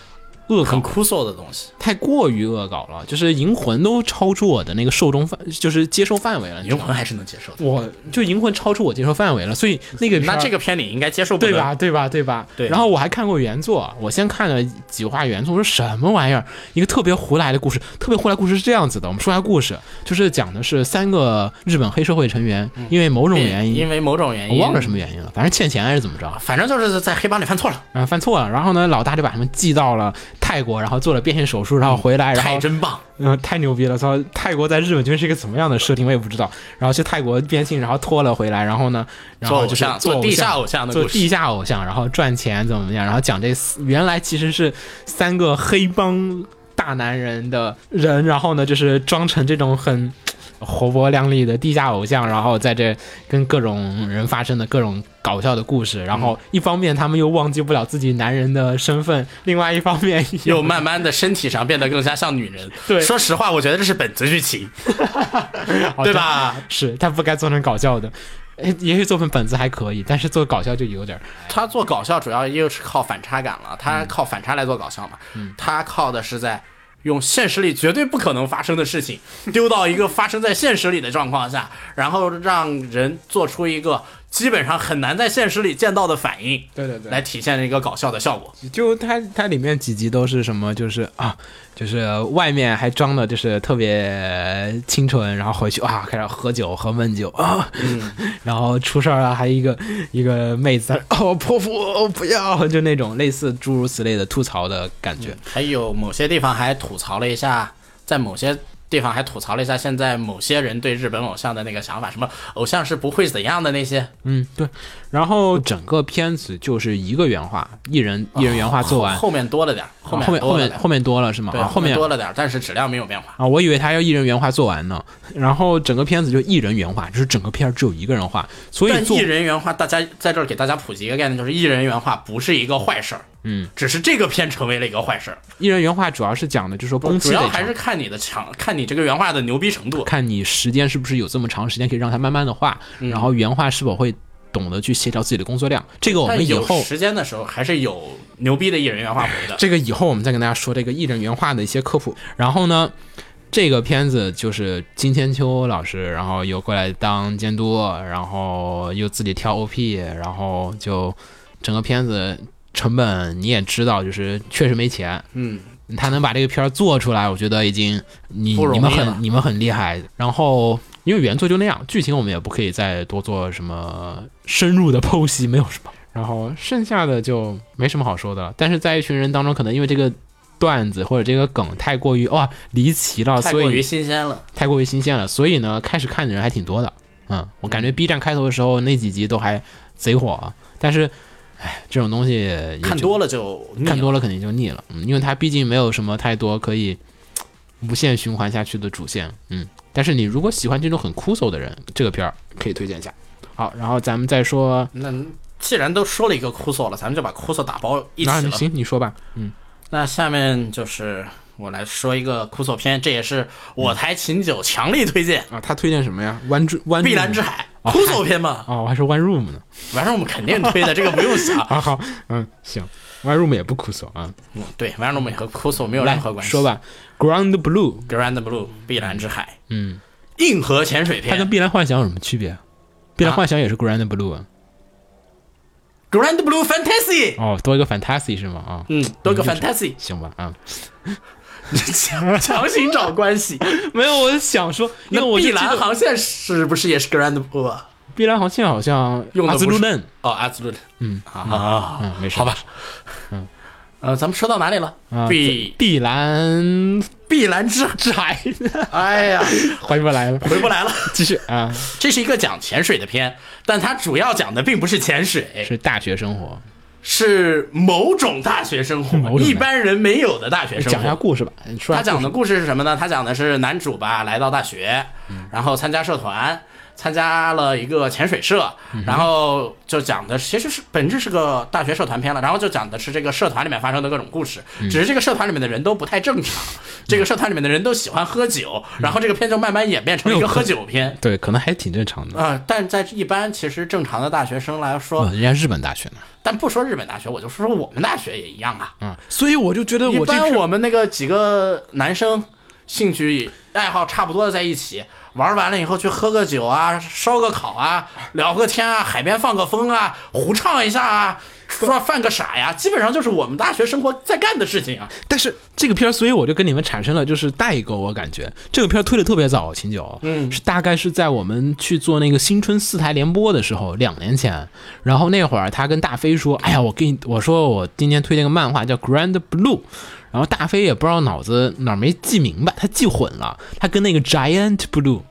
Speaker 3: 恶搞
Speaker 4: 很、枯燥的东西。
Speaker 3: 太过于恶搞了，就是《银魂》都超出我的那个受众范，就是接受范围了。你知
Speaker 4: 银
Speaker 3: 道吗
Speaker 4: 魂还是能接受的，
Speaker 3: 我就《银魂》超出我接受范围了，所以那个片
Speaker 4: 嗯那
Speaker 3: 儿
Speaker 4: 这个片你应该接受
Speaker 3: 啊
Speaker 4: 不
Speaker 3: 对
Speaker 4: 了。
Speaker 3: 吧？对吧？对吧？
Speaker 4: 对
Speaker 3: 然后我还看过原作，我先看了几话原作，我说什么玩意儿？一个特别胡来的故事，特别胡来故事是这样子的。我们说一下故事，就是讲的是三个日本黑社会成员，因为某种原因，
Speaker 4: 嗯因为某种原因，
Speaker 3: 我忘了什么原因了，反正欠钱还是怎么着，
Speaker 4: 反正就是在黑帮里犯错了，
Speaker 3: 然后犯错了，然后呢，老大就把他们寄到了泰国，然后做了变性手术，然后回哎来，然后
Speaker 4: 太真棒，
Speaker 3: 嗯，太牛逼了！操，泰国在日本究竟是一个怎么样的设定，我也不知道。然后去泰国变性，然后脱了回来，然后呢，然后就是
Speaker 4: 做
Speaker 3: 做
Speaker 4: 偶像做地下偶像的
Speaker 3: 做
Speaker 4: 故事
Speaker 3: 地下偶像，然后赚钱怎么样，然后讲这四原来其实是三个黑帮大男人的人，然后呢就是装成这种很。活泼靓丽的地下偶像，然后在这跟各种人发生的各种搞笑的故事，然
Speaker 4: 嗯
Speaker 3: 后一方面他们又忘记不了自己男人的身份，另外一方面又
Speaker 4: 又慢慢的身体上变得更加像女人。
Speaker 3: <laughs> 对
Speaker 4: 说实话，我觉得这是本子剧情，对吧？
Speaker 3: 哦是他不该做成搞笑的，诶也许做成本子还可以，但是做搞笑就有点儿
Speaker 4: 他做搞笑主要又是靠反差感了，
Speaker 3: 嗯
Speaker 4: 他靠反差来做搞笑嘛。他靠的是在用现实里绝对不可能发生的事情，丢到一个发生在现实里的状况下，然后让人做出一个基本上很难在现实里见到的反应，
Speaker 3: 对对对
Speaker 4: 来体现一个搞笑的效果。
Speaker 3: 就它它里面几集都是什么，就是啊，就是外面还装的就是特别清纯，然后回去啊开始喝酒喝闷酒啊， <laughs> 然后出事儿了还一个一个妹子在那儿哦泼妇哦不要，就那种类似诸如此类的吐槽的感觉。
Speaker 4: 还有某些地方还吐槽了一下，在某些地方还吐槽了一下现在某些人对日本偶像的那个想法，什么偶像是不会怎样的那些，
Speaker 3: 嗯，对。然后整个片子就是一个原画，一人一人原画做完，
Speaker 4: 后后面多了点儿，
Speaker 3: 后
Speaker 4: 面
Speaker 3: 后面
Speaker 4: 多
Speaker 3: 后
Speaker 4: 了
Speaker 3: 面
Speaker 4: 点儿
Speaker 3: 后面多了是吗？
Speaker 4: 对，
Speaker 3: 啊，后面
Speaker 4: 多了点儿，但是质量没有变化。
Speaker 3: 啊，我以为他要一人原画做完呢，然后整个片子就一人原画，就是整个片儿只有一个人画，所以
Speaker 4: 但
Speaker 3: 做
Speaker 4: 艺人原画，大家在这儿给大家普及一个概念，就是艺人原画不是一个坏事儿，
Speaker 3: 嗯，
Speaker 4: 只是这个片成为了一个坏事儿，
Speaker 3: 一人原画主要是讲的就是说工期得
Speaker 4: 主要
Speaker 3: 长，
Speaker 4: 还是看你的强，看你这个原画的牛逼程度。
Speaker 3: 看你时间是不是有这么长时间可以让他慢慢的画，
Speaker 4: 嗯
Speaker 3: 然后原画是否会懂得去协调自己的工作量，这个我
Speaker 4: 但
Speaker 3: 们以
Speaker 4: 有
Speaker 3: 后。
Speaker 4: 时间的时候，还是有牛逼的艺人原画回的。
Speaker 3: 这个以后我们再跟大家说这个艺人原画的一些科普。然后呢，这个片子就是金千秋老师，然后又过来当监督，然后又自己挑 OP，然后就整个片子成本你也知道，就是确实没钱。
Speaker 4: 嗯，
Speaker 3: 他能把这个片儿做出来，我觉得已经你
Speaker 4: 不容
Speaker 3: 你
Speaker 4: 易
Speaker 3: 们
Speaker 4: 了
Speaker 3: 很你们很厉害。然后因为原作就那样，剧情我们也不可以再多做什么深入的剖析，没有什么。然后剩下的就没什么好说的了。但是在一群人当中，可能因为这个段子或者这个梗太过于哇离奇了，
Speaker 4: 太
Speaker 3: 啊所
Speaker 4: 过于
Speaker 3: 以
Speaker 4: 新鲜了。
Speaker 3: 太过于新鲜了，所以呢，开始看的人还挺多的。嗯，我感觉 B 站开头的时候那几集都还贼火啊，但是，哎，这种东西也
Speaker 4: 看
Speaker 3: 就
Speaker 4: 多了就腻了
Speaker 3: 看多了肯定就腻了，嗯，因为它毕竟没有什么太多可以无限循环下去的主线，嗯。但是你如果喜欢这种很枯燥的人，这个片儿可以推荐一下。好，然后咱们再说，
Speaker 4: 那既然都说了一个哭诉了，咱们就把哭诉打包一起
Speaker 3: 那
Speaker 4: 了。
Speaker 3: 行，你说吧，
Speaker 4: 那下面就是我来说一个哭诉片，这也是我
Speaker 3: 嗯
Speaker 4: 台秦九强力推荐
Speaker 3: 啊，他推荐什么呀？弯之弯
Speaker 4: 《碧蓝之
Speaker 3: 之
Speaker 4: 海》
Speaker 3: 哦
Speaker 4: 哭诉片嘛，
Speaker 3: 哦，我还是 One Room 呢。
Speaker 4: 完事儿我们肯定推的，这个不用想。
Speaker 3: <laughs> 啊，好，嗯，行，One Room 也不枯燥啊。
Speaker 4: 嗯，对，完事儿我们和哭诉没有
Speaker 3: 来
Speaker 4: 任何关系。
Speaker 3: 说吧，Ground Blue，
Speaker 4: ，Grand Blue《碧蓝之海
Speaker 3: 嗯，》
Speaker 4: 硬核潜水
Speaker 3: 它跟
Speaker 4: 片，
Speaker 3: 《碧蓝幻想》有什么区别？《啊碧蓝幻想》也是 Ground Blue 啊。
Speaker 4: 《Grand Blue Fantasy》。
Speaker 3: 哦，多一个 Fantasy 是吗？啊，
Speaker 4: 嗯，多个 fantasy，
Speaker 3: 行吧，啊，
Speaker 4: 强强行找关
Speaker 3: <laughs>
Speaker 4: 系。
Speaker 3: 没有，我想说，因为我
Speaker 4: 碧
Speaker 3: 就记
Speaker 4: 蓝
Speaker 3: 得
Speaker 4: 航线是不是也是 Grand Blue？啊
Speaker 3: 碧蓝航线好像
Speaker 4: 用的
Speaker 3: 阿兹
Speaker 4: 不
Speaker 3: 路
Speaker 4: 是
Speaker 3: 嫩，
Speaker 4: 哦，阿兹伦。
Speaker 3: 嗯
Speaker 4: 啊，
Speaker 3: 嗯没事
Speaker 4: 好吧。嗯，呃，咱们说到哪里了？
Speaker 3: 啊
Speaker 4: 碧
Speaker 3: 碧蓝
Speaker 4: 碧蓝之，
Speaker 3: 之
Speaker 4: <laughs>
Speaker 3: 海，
Speaker 4: 哎 <laughs> 呀，
Speaker 3: 回不 <laughs> 来了，
Speaker 4: 回不来了。
Speaker 3: 继续啊，
Speaker 4: 这是一个讲潜水的片，但它主要讲的并不是潜水，
Speaker 3: 是大学生活，
Speaker 4: 是某种大学生
Speaker 3: 某
Speaker 4: 活，
Speaker 3: 种
Speaker 4: 一般人没有的大学生
Speaker 3: 讲一下
Speaker 4: 活。
Speaker 3: 故事吧，你说
Speaker 4: 他
Speaker 3: 下
Speaker 4: 讲
Speaker 3: 故
Speaker 4: 的
Speaker 3: 事
Speaker 4: 故事是什么呢？他讲的是男主吧来到大学，
Speaker 3: 嗯
Speaker 4: 然后参加社团，参加了一个潜水社，
Speaker 3: 嗯
Speaker 4: 然后就讲的其实是本质是个大学
Speaker 3: 嗯
Speaker 4: 社团片了，然后就讲的是这个社团里面发生的各种故事，只是这个社团里面的人都不太正常，这个社团里面的人都喜欢喝酒，
Speaker 3: 嗯
Speaker 4: 然后这个片就慢慢演变成
Speaker 3: 哎
Speaker 4: 了一个喝酒片。
Speaker 3: 对，可能还挺正常的。
Speaker 4: 啊、但在一般其实正常的大学生来说，
Speaker 3: 嗯人家日本大学呢，
Speaker 4: 但不说日本大学，我就说我们大学也一样啊。
Speaker 3: 嗯，所以我就觉得
Speaker 4: 一
Speaker 3: 我这
Speaker 4: 般
Speaker 3: 篇
Speaker 4: 我们那个几个男生兴趣爱好差不多的在一起玩完了以后去喝个酒啊，烧个烤啊，聊个天啊，海边放个风啊，胡唱一下啊，说犯个傻呀，基本上就是我们大学生活在干的事情啊。
Speaker 3: 但是这个片儿，所以我就跟你们产生了就是代沟。我感觉这个片儿推的特别早，秦九，嗯，是大概是在我们去做那个新春四台联播的时候，两年前。然后那会儿他跟大飞说：“哎呀，我给你，我说我今天推荐个漫画叫《Grand Blue》。”然后大飞也不知道脑子哪儿没记明白，他记混了，他跟那个 Giant Blue。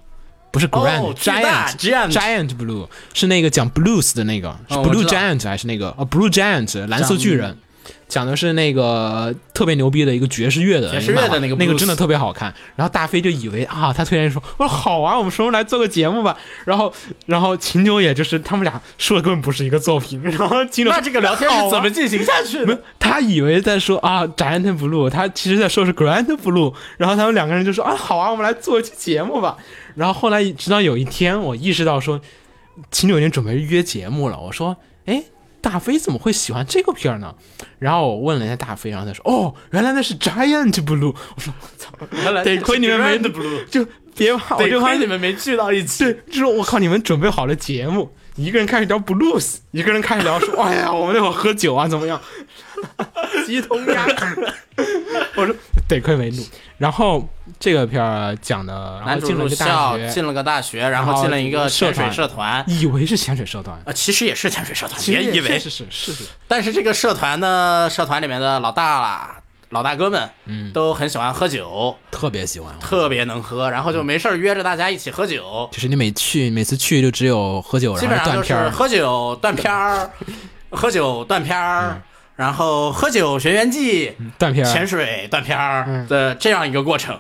Speaker 3: 不是 Grand、
Speaker 4: 哦巨大
Speaker 3: Giant
Speaker 4: Giant
Speaker 3: Giant Blue 是那个讲 Blues 的那个，是
Speaker 4: 哦我知
Speaker 3: Blue
Speaker 4: 道
Speaker 3: Giant 还是那个啊、Blue Giant 蓝色巨人，讲的是那个特别牛逼的一个爵士乐的
Speaker 4: 爵士乐的那个
Speaker 3: 那个
Speaker 4: blues
Speaker 3: 真的特别好看。然后大飞就以为啊，他推荐说，我说好啊，我们什么时候来做个节目吧。然后，然后秦九也就是他们俩说的根本不是一个作品。然后秦九说
Speaker 4: 那这个聊天
Speaker 3: 啊
Speaker 4: 是怎么？进行下去
Speaker 3: 好啊
Speaker 4: 的？
Speaker 3: 他以为在说啊，Giant Blue，他其实在说是 Grand Blue，然后他们两个人就说啊，好啊，我们来做一期节目吧。然后后来直到有一天，我意识到说，秦九已经准备约节目了。我说，哎，大飞怎么会喜欢这个片儿呢？然后我问了一下大飞，然后他说，哦，原来那是 Giant Blue。我说，
Speaker 4: <laughs>
Speaker 3: 得亏你们没
Speaker 4: Grand Blue
Speaker 3: 就别怕，我
Speaker 4: 得
Speaker 3: 就怕
Speaker 4: 亏你们没聚到一
Speaker 3: <laughs>
Speaker 4: 起。
Speaker 3: 对，就是我靠，你们准备好了节目，一个人开始聊 blues，一个人开始聊说， <laughs> 哎呀，我们那会儿喝酒啊，怎么样？鸡同 <laughs> 鸭讲。我说 <laughs> 得亏没录。然后这个片儿讲的，然
Speaker 4: 男
Speaker 3: 后
Speaker 4: 主
Speaker 3: 进了
Speaker 4: 入
Speaker 3: 一个大
Speaker 4: 校，
Speaker 3: 学，
Speaker 4: 进了个大学，然后
Speaker 3: 后
Speaker 4: 进了一个
Speaker 3: 社
Speaker 4: 潜水
Speaker 3: 团
Speaker 4: 社团。
Speaker 3: 以为是潜水社团，
Speaker 4: 啊，其实 <laughs> 也是潜水社团，
Speaker 3: 其实
Speaker 4: 别以为
Speaker 3: 是是是是，
Speaker 4: 但是这个社团呢，社团里面的老大啦、老大哥们，嗯，都很喜欢喝酒，
Speaker 3: 特别喜欢。
Speaker 4: 特别能喝，然后就没事儿约着大家一起喝酒，
Speaker 3: 就是你每去每次去就只有喝酒，
Speaker 4: 基
Speaker 3: 然
Speaker 4: 本
Speaker 3: 后
Speaker 4: 上
Speaker 3: 断
Speaker 4: 就
Speaker 3: 片
Speaker 4: 是
Speaker 3: 儿，
Speaker 4: 喝酒断片儿，嗯喝酒断片儿，然后喝酒学员记，
Speaker 3: 断片
Speaker 4: 潜
Speaker 3: 儿。
Speaker 4: 水断片儿的这样一个过程。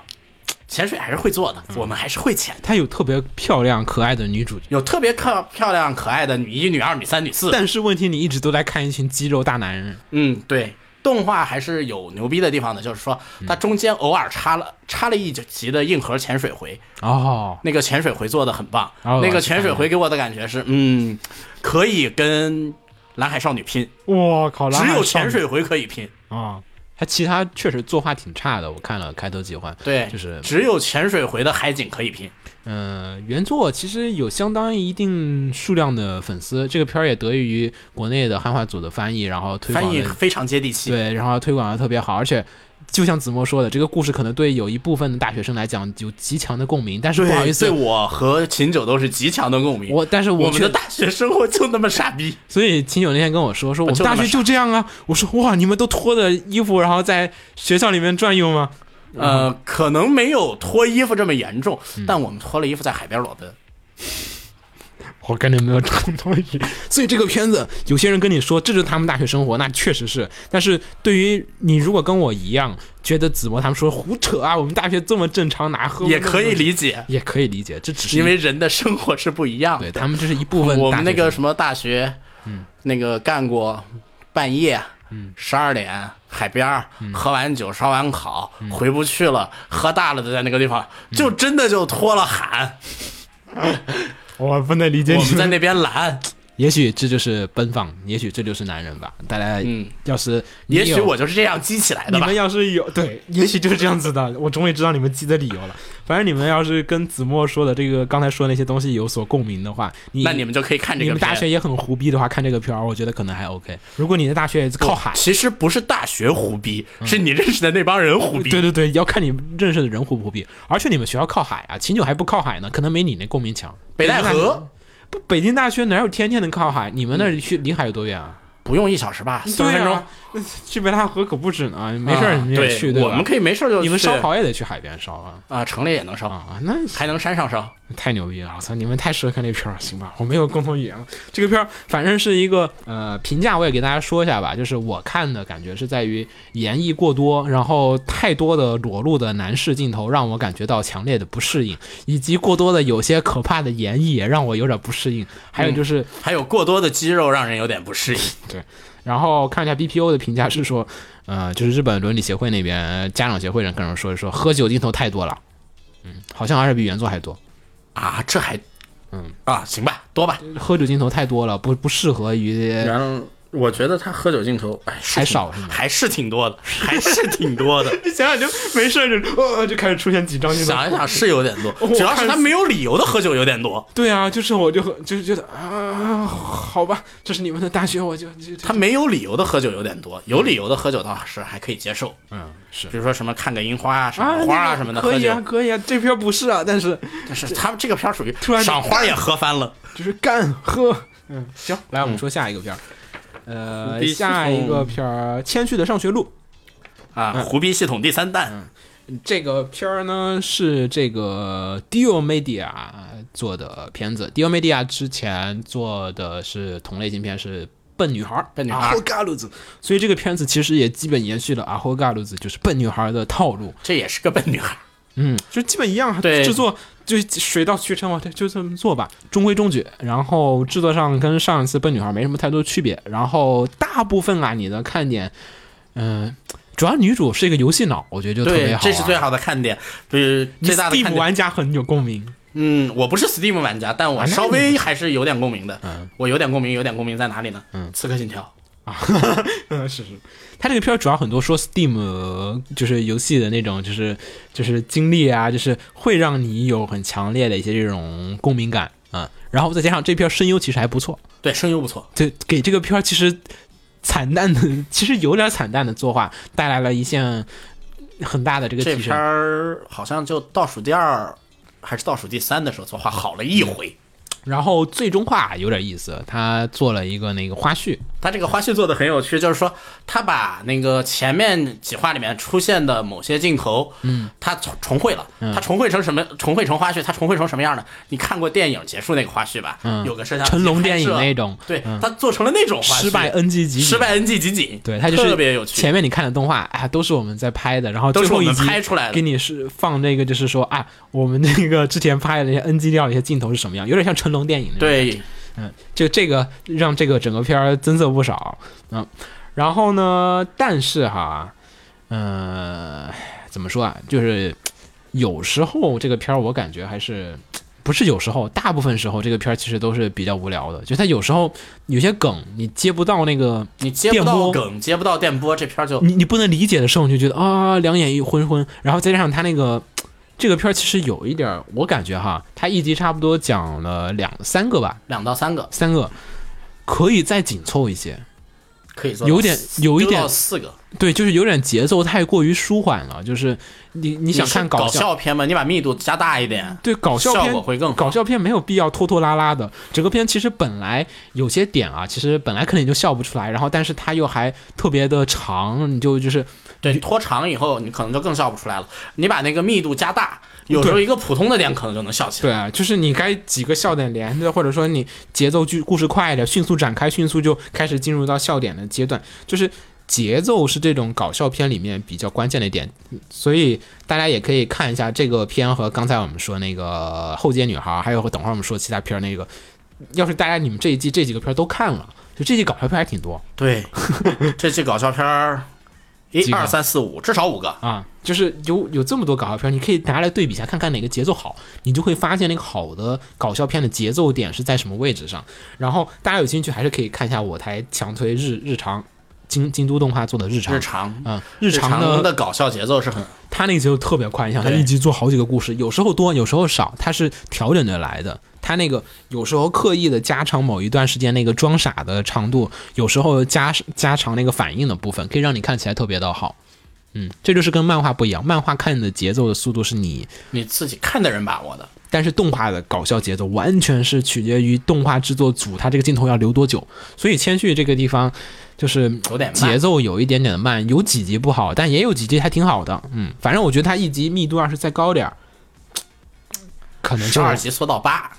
Speaker 4: 潜水还是会做的，我们还是会潜的。
Speaker 3: 她有特别漂亮可爱的女主角，
Speaker 4: 有特别漂漂亮可爱的女一、女二、女三、女四，
Speaker 3: 但是问题你一直都在看一群肌肉大男人。
Speaker 4: 嗯，对，动画还是有牛逼的地方的，就是说它中间偶尔插了插了一集的硬核潜水回，
Speaker 3: 哦，
Speaker 4: 那个潜水回做的很棒，
Speaker 3: 哦
Speaker 4: 那个潜水回给我的感觉是，嗯，可以跟蓝海少女拼，
Speaker 3: 我靠，
Speaker 4: 只有潜水回可以拼，
Speaker 3: 啊、他其他确实作画挺差的，我看了开头几话。
Speaker 4: 对，
Speaker 3: 就是
Speaker 4: 只有潜水回的海景可以拼，
Speaker 3: 嗯、呃原作其实有相当一定数量的粉丝，这个片儿也得益于国内的汉化组的翻译，然后推
Speaker 4: 翻
Speaker 3: 广
Speaker 4: 译
Speaker 3: 的
Speaker 4: 非常接地气，
Speaker 3: 对，然后推广的特别好，而且。就像子墨说的，这个故事可能对有一部分的大学生来讲有极强的共鸣，但是
Speaker 4: 对，
Speaker 3: 不好意思
Speaker 4: 对，我和秦九都是极强的共鸣，
Speaker 3: 我但是
Speaker 4: 我们
Speaker 3: 觉
Speaker 4: 的
Speaker 3: 得，
Speaker 4: 大学生活就那么傻逼，
Speaker 3: 所以秦九那天跟我说，说我们
Speaker 4: 就那
Speaker 3: 大
Speaker 4: 么
Speaker 3: 学就这样啊，我说哇，你们都脱着衣服，然后在学校里面转悠吗？
Speaker 4: 呃，可能没有脱衣服这么严重，
Speaker 3: 嗯
Speaker 4: 但我们脱了衣服在海边裸奔。
Speaker 3: 我跟你没有共同语。所以这个片子，有些人跟你说这就是他们大学生活，那确实是。但是对于你如果跟我一样，觉得子墨他们说胡扯啊，我们大学这么正常，哪喝
Speaker 4: 也可以
Speaker 3: 解，
Speaker 4: 理解，
Speaker 3: 也可以理解，这只是
Speaker 4: 因为人的生活是不一样
Speaker 3: 对
Speaker 4: 的。
Speaker 3: 他们这是一部分。
Speaker 4: 我们那个什么大学，
Speaker 3: 嗯
Speaker 4: 那个干过半夜，十二点海边儿
Speaker 3: 嗯
Speaker 4: 喝完酒烧完烤回不去了，喝大了的在那个地方
Speaker 3: 嗯
Speaker 4: 就真的就脱了喊，
Speaker 3: <laughs> 我不能理解
Speaker 4: 我们在那边拦，
Speaker 3: 也许这就是奔放，也许这就是男人吧。大家
Speaker 4: 嗯
Speaker 3: 要是你有、
Speaker 4: 也许我就是这样激起来的
Speaker 3: 你
Speaker 4: 吧
Speaker 3: 们。要是有对， <laughs> 也许就是这样子的。我终于知道你们记的理由了。反正你们要是跟子墨说的这个刚才说的那些东西有所共鸣的话，你
Speaker 4: 那你们就可以看这
Speaker 3: 你
Speaker 4: 个
Speaker 3: 们大
Speaker 4: 片
Speaker 3: 学也很胡逼的话，看这个片儿，我觉得可能还 OK。如果你的大学也是靠海，
Speaker 4: 其实不是大学胡逼，是你认识的那帮人胡逼。
Speaker 3: 对对对，要看你认识的人胡不胡逼。而且你们学校靠海啊，秦九还不靠海呢，可能没你那共鸣强。
Speaker 4: 北戴河
Speaker 3: 不，北京大学哪有天天能靠海？你们那儿去离海有多远啊？
Speaker 4: 不用一小时吧，嗯四十
Speaker 3: 对
Speaker 4: 分钟
Speaker 3: 啊，那去北戴河可不止呢，没事儿
Speaker 4: 啊
Speaker 3: 你也去，
Speaker 4: 对，
Speaker 3: 对
Speaker 4: 我们可以没事儿就
Speaker 3: 以你们
Speaker 4: 去
Speaker 3: 烧烤也得去海边烧啊
Speaker 4: 啊，城里也能烧，
Speaker 3: 啊，那
Speaker 4: 还能山上烧。
Speaker 3: 太牛逼了！我操，你们太适合看这片儿了，行吧？ <laughs> 我没有共同语言了。这个片儿反正是一个呃评价，我也给大家说一下吧。就是我看的感觉是在于演绎过多，然后太多的裸露的男士镜头让我感觉到强烈的不适应，以及过多的有些可怕的演绎也让我有点不适应。还有就是、
Speaker 4: 还有过多的肌肉让人有点不适应。
Speaker 3: 对，然后看了一下 BPO 的评价是说，呃，就是日本伦理协会那边家长协会人跟人说说喝酒镜头太多了，嗯，好像还是比原作还多，
Speaker 4: 啊，这还，嗯啊，行吧，多吧。
Speaker 3: 嗯喝酒镜头太多了，不不适合于
Speaker 4: 然后我觉得他喝酒镜头，哎，是
Speaker 3: 还
Speaker 4: 挺
Speaker 3: 少是吗
Speaker 4: 还是挺多的，还是挺多的。
Speaker 3: 嗯 <laughs> 想想就没事就呃就开始出现几张镜
Speaker 4: 想一想是有点多，
Speaker 3: <laughs>
Speaker 4: 主要是他没有理由的喝酒有点多，
Speaker 3: 对啊，就是我就很就是觉得啊，好吧，这是你们的大学，我就就
Speaker 4: 他没有理由的喝酒有点多，有理由的喝酒倒是还可以接受，
Speaker 3: 嗯是
Speaker 4: 比如说什么看个樱花啊、赏花啊什么的
Speaker 3: 可
Speaker 4: 喝
Speaker 3: 以
Speaker 4: 酒
Speaker 3: 啊，，可以啊，这片不是啊，但是
Speaker 4: 但是他们这个片儿属于
Speaker 3: 然
Speaker 4: 赏花也喝
Speaker 3: <laughs>
Speaker 4: 翻了。
Speaker 3: 就是干喝，嗯，行， <laughs> 来我们说下一个片儿，呃，
Speaker 4: 第
Speaker 3: 下一个片儿《谦虚的上学路
Speaker 4: 啊，胡逼系统第三
Speaker 3: 嗯
Speaker 4: 弹，》
Speaker 3: 这个片儿呢是这个 Dio Media 做的片子，Dio Media 之前做的是同类型片是。笨女孩儿，
Speaker 4: 笨女孩儿
Speaker 3: 阿霍嘎路子，所以这个片子其实也基本延续了阿霍嘎路子，就是笨女孩儿的套路。
Speaker 4: 这也是个笨女孩。
Speaker 3: 嗯，就基本一样啊。
Speaker 4: 对
Speaker 3: 制作就水到渠成嘛，对，就这么做吧，中规中矩。然后制作上跟上一次《笨女孩》没什么太多区别。然后大部分啊，你的看点，嗯、主要女主是一个游戏脑，我觉得就特别
Speaker 4: 对
Speaker 3: 好、，啊。
Speaker 4: 这是最好的看点，对最大的
Speaker 3: Steam
Speaker 4: 看点。
Speaker 3: 玩家很有共鸣。
Speaker 4: 嗯，我不是 Steam 玩家，但我
Speaker 3: 啊那
Speaker 4: 稍
Speaker 3: 你
Speaker 4: 微还是有点共鸣的。
Speaker 3: 嗯，
Speaker 4: 我有点共鸣，有点共鸣在哪里呢？嗯，刺客信条。
Speaker 3: 嗯，是是。他这个片儿主要很多说 Steam 呃就是游戏的那种，就是就是经历啊，就是会让你有很强烈的一些这种共鸣感啊、然后再加上这片儿声优其实还不错，
Speaker 4: 对，声优不错。
Speaker 3: 对，给这个片儿其实惨淡的， <laughs> 其实有点惨淡的作画带来了一项很大的这个
Speaker 4: 这
Speaker 3: 提
Speaker 4: 片
Speaker 3: 升。
Speaker 4: 儿好像就倒数第二还是倒数第三的时候
Speaker 3: 嗯
Speaker 4: 作画好了一回。
Speaker 3: 然后最终话有点意思，他做了一个那个花絮，
Speaker 4: 他这个花絮做的很有趣，就是说他把那个前面几话里面出现的某些镜头，嗯，他重重绘了，
Speaker 3: 嗯
Speaker 4: 他重绘成什么？重绘成花絮，他重绘成什么样呢？你看过电影结束那个花絮吧？
Speaker 3: 嗯
Speaker 4: 有个摄像机
Speaker 3: 成龙电影
Speaker 4: 拍摄
Speaker 3: 那种
Speaker 4: 对
Speaker 3: 嗯
Speaker 4: 他做成了那种花絮
Speaker 3: 失败 NG 集锦
Speaker 4: 失败 NG 集锦，
Speaker 3: 对他就是
Speaker 4: 特别有趣。
Speaker 3: 前面你看的动画，哎，都是我们在拍的，然后
Speaker 4: 都
Speaker 3: 最
Speaker 4: 是
Speaker 3: 后
Speaker 4: 我
Speaker 3: 一
Speaker 4: 们
Speaker 3: 集
Speaker 4: 拍出来的
Speaker 3: 给你是放那个，就是说啊，我们那个之前拍的那些 NG 掉的一些镜头是什么样，有点像成龙电影那种。
Speaker 4: 对，
Speaker 3: 嗯，就这个让这个整个片儿增色不少。嗯，然后呢，但是哈，嗯、怎么说啊？就是有时候这个片儿，我感觉还是不是有时候，大部分时候这个片儿其实都是比较无聊的。就它有时候有些梗你接不到那个，
Speaker 4: 你接不
Speaker 3: 电
Speaker 4: 到
Speaker 3: 波
Speaker 4: 梗，接不到电波，这片儿就
Speaker 3: 你你不能理解的时候，你就觉得啊，两眼一昏昏。然后再加上它那个。这个片儿其实有一点儿，我感觉哈，它一集差不多讲了两三个吧，
Speaker 4: 两到三个
Speaker 3: 三个，可以再紧凑一些。
Speaker 4: 可以做到
Speaker 3: 有点
Speaker 4: 四
Speaker 3: 有一
Speaker 4: 丢
Speaker 3: 点
Speaker 4: 到四个。
Speaker 3: 对，就是有点节奏太过于舒缓了，就是你你
Speaker 4: 你
Speaker 3: 想
Speaker 4: 是
Speaker 3: 看
Speaker 4: 搞
Speaker 3: 笑。
Speaker 4: 片吗？你把密度加大一点。
Speaker 3: 对搞笑片
Speaker 4: 效果会更好
Speaker 3: 搞笑片没有必要拖拖拉拉的。整个片其实本来有些点啊，其实本来可能你就笑不出来，然后但是它又还特别的长，你就就是
Speaker 4: 对，拖长以后你可能就更笑不出来了。你把那个密度加大，有时候一个普通的点可能就能笑起来。
Speaker 3: 对啊，就是你该几个笑点连着，或者说你节奏剧故事快一点，迅速展开，迅速就开始进入到笑点的阶段，就是。节奏是这种搞笑片里面比较关键的一点，所以大家也可以看一下这个片和刚才我们说那个《后街女孩》，还有等会儿我们说其他片儿那个，要是大家你们这一季这几个片儿都看了，就这季搞笑片还挺多
Speaker 4: 对，
Speaker 3: <laughs>
Speaker 4: 这季搞笑片儿，一
Speaker 3: 几个
Speaker 4: 二三四五，至少五个。
Speaker 3: 啊，就是有有这么多搞笑片儿，你可以拿来对比一下，看看哪个节奏好，你就会发现那个好的搞笑片的节奏点是在什么位置上。然后大家有兴趣还是可以看一下我台强推日日常京京都动画做的日常，
Speaker 4: 日常，
Speaker 3: 啊、
Speaker 4: 日
Speaker 3: 日常
Speaker 4: 常
Speaker 3: 的
Speaker 4: 的搞笑节奏是很
Speaker 3: 他那个节奏特别快，你想他
Speaker 4: 对
Speaker 3: 一集做好几个故事，有时候多，有时候少，他是调整着来的。他那个有时候刻意的加长某一段时间那个装傻的长度，有时候加加长那个反应的部分，可以让你看起来特别的好。嗯，这就是跟漫画不一样，漫画看的节奏的速度是你，
Speaker 4: 你自己看的人把握的。
Speaker 3: 但是动画的搞笑节奏完全是取决于动画制作组他这个镜头要留多久。所以谦虚这个地方就是
Speaker 4: 有点慢
Speaker 3: 节奏有一点点的慢，有几集不好，但也有几集还挺好的。嗯，反正我觉得它一集密度要是再高点儿，可能
Speaker 4: 十
Speaker 3: 就
Speaker 4: 二集缩到八，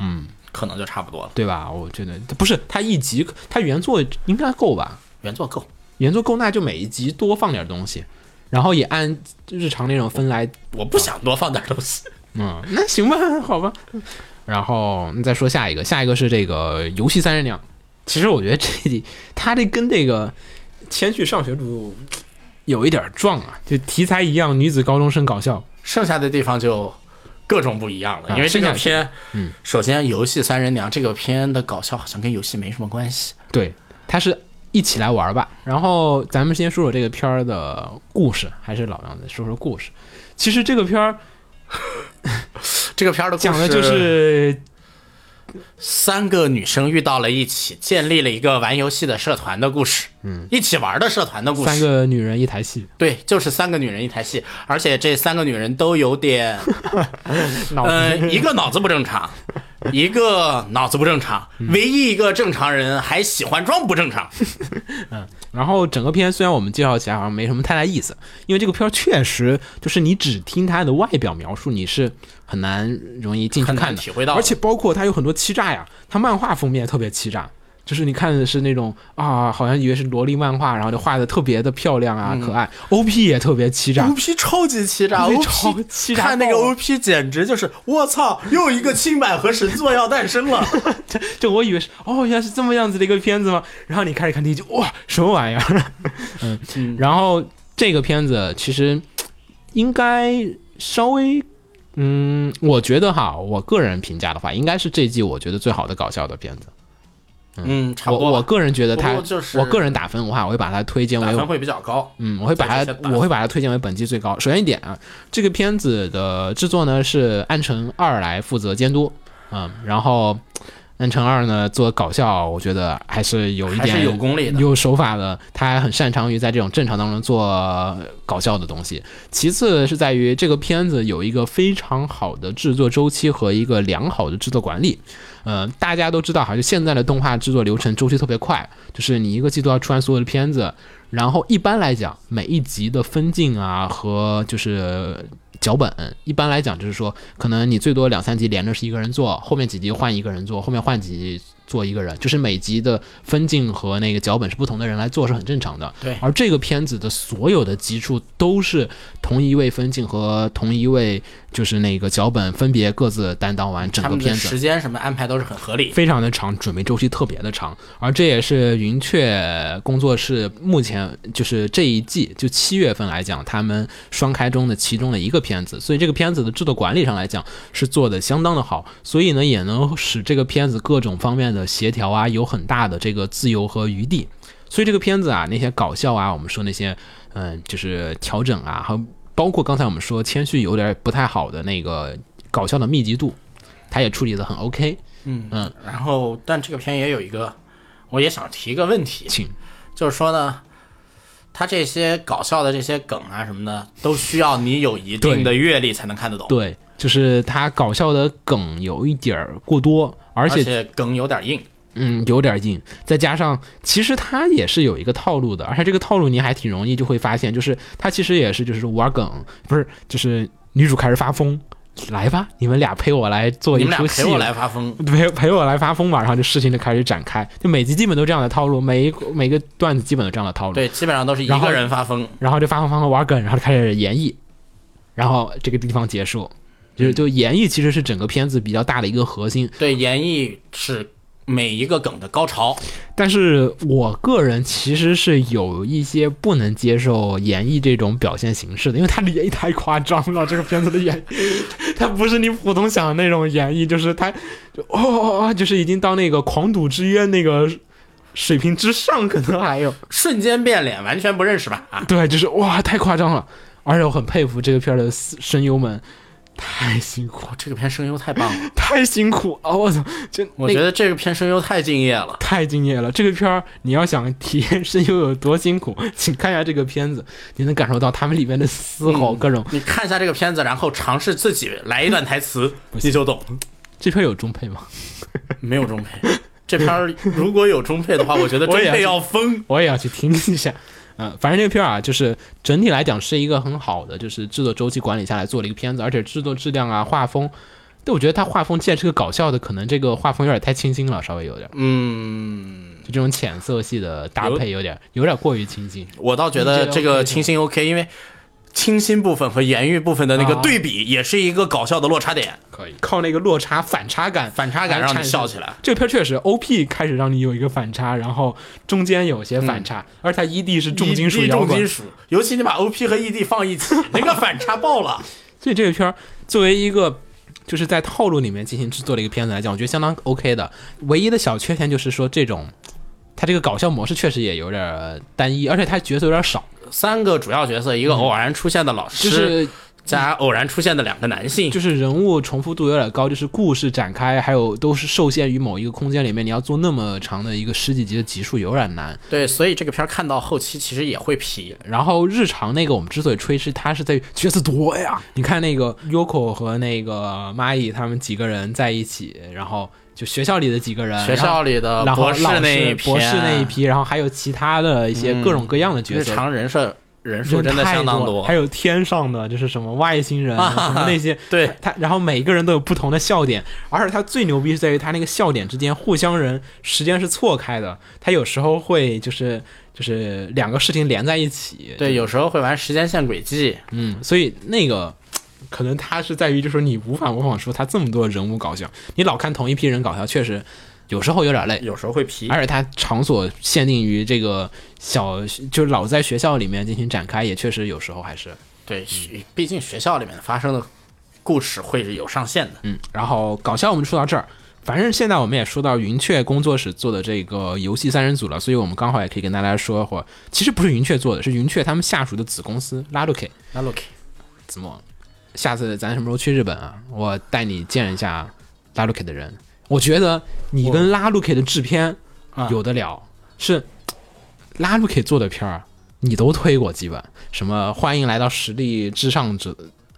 Speaker 4: 嗯，可能就差不多了。
Speaker 3: 对吧？我觉得不是它一集，它原作应该够吧？
Speaker 4: 原作够，
Speaker 3: 原作够，那就每一集多放点东西，然后也按日常那种分来
Speaker 4: 我不想多放点东西。
Speaker 3: 嗯，那行吧，好吧。然后你再说下一个，下一个是这个游戏三人娘，其实我觉得这里他这跟这个《千去上学读》有一点撞啊，就题材一样，女子高中生搞笑，
Speaker 4: 剩下的地方就各种不一样了。
Speaker 3: 啊
Speaker 4: 因为这个
Speaker 3: 剩下
Speaker 4: 片，嗯，首先《游戏三人娘》这个片的搞笑好像跟游戏没什么关系。
Speaker 3: 对，他是一起来玩儿吧。然后咱们先说说这个片儿的故事，还是老样子，说说故事。其实这个片儿
Speaker 4: 这个片儿的故事
Speaker 3: 讲的就是
Speaker 4: 三个女生遇到了一起，建立了一个玩游戏的社团的故事。嗯，一起玩的社团的故事。
Speaker 3: 三个女人一台戏，
Speaker 4: 对，就是三个女人一台戏，而且这三个女人都有点，
Speaker 3: 脑
Speaker 4: 呃，一个 <laughs> 脑子不正常，一个脑子不正常，唯一一个正常人还喜欢装不正常。
Speaker 3: 然后整个片虽然我们介绍起来好像没什么太大意思，因为这个片儿确实就是你只听它的外表描述，你是很难容易进去
Speaker 4: 很难
Speaker 3: 看的，
Speaker 4: 体会到的
Speaker 3: 而且包括它有很多欺诈呀，它漫画封面特别欺诈。就是你看的是那种啊，好像以为是萝莉漫画，然后就画的特别的漂亮啊，
Speaker 4: 嗯
Speaker 3: 可爱。O P 也特别欺诈，
Speaker 4: OP 超级欺诈
Speaker 3: OP
Speaker 4: ，OP
Speaker 3: 超欺诈
Speaker 4: 看那个
Speaker 3: 爆了
Speaker 4: OP 简直就是，我操，又一个清版和神作要诞生了。
Speaker 3: 这这我以为是哦，原来是这么样子的一个片子吗？然后你开始看第一集，哇，什么玩意儿？ <laughs> 嗯，然后这个片子其实应该稍微，嗯，我觉得哈，我个人评价的话，应该是这季我觉得最好的搞笑的片子。
Speaker 4: 嗯，差
Speaker 3: 我
Speaker 4: 不多吧。
Speaker 3: 我个人觉得它
Speaker 4: 不过就是
Speaker 3: 我个人打分的话，我会把它推荐
Speaker 4: 打
Speaker 3: 为
Speaker 4: 分会比较高。
Speaker 3: 嗯，我会把
Speaker 4: 在这
Speaker 3: 它
Speaker 4: 些打，分
Speaker 3: 我会把它推荐为本季最高。首先一点啊，这个片子的制作呢是安城二来负责监督，嗯，然后安城二呢做搞笑，我觉得还是有一
Speaker 4: 还是
Speaker 3: 点
Speaker 4: 有功力的
Speaker 3: 有手法的。他还很擅长于在这种正常当中做搞笑的东西。其次是在于这个片子有一个非常好的制作周期和一个良好的制作管理。呃，大家都知道哈，就现在的动画制作流程周期特别快，就是你一个季度要出完所有的片子，然后一般来讲，每一集的分镜啊和就是脚本，一般来讲就是说，可能你最多两三集连着是一个人做，后面几集换一个人做，后面换几集做一个人，就是每集的分镜和那个脚本是不同的人来做是很正常的。
Speaker 4: 对
Speaker 3: 而这个片子的所有的集数都是同一位分镜和同一位就是那个脚本分别各自担当完整
Speaker 4: 他
Speaker 3: 个
Speaker 4: 们
Speaker 3: 片
Speaker 4: 的
Speaker 3: 子
Speaker 4: 时。间什么安排都是很合理。
Speaker 3: 非常的长，准备周期特别的长，而这也是云雀工作室目前就是这一季就七月份来讲，他们双开中的其中的一个片子，所以这个片子的制作管理上来讲是做的相当的好，所以呢也能使这个片子各种方面的协调啊有很大的这个自由和余地，所以这个片子啊那些搞笑啊，我们说那些嗯就是调整啊，还有包括刚才我们说谦虚有点不太好的那个搞笑的密集度，他也处理的很 OK，
Speaker 4: 然后，但这个片也有一个，我也想提一个问题，
Speaker 3: 请。
Speaker 4: 就是说呢，他这些搞笑的这些梗啊什么的，都需要你有一定的阅历才能看得懂，
Speaker 3: 对，就是他搞笑的梗有一点儿过多，而
Speaker 4: 而
Speaker 3: 且
Speaker 4: 且梗有点硬。
Speaker 3: 嗯有点儿硬，再加上其实他也是有一个套路的，而且这个套路你还挺容易就会发现，就是他其实也是就是玩梗，不是就是女主开始发疯，来吧，你们俩陪我来做
Speaker 4: 你
Speaker 3: 一
Speaker 4: 们俩
Speaker 3: 出戏。
Speaker 4: 陪
Speaker 3: 嗯
Speaker 4: 我来发疯，
Speaker 3: 陪陪我来发疯吧，然后这事情就开始展开，就每集基本都这样的套路，每一个每个段子基本都这样的套路。
Speaker 4: 对，基本上都是一
Speaker 3: 然后
Speaker 4: 个人发疯。
Speaker 3: 然后就发放方和玩梗，然后就开始演绎，然后这个地方结束，就是就演绎其实是整个片子比较大的一个核心。
Speaker 4: 对，演绎是每一个梗的高潮。
Speaker 3: 但是我个人其实是有一些不能接受演绎这种表现形式的，因为它的演绎太夸张了。这个片子的演绎， <laughs> 它不是你普通想的那种演绎，就是它就哦哦哦，就是已经到那个狂赌之渊那个水平之上，可能还有。
Speaker 4: 瞬间变脸，完全不认识吧？啊，
Speaker 3: 对，就是哇，太夸张了。而且我很佩服这个片儿的声优们，太辛苦了，
Speaker 4: 哦这个片声优太棒 <laughs> 了，
Speaker 3: 太辛苦啊！我操，真
Speaker 4: 我
Speaker 3: 那
Speaker 4: 觉
Speaker 3: 个
Speaker 4: 得这个片声优太敬业了。
Speaker 3: 太敬业了。这个片儿你要想体验声优有多辛苦， <laughs> 请看一下这个片子，你能感受到他们里面的嘶吼，各种。
Speaker 4: 你看一下这个片子，然后尝试自己来一段台词，你就懂。
Speaker 3: 这片儿有中配吗？ <laughs>
Speaker 4: 没有中配，这片 <laughs> 儿如果有中配的话，我觉得中
Speaker 3: 我也
Speaker 4: 配
Speaker 3: 是
Speaker 4: 要疯。
Speaker 3: 我也要去听一下。嗯、反正这个片儿啊，就是整体来讲是一个很好的，就是制作周期管理下来做了一个片子，而且制作质量啊、画风，但我觉得它画风既然是个搞笑的，可能这个画风有点太清新了，稍微有点。
Speaker 4: 嗯，
Speaker 3: 就这种浅色系的搭配有点有点过于清新。
Speaker 4: 我倒觉
Speaker 3: 你觉
Speaker 4: 得
Speaker 3: 得
Speaker 4: 这
Speaker 3: OK
Speaker 4: 个
Speaker 3: 是
Speaker 4: 清新 OK，因为清新部分和言语部分的那个对比，也是一个搞笑的落差点。
Speaker 3: 可以靠那个落差反差感，
Speaker 4: 反差感
Speaker 3: 来
Speaker 4: 让你
Speaker 3: 产生
Speaker 4: 笑起来
Speaker 3: 这个片儿确实 O P 开始让你有一个反差，然后中间有些反差，而它 E D 是重金属
Speaker 4: ED
Speaker 3: 摇
Speaker 4: 重
Speaker 3: 滚
Speaker 4: 金，属，尤其你把 OP 和 ED 放一起，那个反差爆了。
Speaker 3: 所以这个片儿作为一个就是在套路里面进行制作的一个片子来讲，我觉得相当 OK 的。唯一的小缺陷就是说这种。它这个搞笑模式确实也有点儿单一，而且它角色有点儿少，
Speaker 4: <laughs> 三个主要角色，一个偶然出现的老师，
Speaker 3: 就是
Speaker 4: 加偶然出现的两个男性，
Speaker 3: 就是人物重复度有点高，就是故事展开还有都是受限于某一个空间里面，你要做那么长的一个十几集的集数有点难。
Speaker 4: 对，所以这个片儿看到后期其实也会皮。
Speaker 3: 然后日常那个我们之所以吹是它是在于角色多呀，你看那个 Yoko 和那个蚂蚁他们几个人在一起，然后就学校里的几个人，
Speaker 4: 学校里的
Speaker 3: 呃然后
Speaker 4: 博士
Speaker 3: 然后老
Speaker 4: 那一
Speaker 3: 师
Speaker 4: 批
Speaker 3: 博士那一批，啊然后还有其他的一些各种各样的角
Speaker 4: 日
Speaker 3: 色。
Speaker 4: 常人设人数
Speaker 3: 人
Speaker 4: 真的
Speaker 3: 太
Speaker 4: 相当
Speaker 3: 多，还有天上的就是什么外星人、啊、 <laughs> 什么那些，
Speaker 4: 对
Speaker 3: 他，然后每个人都有不同的笑点，而且他最牛逼是在于他那个笑点之间互相人时间是错开的，他有时候会就是就是两个事情连在一起，
Speaker 4: 对，有时候会玩时间线轨迹，
Speaker 3: 嗯，所以那个。可能他是在于，就是说你无法模仿出他这么多人物搞笑，你老看同一批人搞笑，确实有时候有点累。
Speaker 4: 有时候会皮。
Speaker 3: 而且它场所限定于这个小，就是老在学校里面进行展开，也确实有时候还是
Speaker 4: 对，学毕竟学校里面发生的故事会是有上限的。
Speaker 3: 嗯。然后搞笑我们说到这儿，反正现在我们也说到云雀工作室做的这个游戏三人组了，所以我们刚好也可以跟大家说一会儿，其实不是云雀做的，是云雀他们下属的子公司 l a d o k
Speaker 4: 那 Look，
Speaker 3: 子墨，下次咱什么时候去日本啊？我带你见一下 l a d o k 的人，我觉得你跟 l a d o k 的制片
Speaker 4: 啊
Speaker 3: 有的聊，是拉鲁 K 做的片儿，你都推过几本，什么欢迎来到实力至上者，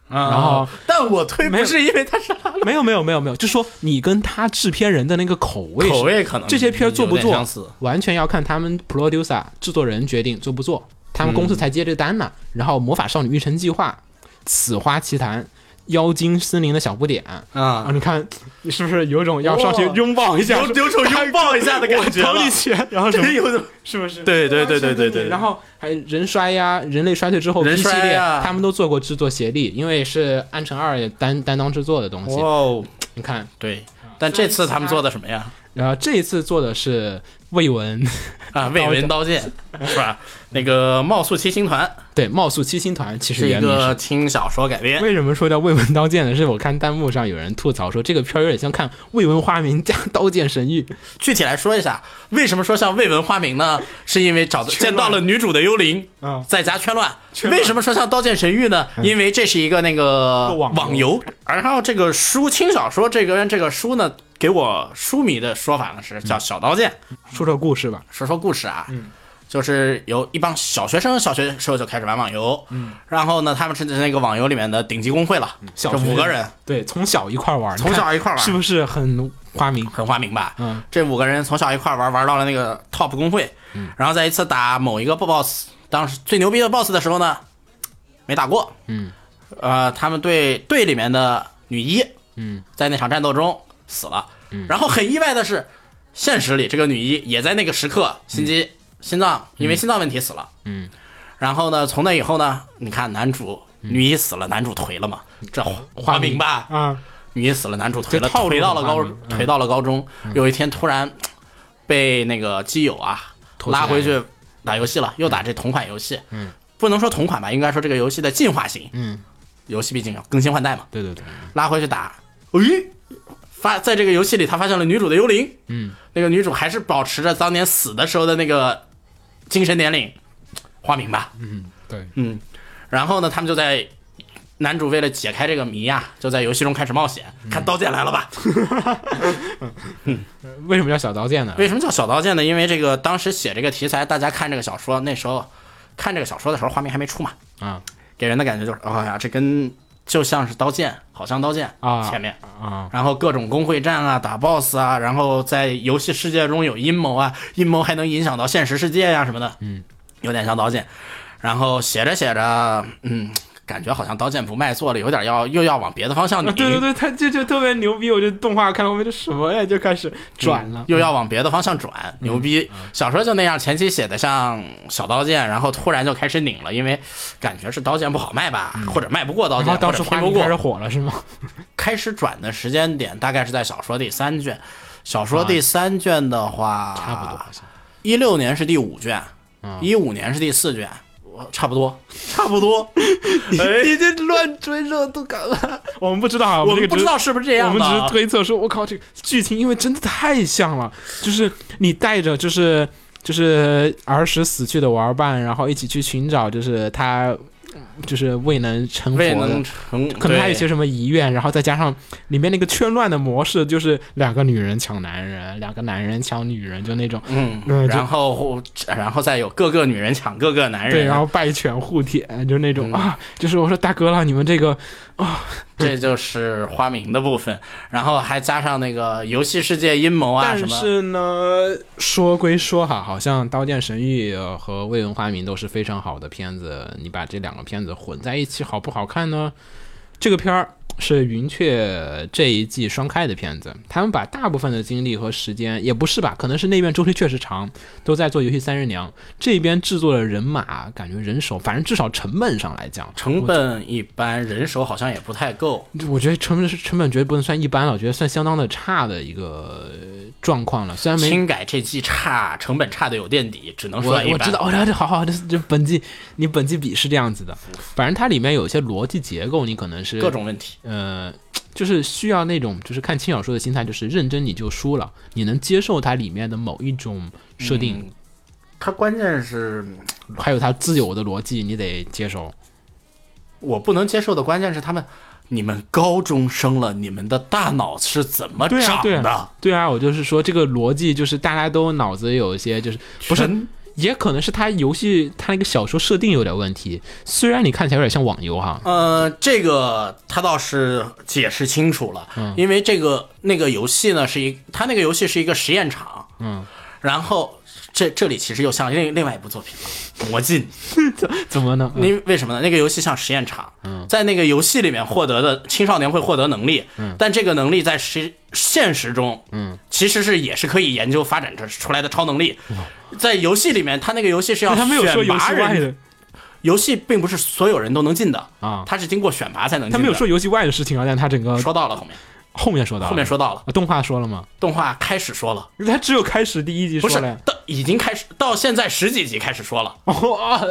Speaker 4: 然
Speaker 3: 然后
Speaker 4: 但我推
Speaker 3: 没
Speaker 4: 不
Speaker 3: 有
Speaker 4: 是因为他是拉
Speaker 3: 没有没有没有没有，就说你跟他制片人的那个口味是，
Speaker 4: 口味可能
Speaker 3: 这些片儿做不
Speaker 4: 有点
Speaker 3: 做
Speaker 4: 相似，
Speaker 3: 完全要看他们 producer 制作人决定做不做，他们公司才接这单呢。
Speaker 4: 嗯
Speaker 3: 然后魔法少女育成计划、此花奇谈、妖精森林的小不点。啊，
Speaker 4: 啊，
Speaker 3: 你看，你是不是有种要上去
Speaker 4: 哇
Speaker 3: 拥抱一下，
Speaker 4: 有有种拥抱一下的感觉了
Speaker 3: 我
Speaker 4: <laughs>
Speaker 3: 掏一拳，然后什么
Speaker 4: 真有种
Speaker 3: 是不是？
Speaker 4: 对对对对对对
Speaker 3: 然后还有人衰呀，人类衰退之后
Speaker 4: 人
Speaker 3: B 系
Speaker 4: 衰
Speaker 3: 列，
Speaker 4: 呀
Speaker 3: 他们都做过制作协力，因为是安城二也担担当制作的东西。
Speaker 4: 哇哦，
Speaker 3: 你看，
Speaker 4: 对。但这次他们做的什么呀？
Speaker 3: 然后这一次做的是未闻，
Speaker 4: 啊，魏文刀剑是吧？那个茂速七星团
Speaker 3: <laughs> 对，茂速七星团其实
Speaker 4: 是一
Speaker 3: 原名
Speaker 4: 个
Speaker 3: 是。
Speaker 4: 轻小说改编，
Speaker 3: <laughs> 为什么说叫未闻刀剑呢？是我看弹幕上有人吐槽说这个片儿有点像看《未闻花名》加《刀剑神域》，
Speaker 4: 具体来说一下，为什么说像未闻花名呢？是因为找见到了女主的幽灵，
Speaker 3: 嗯
Speaker 4: 在家圈乱。为什么说像《刀剑神域》呢？因为这是一个那个
Speaker 3: 个网游
Speaker 4: 网游。然后这个书轻小说这个这个书呢，给我书迷的说法呢是
Speaker 3: 嗯
Speaker 4: 叫小刀剑。
Speaker 3: 说说故事吧。
Speaker 4: 说说故事啊，
Speaker 3: 嗯
Speaker 4: 就是由一帮小学生小学时候就开始玩网游，嗯，然后呢，他们是那个网游里面的顶级工会了，
Speaker 3: 嗯小
Speaker 4: 这
Speaker 3: 学
Speaker 4: 五个人，
Speaker 3: 对，从小一块儿玩儿，你
Speaker 4: 从
Speaker 3: 看
Speaker 4: 小一块儿玩
Speaker 3: 是不是很花名？
Speaker 4: 很花明白，
Speaker 3: 嗯，
Speaker 4: 这五个人从小一块玩，玩到了那个 top 工会，然后在一次打某一个 boss，当时最牛逼的 boss 的时候呢，没打过，嗯，呃，他们队队里面的女一，嗯，在那场战斗中死了，然后很意外的是，现实里这个女一也在那个时刻心
Speaker 3: 嗯
Speaker 4: 肌、心脏因为心脏问题死了，嗯，然后呢，从那以后呢，你看男主。女一死了，男主颓了嘛？这花明白啊
Speaker 3: 嗯啊，
Speaker 4: 女一死了，男主颓
Speaker 3: 这
Speaker 4: 了，
Speaker 3: 套路
Speaker 4: 颓到了
Speaker 3: 很
Speaker 4: 高
Speaker 3: 花名，嗯
Speaker 4: 颓到了高中。有一天突然嘖被那个基友啊
Speaker 3: 出来
Speaker 4: 拉
Speaker 3: 了
Speaker 4: 回去打游戏了，又打这同款游戏。嗯，不能说同款吧，应该说这个游戏的进化型。
Speaker 3: 嗯，
Speaker 4: 游戏毕竟要啊更新换代嘛，
Speaker 3: 对对嗯对，
Speaker 4: 拉回去打。诶，发在这个游戏里，他发现了女主的幽灵。嗯，那个女主还是保持着当年死的时候的那个精神年龄，花明吧。
Speaker 3: 对，
Speaker 4: 嗯，然后呢，他们就在男主为了解开这个谜呀、啊就在游戏中开始冒险。
Speaker 3: 嗯
Speaker 4: 看刀剑
Speaker 3: <laughs>
Speaker 4: 来了吧？
Speaker 3: 为什么叫小刀剑呢？
Speaker 4: 为什么叫小刀剑呢？因为这个当时写这个题材，大家看这个小说，那时候看这个小说的时候，画面还没出嘛，
Speaker 3: 啊
Speaker 4: 给人的感觉就是，哎、呀，这跟就像是刀剑，好像刀剑
Speaker 3: 啊
Speaker 4: 前面。
Speaker 3: 啊，
Speaker 4: 然后各种工会战啊，打 BOSS 啊，然后在游戏世界中有阴谋啊，阴谋还能影响到现实世界呀、什么的，嗯，有点像刀剑。然后写着写着，嗯，感觉好像刀剑不卖做了，有点要又要往别的方向拧，
Speaker 3: 啊
Speaker 4: 嗯
Speaker 3: 对对对，他就就特别牛逼，我就动画看后面就什么呀，就开始转了。
Speaker 4: 又要往别的方向转，牛逼！小说就那样，前期写的像小刀剑，然后突然就开始拧了，因为感觉是刀剑不好卖吧，或者卖不过刀
Speaker 3: 然后
Speaker 4: 剑，
Speaker 3: 当
Speaker 4: 或
Speaker 3: 时
Speaker 4: 者
Speaker 3: 花
Speaker 4: 拼不
Speaker 3: 名开始
Speaker 4: 过。
Speaker 3: 火了是吗？
Speaker 4: 开始转的时间点大概是在小说第三卷，小说第三卷的话，
Speaker 3: 差不多嗯好像。
Speaker 4: 一六年是第五卷，一五年是第四卷，我差不多，差不
Speaker 3: <laughs>
Speaker 4: 多。哎
Speaker 3: 你这乱追热度感了，我们不知道啊，
Speaker 4: 我
Speaker 3: 这
Speaker 4: 们
Speaker 3: 个
Speaker 4: 不知道是不是这
Speaker 3: 我
Speaker 4: 样
Speaker 3: 们
Speaker 4: 的
Speaker 3: 只
Speaker 4: 啊，
Speaker 3: 是推测说，我靠，这个剧情因为真的太像了，就是你带着就是就是儿时死去的玩伴，然后一起去寻找，就是他就是未能成
Speaker 4: 未
Speaker 3: 佛
Speaker 4: 能
Speaker 3: 的。
Speaker 4: 成，
Speaker 3: 可能还有一
Speaker 4: 对
Speaker 3: 些什么遗愿，然后再加上里面那个圈乱的模式，就是两个女人抢男人，两个男人抢女人，就那种，
Speaker 4: 嗯，
Speaker 3: 嗯就
Speaker 4: 然后然后再有各个女人抢各个男人，嗯
Speaker 3: 对，然后拜犬护舔，就那种、啊，就是我说大哥了，你们这个
Speaker 4: 这就是花名的部分，然后还加上那个游戏世界阴谋啊什
Speaker 3: 但
Speaker 4: 么。
Speaker 3: 是呢，说归说哈，好像《刀剑神域》呃和《未闻花名》都是非常好的片子，你把这两个片子混在一起，好不好看呢？这个片儿是云雀这一季双开的片子，他们把大部分的精力和时间，也不是吧，可能是那边周期确实长，都在做游戏三十娘，这边制作的人马，感觉人手，反正至少成本上来讲，
Speaker 4: 成本一般，人手好像也不太够。
Speaker 3: 我觉得成本是成本绝对不能算一般了，我觉得算相当的差的一个呃状况了，虽然没
Speaker 4: 轻改这季差，成本差的有垫底，只能
Speaker 3: 我
Speaker 4: 说一般。
Speaker 3: 我知道，我知道，好哦好，这这本季你本季比是这样子的，反正它里面有一些逻辑结构，你可能是
Speaker 4: 各种问题。
Speaker 3: 呃，就是需要那种就是看轻小说的心态，就是认真你就输了，你能接受它里面的某一种设定，
Speaker 4: 它关键是
Speaker 3: 还有它自有的逻辑，你得接受。
Speaker 4: 我不能接受的，关键是他们，你们高中生了，你们的大脑是怎么
Speaker 3: 对啊，
Speaker 4: 长
Speaker 3: 对
Speaker 4: 的？
Speaker 3: 啊，对啊，我就是说这个逻辑就是大家都脑子有一些就是不是
Speaker 4: 全
Speaker 3: 也可能是它游戏它那个小说设定有点问题，虽然你看起来有点像网游哈，
Speaker 4: 呃，这个他倒是解释清楚了，
Speaker 3: 嗯
Speaker 4: 因为这个那个游戏呢是一，他那个游戏是一个实验场，
Speaker 3: 嗯，
Speaker 4: 然后这这里其实又像另另外一部作品了，《魔镜》，
Speaker 3: <laughs> 怎么呢？嗯
Speaker 4: 因为为什么呢？那个游戏像实验场，在那个游戏里面获得的青少年会获得能力，
Speaker 3: 嗯
Speaker 4: 但这个能力在实现实中，其实是也是可以研究发展出出来的超能力。在游戏里面，他那个游戏是要
Speaker 3: 嗯但他没有说
Speaker 4: 选
Speaker 3: 游
Speaker 4: 拔
Speaker 3: 戏外
Speaker 4: 人
Speaker 3: 的，
Speaker 4: 游戏并不是所有人都能进的
Speaker 3: 啊
Speaker 4: 它是经过选拔才能进的。
Speaker 3: 他没有说游戏外的事情啊，但他整个
Speaker 4: 说到了后面，
Speaker 3: 后面说到了，
Speaker 4: 后面说到了，
Speaker 3: 啊动画说了吗？
Speaker 4: 动画开始说了，
Speaker 3: 他只有开始第一集
Speaker 4: 不
Speaker 3: 说
Speaker 4: 是
Speaker 3: 了呀，
Speaker 4: 到已经开始到现在十几集开始说了，
Speaker 3: <laughs> 哦啊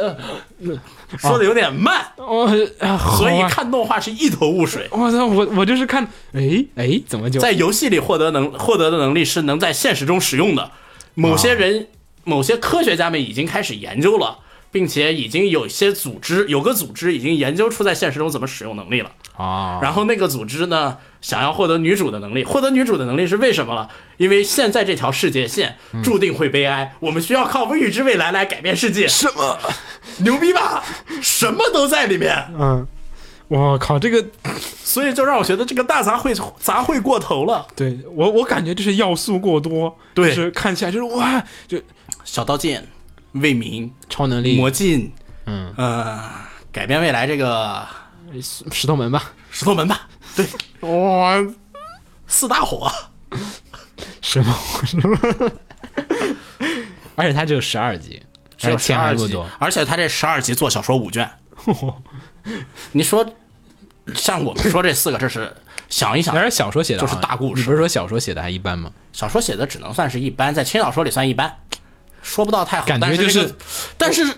Speaker 4: 说的有点慢，
Speaker 3: 哦啊，
Speaker 4: 所以
Speaker 3: 好吧
Speaker 4: 看动画是一头雾水。
Speaker 3: 我操，我我就是看，哎哎，怎么就
Speaker 4: 在游戏里获得能获得的能力是能在现实中使用的，某些人某些科学家们已经开始研究了。并且已经有些组织，有个组织已经研究出在现实中怎么使用能力了。
Speaker 3: 啊？
Speaker 4: 然后那个组织呢，想要获得女主的能力，获得女主的能力是为什么了？因为现在这条世界线注定会悲哀，我们需要靠预知未来来改变世界。什么？牛逼吧？什么都在里面，
Speaker 3: 嗯，我靠，这个
Speaker 4: 所以就让我觉得这个大杂烩杂烩过头了。
Speaker 3: 对我我感觉就是要素过多，
Speaker 4: 对
Speaker 3: 就是看起来就是哇，就
Speaker 4: 小刀剑、为民、
Speaker 3: 超能力
Speaker 4: 魔镜，
Speaker 3: 嗯，
Speaker 4: 呃，改变未来这个
Speaker 3: 石头门吧，
Speaker 4: 石头门吧，对，
Speaker 3: 哇，
Speaker 4: 四大火，
Speaker 3: 哎什么什么， <laughs> 而且它只有十二集，
Speaker 4: 只有
Speaker 3: 而且
Speaker 4: 十
Speaker 3: 钱还
Speaker 4: 二
Speaker 3: 不
Speaker 4: 集
Speaker 3: 多，，
Speaker 4: 而且他这十二集做小说五卷， <laughs> 你说，像我们说这四个，这是 <laughs> 想一想
Speaker 3: 当，然小说写的
Speaker 4: 就是
Speaker 3: 好
Speaker 4: 大故
Speaker 3: 你
Speaker 4: 事
Speaker 3: 不是说小说写的还一般吗？
Speaker 4: 小说写的只能算是一般，在轻小说里算一般，说不到太好，
Speaker 3: 感觉
Speaker 4: 但是
Speaker 3: 就是
Speaker 4: 这个，但是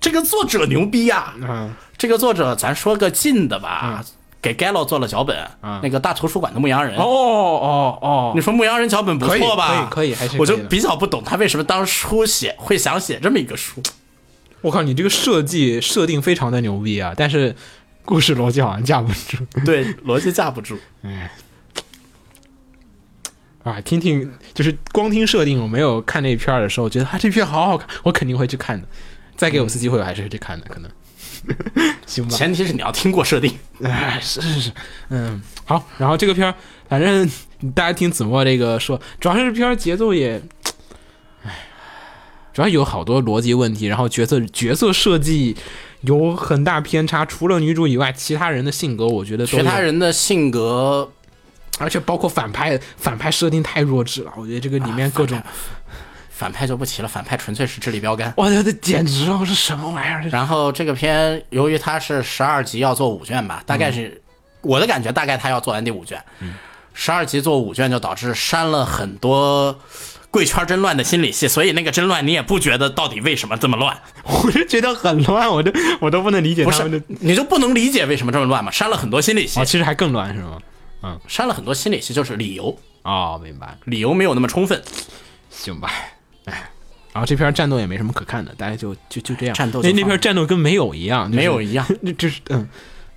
Speaker 4: 这个作者牛逼呀、
Speaker 3: 嗯，
Speaker 4: 这个作者，咱说个近的吧，给 Gallo 做了脚本，那个大图书馆的牧羊人，
Speaker 3: 嗯哦哦哦，
Speaker 4: 你说牧羊人脚本不错吧？
Speaker 3: 可以可以可以还是
Speaker 4: 我就
Speaker 3: 可以的
Speaker 4: 比较不懂他为什么当初写会想写这么一个书，
Speaker 3: 我靠，你这个设计设定非常的牛逼啊，但是故事逻辑好像架不住。
Speaker 4: 对，逻辑架不住。
Speaker 3: 啊，听听，就是光听设定，我没有看那片儿的时候，觉得啊这片儿好好看， <laughs> 我肯定会去看的。再给我一次机会，我还是会去看的，可能。行吧，
Speaker 4: 前提是你要听过设定，
Speaker 3: 哎，是是是，嗯，好。然后这个片儿，反正大家听子墨这个说，主要是这片儿节奏也，唉，主要有好多逻辑问题，然后角色角色设计有很大偏差。除了女主以外，其他人的性格我觉得都
Speaker 4: 其
Speaker 3: 有
Speaker 4: 他，人的性格
Speaker 3: 而且包括反派，反派设定太弱智了。我觉得这个里面各种，
Speaker 4: 啊反派就不提了，反派纯粹是智力标杆。
Speaker 3: 我觉得简直了，是什么玩意儿？
Speaker 4: 然后这个片由于它是十二集要做五卷吧，大
Speaker 3: 嗯
Speaker 4: 概是、我的感觉，大概它要做完第五卷。十二集做五卷就导致删了很多贵圈真乱的心理戏，所以那个真乱你也不觉得到底为什么这么乱，
Speaker 3: 我是觉得很乱，我都我都不能理解
Speaker 4: 不
Speaker 3: 他
Speaker 4: 是
Speaker 3: 们的。
Speaker 4: 你就不能理解为什么这么乱嘛？删了很多心理戏
Speaker 3: 哦，，其实还更乱是吗？
Speaker 4: 删了很多心理戏就是理由，
Speaker 3: 哦，明白，
Speaker 4: 理由没有那么充分，
Speaker 3: 行吧，哎。然后这篇战斗也没什么可看的，大家就就就这样。
Speaker 4: 战斗就
Speaker 3: 那那
Speaker 4: 放
Speaker 3: 篇战斗跟没有一样，就是
Speaker 4: 没有一样，
Speaker 3: 就是 <laughs> 嗯，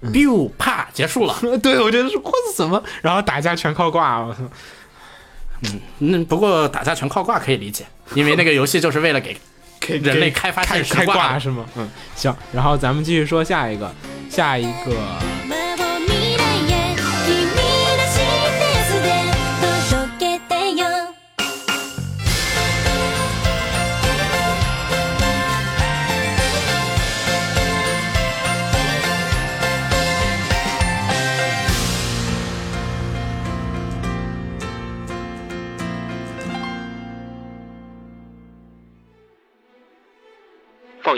Speaker 4: biu 啪结束了。
Speaker 3: 对，我觉得是我怎么，然后打架全靠挂，我操！
Speaker 4: 嗯，不过打架全靠挂可以理解，因为那个游戏就是为了给
Speaker 3: <laughs> 给
Speaker 4: 人类开发
Speaker 3: 开
Speaker 4: 现实
Speaker 3: 开
Speaker 4: 挂
Speaker 3: 挂
Speaker 4: 的
Speaker 3: 是吗？嗯，行，然后咱们继续说下一个，下一个
Speaker 5: 夢を未来へ君らして素で届けてよ
Speaker 6: 放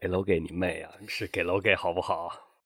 Speaker 2: 给楼给你妹啊！是给楼给好不好？